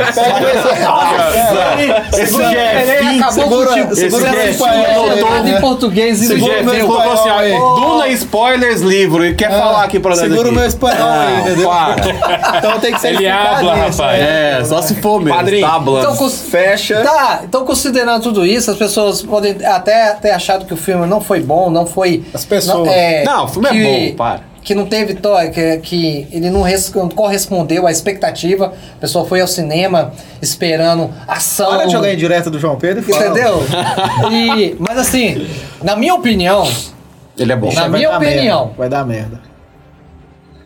Speaker 2: Esse
Speaker 3: Ele
Speaker 2: jefinho,
Speaker 3: acabou
Speaker 6: segura-
Speaker 3: contigo.
Speaker 6: segura
Speaker 3: Segura
Speaker 6: esse
Speaker 3: esse
Speaker 6: pai
Speaker 2: é
Speaker 6: aí,
Speaker 3: errado
Speaker 6: né?
Speaker 3: é em português e
Speaker 2: esse
Speaker 3: no
Speaker 2: jefinho
Speaker 3: meu
Speaker 2: colocou assim,
Speaker 6: espanhol,
Speaker 2: ó, Duna Spoilers livro, e quer falar aqui pra nós
Speaker 6: Segura o
Speaker 2: aqui.
Speaker 6: meu espanhol aí,
Speaker 2: Não,
Speaker 6: entendeu?
Speaker 2: Para.
Speaker 6: Então tem que ser
Speaker 4: Ele
Speaker 6: explicado
Speaker 4: habla,
Speaker 6: isso,
Speaker 4: rapaz.
Speaker 6: né?
Speaker 2: É, só se for mesmo.
Speaker 1: Padrinho,
Speaker 6: tá
Speaker 2: tablando.
Speaker 3: Então, cons-
Speaker 1: Fecha.
Speaker 3: Tá, então considerando tudo isso, as pessoas podem até ter achado que o filme não foi bom, não foi.
Speaker 6: As pessoas.
Speaker 3: Não, é,
Speaker 2: Não, o filme é
Speaker 3: que-
Speaker 2: bom, para.
Speaker 3: Que não teve to que, que ele não, res- não correspondeu à expectativa. A pessoa foi ao cinema esperando ação.
Speaker 6: Para de jogar em direta do João Pedro e fala.
Speaker 3: Entendeu? E- mas assim, na minha opinião,
Speaker 2: Ele é bom.
Speaker 3: Na
Speaker 6: Vai
Speaker 3: minha
Speaker 6: dar
Speaker 3: opinião.
Speaker 6: merda, Vai dar merda.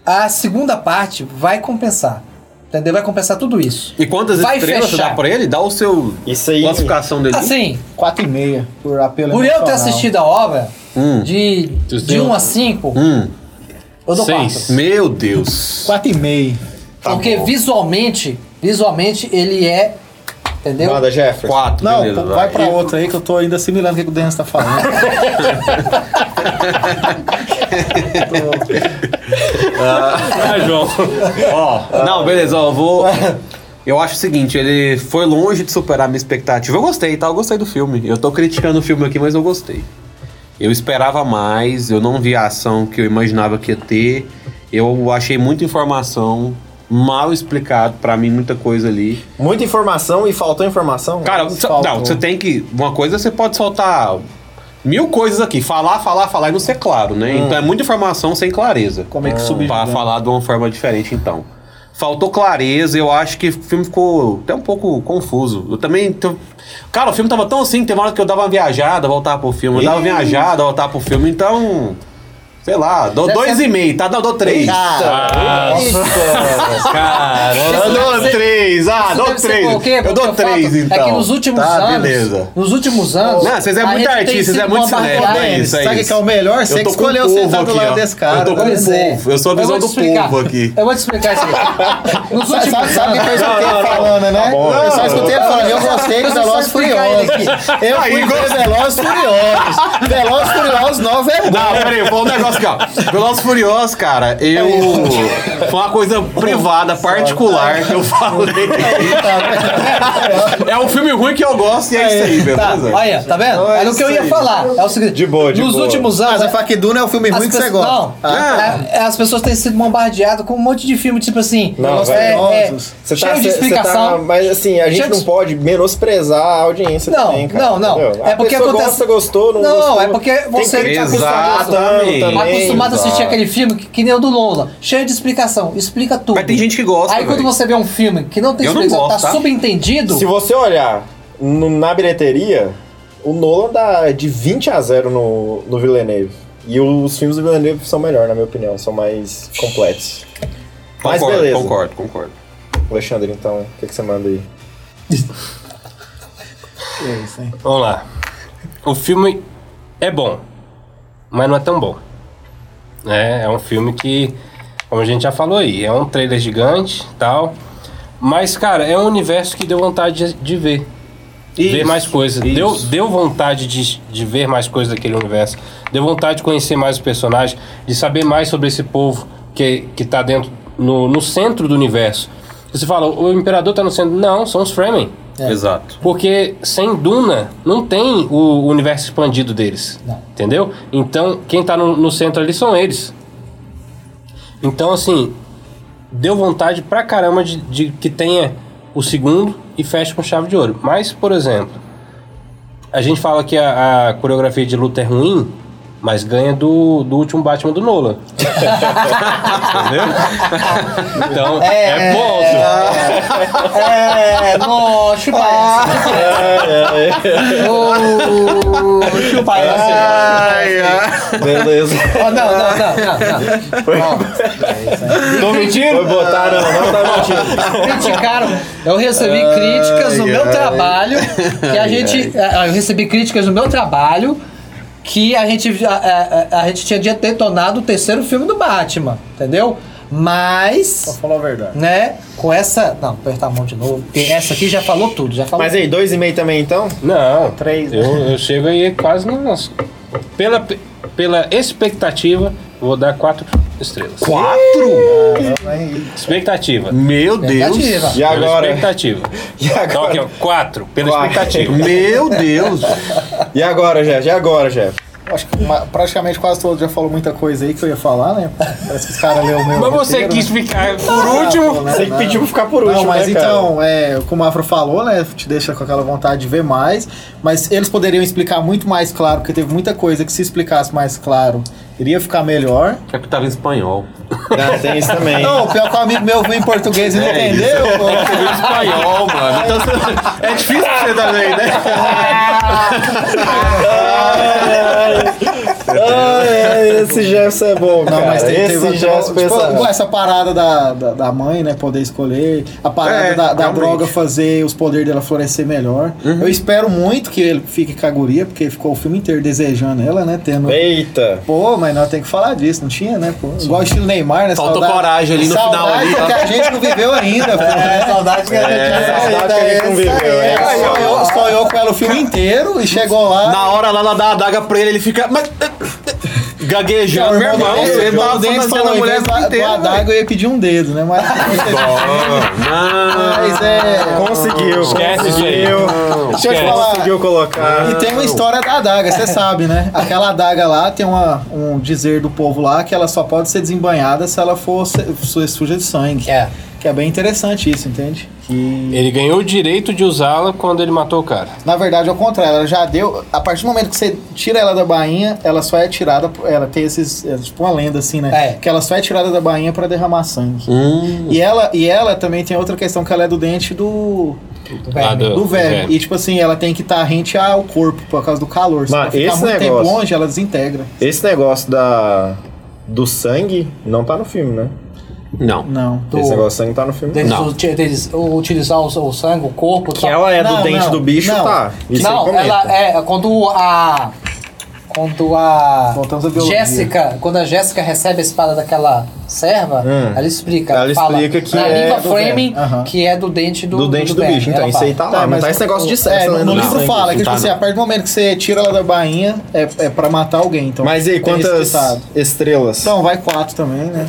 Speaker 3: a segunda parte vai compensar. Entendeu? Vai compensar tudo isso.
Speaker 2: E quantas
Speaker 3: Vai
Speaker 2: estrelas você
Speaker 3: fechar.
Speaker 2: dá pra ele? Dá o seu...
Speaker 1: Isso aí.
Speaker 2: Classificação dele.
Speaker 3: Assim,
Speaker 6: 4,5 por apelo
Speaker 3: por eu ter
Speaker 6: emocional.
Speaker 3: assistido a obra,
Speaker 2: Hum.
Speaker 3: de, de
Speaker 4: deu-
Speaker 3: 1 a 5,
Speaker 2: Hum,
Speaker 3: eu dou
Speaker 4: seis.
Speaker 3: 4.
Speaker 2: meu Deus.
Speaker 6: 4,5.
Speaker 3: Porque visualmente, visualmente ele é. Entendeu?
Speaker 1: Nada, Jefferson.
Speaker 2: Quatro,
Speaker 6: Não,
Speaker 2: beleza,
Speaker 6: pô, vai pra outra aí que eu tô ainda assimilando o que que o Dennis tá falando.
Speaker 4: Ah, João.
Speaker 2: Ó, não, beleza, ó, eu vou. Eu acho o seguinte, ele foi longe de superar a minha expectativa. Eu gostei, tá? Eu gostei do filme. Eu tô criticando o filme aqui, mas eu gostei. Eu esperava mais, eu não vi a ação que eu imaginava que ia ter. Eu achei muita informação, mal explicado pra mim, muita coisa ali.
Speaker 1: Muita informação e faltou informação?
Speaker 2: Cara, cê- não, você tem que. Uma coisa você pode soltar mil coisas aqui, falar, falar, falar e não ser claro, né? Então é muita informação sem clareza.
Speaker 6: Hum. Como é que subir?
Speaker 2: Pra falar de uma forma diferente, então. Faltou clareza, eu acho que o filme ficou até um pouco confuso. Eu também. tô- Cara, o filme tava tão assim, teve uma hora que eu dava uma viajada, voltava pro filme. Eu dava uma viajada, voltava pro filme, então. Sei lá, dou
Speaker 3: Deve
Speaker 2: dois
Speaker 3: ser-
Speaker 2: e meio, tá? Não, dou três.
Speaker 3: Isso
Speaker 2: Caramba, eu
Speaker 3: deve
Speaker 2: dou
Speaker 3: ser-
Speaker 2: três. Ah,
Speaker 3: Isso
Speaker 2: dou
Speaker 3: deve ser
Speaker 2: três.
Speaker 3: por quê?
Speaker 2: Eu
Speaker 3: Porque
Speaker 2: dou
Speaker 3: o fato
Speaker 2: três, então.
Speaker 3: É que nos últimos
Speaker 2: tá,
Speaker 3: anos.
Speaker 2: Beleza.
Speaker 3: Nos últimos anos.
Speaker 2: Não, vocês é
Speaker 3: a
Speaker 2: muito
Speaker 3: gente tem
Speaker 2: artista,
Speaker 3: sido
Speaker 2: vocês é muito
Speaker 3: bombardeado.
Speaker 2: cinéfilo, é isso.
Speaker 6: Sabe o que é o melhor? Você
Speaker 2: Eu
Speaker 6: que
Speaker 2: tô com o
Speaker 6: escolheu sentar
Speaker 2: povo
Speaker 6: do
Speaker 2: aqui,
Speaker 6: lado
Speaker 2: ó.
Speaker 6: desse cara.
Speaker 2: Eu tô com o
Speaker 3: Pois é.
Speaker 2: povo. Eu sou a
Speaker 3: vou
Speaker 2: visão
Speaker 3: te
Speaker 2: do
Speaker 3: explicar.
Speaker 2: povo aqui.
Speaker 3: Eu vou te explicar isso aí. Nos
Speaker 6: Sabe,
Speaker 3: últimos
Speaker 6: sabe, sabe o que eu
Speaker 3: anos.
Speaker 6: escutei ele falando,
Speaker 2: Tá
Speaker 6: né? eu só escutei ele falando, eu gostei
Speaker 3: Eu
Speaker 6: de
Speaker 3: só
Speaker 6: Velozes
Speaker 3: explicar
Speaker 6: Furiosos.
Speaker 3: ele aqui.
Speaker 6: Eu fui ver Velozes Furiosos. Velozes Furiosos 9 é bom.
Speaker 2: Não, peraí, foi um negócio aqui, ó. Velozes e Furiosos, cara, eu. Foi uma coisa privada, particular que eu falei. É um filme ruim que eu gosto e é isso aí,
Speaker 3: Tá,
Speaker 2: beleza?
Speaker 3: olha, tá vendo? Era o que eu ia falar. É o seguinte.
Speaker 1: De boa, de
Speaker 3: Nos
Speaker 1: boa.
Speaker 3: últimos anos.
Speaker 6: Mas a Faquiduna é um filme
Speaker 3: as
Speaker 6: ruim que você
Speaker 3: pessoas-
Speaker 6: gosta.
Speaker 3: Não,
Speaker 2: Ah.
Speaker 3: é- é, as pessoas têm sido bombardeadas com um monte de filme, tipo assim.
Speaker 1: Não,
Speaker 3: é-
Speaker 1: velho.
Speaker 3: é,
Speaker 1: Cê
Speaker 3: cheio
Speaker 1: cê- cê
Speaker 3: de
Speaker 1: tá-
Speaker 3: explicação.
Speaker 1: mas assim, a gente
Speaker 3: Cheio de-
Speaker 1: não pode menosprezar a audiência
Speaker 3: Não,
Speaker 1: também, cara.
Speaker 3: não, não.
Speaker 1: entendeu?
Speaker 3: É
Speaker 1: A
Speaker 3: porque
Speaker 1: pessoa
Speaker 3: acontece-
Speaker 1: gosta, gostou, não,
Speaker 3: Não,
Speaker 1: gostou.
Speaker 3: é porque você-
Speaker 1: Tem que
Speaker 2: Exatamente.
Speaker 1: acostumado também.
Speaker 3: Tá acostumado a assistir
Speaker 2: exato.
Speaker 3: aquele filme que, que nem o do Lola, cheio de explicação, explica tudo.
Speaker 2: Mas tem gente que gosta,
Speaker 3: Aí quando
Speaker 2: velho.
Speaker 3: você vê um filme que não tem
Speaker 2: Eu não
Speaker 3: explicação,
Speaker 2: gosto,
Speaker 3: tá,
Speaker 2: tá?
Speaker 3: subentendido,
Speaker 1: Se você olhar no- na bilheteria, o Nolan dá de 20 a 0 no, no Villeneuve. E os filmes do Villeneuve são melhor, na minha opinião, são mais completos. Mas
Speaker 2: Concordo,
Speaker 1: beleza.
Speaker 2: concordo, concordo.
Speaker 1: Alexandre, então, o que, que você manda aí?
Speaker 4: Vamos lá. O filme é bom, mas não é tão bom. É, é um filme que, como a gente já falou aí, é um trailer gigante tal. Mas, cara, é um universo que deu vontade de, de ver. ver mais coisas. Deu, deu vontade de, de ver mais coisas daquele universo. Deu vontade de conhecer mais os personagens, de saber mais sobre esse povo que, que tá dentro, no, no centro do universo. Você fala, o imperador tá no centro. Não, são os Fremen.
Speaker 2: É. Exato.
Speaker 4: Porque sem Duna não tem o universo expandido deles. Entendeu? Então, quem tá no, no centro ali são eles. Então, assim, deu vontade pra caramba de, de que tenha o segundo e feche com chave de ouro. Mas, por exemplo, a gente fala que a, a coreografia de luta é ruim, mas ganha do, do último Batman do Nolan. Entendeu? Então, é, ponto.
Speaker 3: É, não, chupa
Speaker 1: Ah.
Speaker 3: essa. Ô, chupa essa.
Speaker 1: Beleza.
Speaker 3: Ó, é, não, não, não, não,
Speaker 1: Tô mentindo? Foi botar, não, não tá mentindo.
Speaker 3: não. Criticaram. Eu recebi críticas no meu
Speaker 1: ai.
Speaker 3: trabalho que a gente. ah, Eu recebi críticas no meu trabalho que a gente, a, a- a- a gente tinha detonado o terceiro filme do Batman, entendeu? Mas. Só
Speaker 6: falou a verdade.
Speaker 3: Né? Com essa. Não, apertar a mão de novo. Porque essa aqui já falou tudo, já falou
Speaker 1: Mas aí, dois e meio também então?
Speaker 4: Não,
Speaker 1: Três, né?
Speaker 4: eu, eu chego aí quase no. nosso- Pela, pe- pela expectativa, eu vou dar quatro estrelas.
Speaker 2: Quatro?
Speaker 4: Expectativa.
Speaker 2: Meu Deus.
Speaker 3: Expectativa.
Speaker 1: E
Speaker 4: Pela
Speaker 1: agora?
Speaker 4: expectativa.
Speaker 1: E
Speaker 4: Então, aqui, ó,
Speaker 1: agora?
Speaker 4: quatro, pela
Speaker 1: Quatro.
Speaker 4: expectativa.
Speaker 2: Meu Deus.
Speaker 1: E agora, Jeff? E agora, Jeff?
Speaker 6: Acho que ma- praticamente quase todo já falou muita coisa aí que eu ia falar, né? Parece que os caras leu o meu.
Speaker 4: Mas você é
Speaker 6: roteiro,
Speaker 4: quis
Speaker 6: né?
Speaker 4: ficar por último.
Speaker 1: Você que pediu pra ficar por último,
Speaker 6: Não, mas
Speaker 1: né, cara?
Speaker 6: então, é, como a Afro falou, né? Te deixa com aquela vontade de ver mais. Mas eles poderiam explicar muito mais claro, porque teve muita coisa que se explicasse mais claro, iria ficar melhor.
Speaker 2: É que tava em espanhol.
Speaker 1: Ah, tem isso também.
Speaker 6: Não, pior que um amigo meu veio em português e não entendeu. pô.
Speaker 2: espanhol, mano. Então, você- é difícil pra você também, né?
Speaker 1: Ai, esse Jefferson é bom, cara.
Speaker 6: Não, mas tem,
Speaker 1: esse
Speaker 6: teve outra-
Speaker 1: Jefferson
Speaker 6: tipo,
Speaker 1: pensa-
Speaker 6: essa parada da, da, da mãe, né? Poder escolher. A parada
Speaker 2: É,
Speaker 6: da, da
Speaker 2: realmente.
Speaker 6: droga fazer os poderes dela florescer melhor. Eu espero muito que ele fique com a guria, porque ficou o filme inteiro desejando ela, né? Tendo.
Speaker 1: Eita.
Speaker 6: Pô, mas nós temos que falar disso, não tinha, né? Pô? Igual estilo Neymar, né?
Speaker 2: Faltou coragem ali no
Speaker 6: saudade
Speaker 2: final ali,
Speaker 6: que
Speaker 2: tá?
Speaker 6: a gente não viveu ainda, pô. saudade que a gente
Speaker 1: É, saudade que a gente não viveu, é.
Speaker 6: Sonhou, sonhou com ela o filme inteiro e chegou lá.
Speaker 2: Na hora lá, ela dá a adaga pra ele, ele fica. Mas. Gaguejando.
Speaker 6: Meu irmão,
Speaker 2: você
Speaker 6: meu irmão
Speaker 2: tava
Speaker 6: Denis
Speaker 2: fantasiando
Speaker 6: falou,
Speaker 2: a
Speaker 6: em
Speaker 2: mulher
Speaker 6: vez da- do
Speaker 2: inteira, velho.
Speaker 6: Adaga eu ia pedir um dedo, né? Mas,
Speaker 2: Não.
Speaker 6: mas é...
Speaker 1: Conseguiu,
Speaker 4: Esquece isso aí.
Speaker 1: conseguiu.
Speaker 6: Deixa eu te falar.
Speaker 1: Conseguiu colocar.
Speaker 6: E tem uma história da adaga, você sabe, né? Aquela adaga lá tem uma, um dizer do povo lá que ela só pode ser desembanhada se ela for se- su- suja de sangue.
Speaker 3: É.
Speaker 6: Que é bem interessante isso, entende? Que
Speaker 4: Ele ganhou o direito de usá-la quando ele matou o cara.
Speaker 6: na verdade é o contrário, ela já deu. A partir do momento que você tira ela da bainha, ela só é tirada. Ela tem esses. é tipo uma lenda assim, né?
Speaker 3: É.
Speaker 6: Que ela só é tirada da bainha pra derramar sangue. E, ela, e ela também tem outra questão que ela é do dente do.
Speaker 3: do verme.
Speaker 4: do-
Speaker 6: do verme.
Speaker 4: verme.
Speaker 6: E tipo assim, ela tem que estar rente ao corpo por causa do calor. Se
Speaker 1: Mas
Speaker 6: ela ficar
Speaker 1: esse
Speaker 6: muito tempo
Speaker 1: negócio-
Speaker 6: longe, ela desintegra.
Speaker 1: Esse negócio da. Do sangue não tá no filme, né?
Speaker 2: Não.
Speaker 6: Não.
Speaker 1: Esse
Speaker 3: Do,
Speaker 1: negócio do sangue tá no filme.
Speaker 3: deles
Speaker 2: Não.
Speaker 3: uti- deles utilizar o, o sangue, o corpo.
Speaker 1: Que ela é do
Speaker 6: Não,
Speaker 1: dente
Speaker 6: não,
Speaker 1: do bicho,
Speaker 6: não.
Speaker 1: tá. Isso
Speaker 3: não,
Speaker 1: aí comenta.
Speaker 3: ela é. Quando a. Quando a.
Speaker 6: Voltamos à biologia.
Speaker 3: Jéssica. Quando a Jéssica recebe a espada daquela serva,
Speaker 1: Hum.
Speaker 3: ela explica.
Speaker 1: Ela explica que
Speaker 3: na
Speaker 1: é
Speaker 3: língua
Speaker 1: do
Speaker 3: framing,
Speaker 6: verme. Aham.
Speaker 3: que é do dente do
Speaker 1: Do dente do,
Speaker 3: verme.
Speaker 1: bicho.
Speaker 3: Ela
Speaker 1: Então, isso
Speaker 3: fala.
Speaker 1: aí tá lá. Não
Speaker 6: mas
Speaker 1: tá esse negócio de
Speaker 6: é,
Speaker 1: sexo, né?
Speaker 6: no, no
Speaker 1: do
Speaker 6: livro
Speaker 1: sangue.
Speaker 6: fala que,
Speaker 2: isso
Speaker 6: tipo
Speaker 2: tá
Speaker 6: assim,
Speaker 2: não.
Speaker 6: a partir do momento que você tira ela da bainha, é, é pra matar alguém. Então
Speaker 1: Mas e aí,
Speaker 6: tem esse
Speaker 1: quantas
Speaker 6: ditado.
Speaker 1: estrelas?
Speaker 6: Então, vai quatro também, né?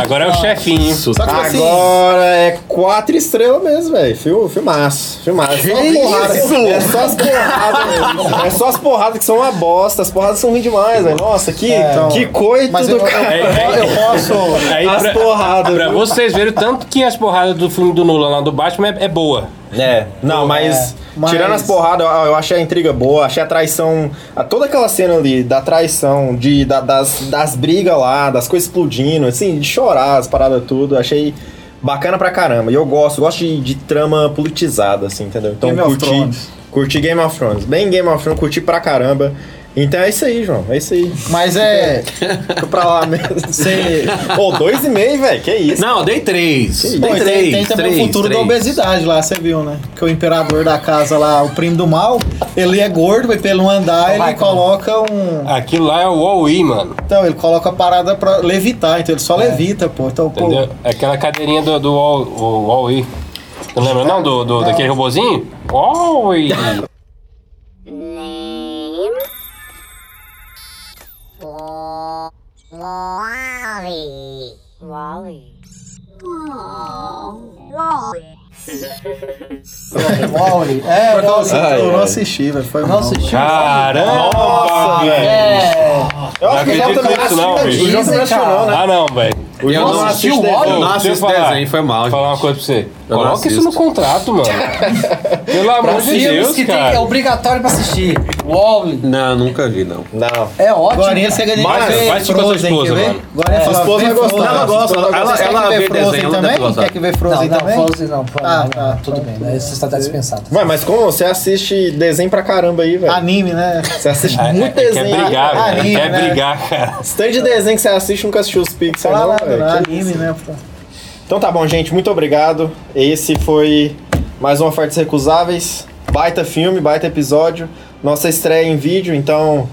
Speaker 4: Agora é o chefinho.
Speaker 6: Só que assim,
Speaker 1: Agora é quatro estrelas mesmo, velho. Fil- Filmaço. Filmaço. Só porrada. É só as porradas, velho. É só as porradas que são uma bosta. As porradas são ruins demais, velho. Nossa, que,
Speaker 6: então-
Speaker 1: que coito
Speaker 6: mas
Speaker 1: do
Speaker 6: eu, eu,
Speaker 1: cara.
Speaker 6: eu, eu posso.
Speaker 4: Aí,
Speaker 1: as
Speaker 4: pra,
Speaker 1: porradas.
Speaker 4: pra
Speaker 1: viu?
Speaker 4: vocês verem o tanto que as porradas do filme do Nolan lá do Batman é, é boa.
Speaker 1: É, não, mas,
Speaker 6: mas-
Speaker 1: tirando as porradas, eu, eu achei a intriga boa, achei a traição, a, toda aquela cena ali da traição, de, da- das, das brigas lá, das coisas explodindo, assim, de chorar, as paradas tudo, achei bacana pra caramba. E eu gosto, gosto de, de trama politizada, assim, entendeu? Então
Speaker 6: Game of
Speaker 1: curti,
Speaker 6: Thrones.
Speaker 1: curti Game of Thrones, bem Game of Thrones, curti pra caramba. Então é isso aí, João, é isso aí.
Speaker 6: Mas é.
Speaker 1: Fica pra lá mesmo. Pô, dois e meio, velho, que isso.
Speaker 2: Não, dei três. Dei
Speaker 6: Pô, e
Speaker 2: três. um
Speaker 6: tem, tem também
Speaker 2: três,
Speaker 6: o futuro
Speaker 2: três.
Speaker 6: da obesidade lá, você viu, né? Que o imperador da casa lá, o primo do mal, ele é gordo, mas pelo andar ele
Speaker 3: vai,
Speaker 6: coloca um.
Speaker 4: Aquilo lá é o Wall-E, mano.
Speaker 6: Então, ele coloca a parada pra
Speaker 2: É.
Speaker 6: levitar, então ele só levita, pô. Então, pô.
Speaker 4: Entendeu? Aquela cadeirinha do, do Wall- o Wall-E. Não lembra não do, do- daquele robozinho? Oi!
Speaker 15: Wally. Wally.
Speaker 7: Wally. É, Wally.
Speaker 1: Ai,
Speaker 7: eu
Speaker 1: ai.
Speaker 7: não assisti, velho. Foi mal.
Speaker 4: Caramba!
Speaker 1: Nossa,
Speaker 4: velho.
Speaker 3: É.
Speaker 1: Eu acho que o
Speaker 4: Não
Speaker 1: Léo também
Speaker 4: acredito nisso não,
Speaker 1: assistiu,
Speaker 4: bicho.
Speaker 1: o João também assistiu, não, né?
Speaker 4: Ah não, velho.
Speaker 2: Eu não
Speaker 4: Nossa,
Speaker 2: assisti
Speaker 4: assiste
Speaker 2: o Wally.
Speaker 4: desenho.
Speaker 2: Eu não
Speaker 4: Deixa eu
Speaker 2: assisto
Speaker 4: falar.
Speaker 2: desenho, foi mal,
Speaker 4: Falar uma coisa pra você.
Speaker 2: não
Speaker 4: Coloca isso no
Speaker 2: assisto.
Speaker 4: contrato, mano. Pelo amor
Speaker 3: Pra
Speaker 4: de
Speaker 3: filmes
Speaker 4: Deus,
Speaker 3: que tem, é
Speaker 4: cara.
Speaker 3: obrigatório pra assistir. Wally.
Speaker 2: Não, nunca vi, não.
Speaker 1: Não.
Speaker 3: É ótimo.
Speaker 7: Agora você ganha
Speaker 2: Mas-
Speaker 7: Quer ver
Speaker 2: vai assistir com a sua
Speaker 7: Frozen, quer
Speaker 2: esposa,
Speaker 7: ver?
Speaker 2: mano.
Speaker 7: Agora
Speaker 1: Sua esposa vai gostar.
Speaker 2: Ela gosta, ela-
Speaker 7: Vocês querem
Speaker 2: ela
Speaker 7: ver
Speaker 2: vê
Speaker 7: Frozen
Speaker 2: desenho, ela deve
Speaker 7: também?
Speaker 2: gostar.
Speaker 7: Quer que ver
Speaker 3: Não,
Speaker 7: Frozen
Speaker 3: não,
Speaker 7: também?
Speaker 3: Frozen não. pô,
Speaker 7: Ah,
Speaker 3: não,
Speaker 7: tá.
Speaker 3: Tudo bem, né? você está dispensado.
Speaker 1: Ué, mas como você assiste desenho pra caramba aí,
Speaker 6: Ah,
Speaker 1: velho?
Speaker 7: Anime, né?
Speaker 1: Você assiste
Speaker 4: É,
Speaker 1: muito
Speaker 4: é,
Speaker 1: desenho.
Speaker 4: Quer brigar,
Speaker 7: Ah,
Speaker 4: velho.
Speaker 7: anime,
Speaker 4: Quer
Speaker 7: né?
Speaker 4: brigar, cara.
Speaker 1: Esse tanto de desenho que você assiste, nunca assistiu os Pixar,
Speaker 7: Fala
Speaker 1: não,
Speaker 7: nada,
Speaker 2: é
Speaker 1: velho.
Speaker 7: né?
Speaker 1: Que-
Speaker 7: Anime, né? pô?
Speaker 1: Então tá bom, gente. Muito obrigado. Esse foi mais uma Ofertas Recusáveis. Baita filme, baita episódio. Nossa estreia em vídeo, então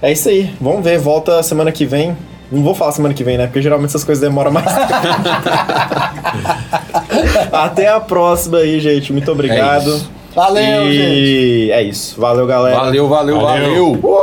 Speaker 1: é isso aí. Vamos ver, volta semana que vem. Não vou falar semana que vem, né? Porque geralmente essas coisas demoram mais. Até a próxima aí, gente. Muito obrigado.
Speaker 2: isso.
Speaker 1: Valeu, e gente. É isso. Valeu, galera.
Speaker 2: Valeu, valeu, valeu.
Speaker 4: Valeu.
Speaker 2: valeu.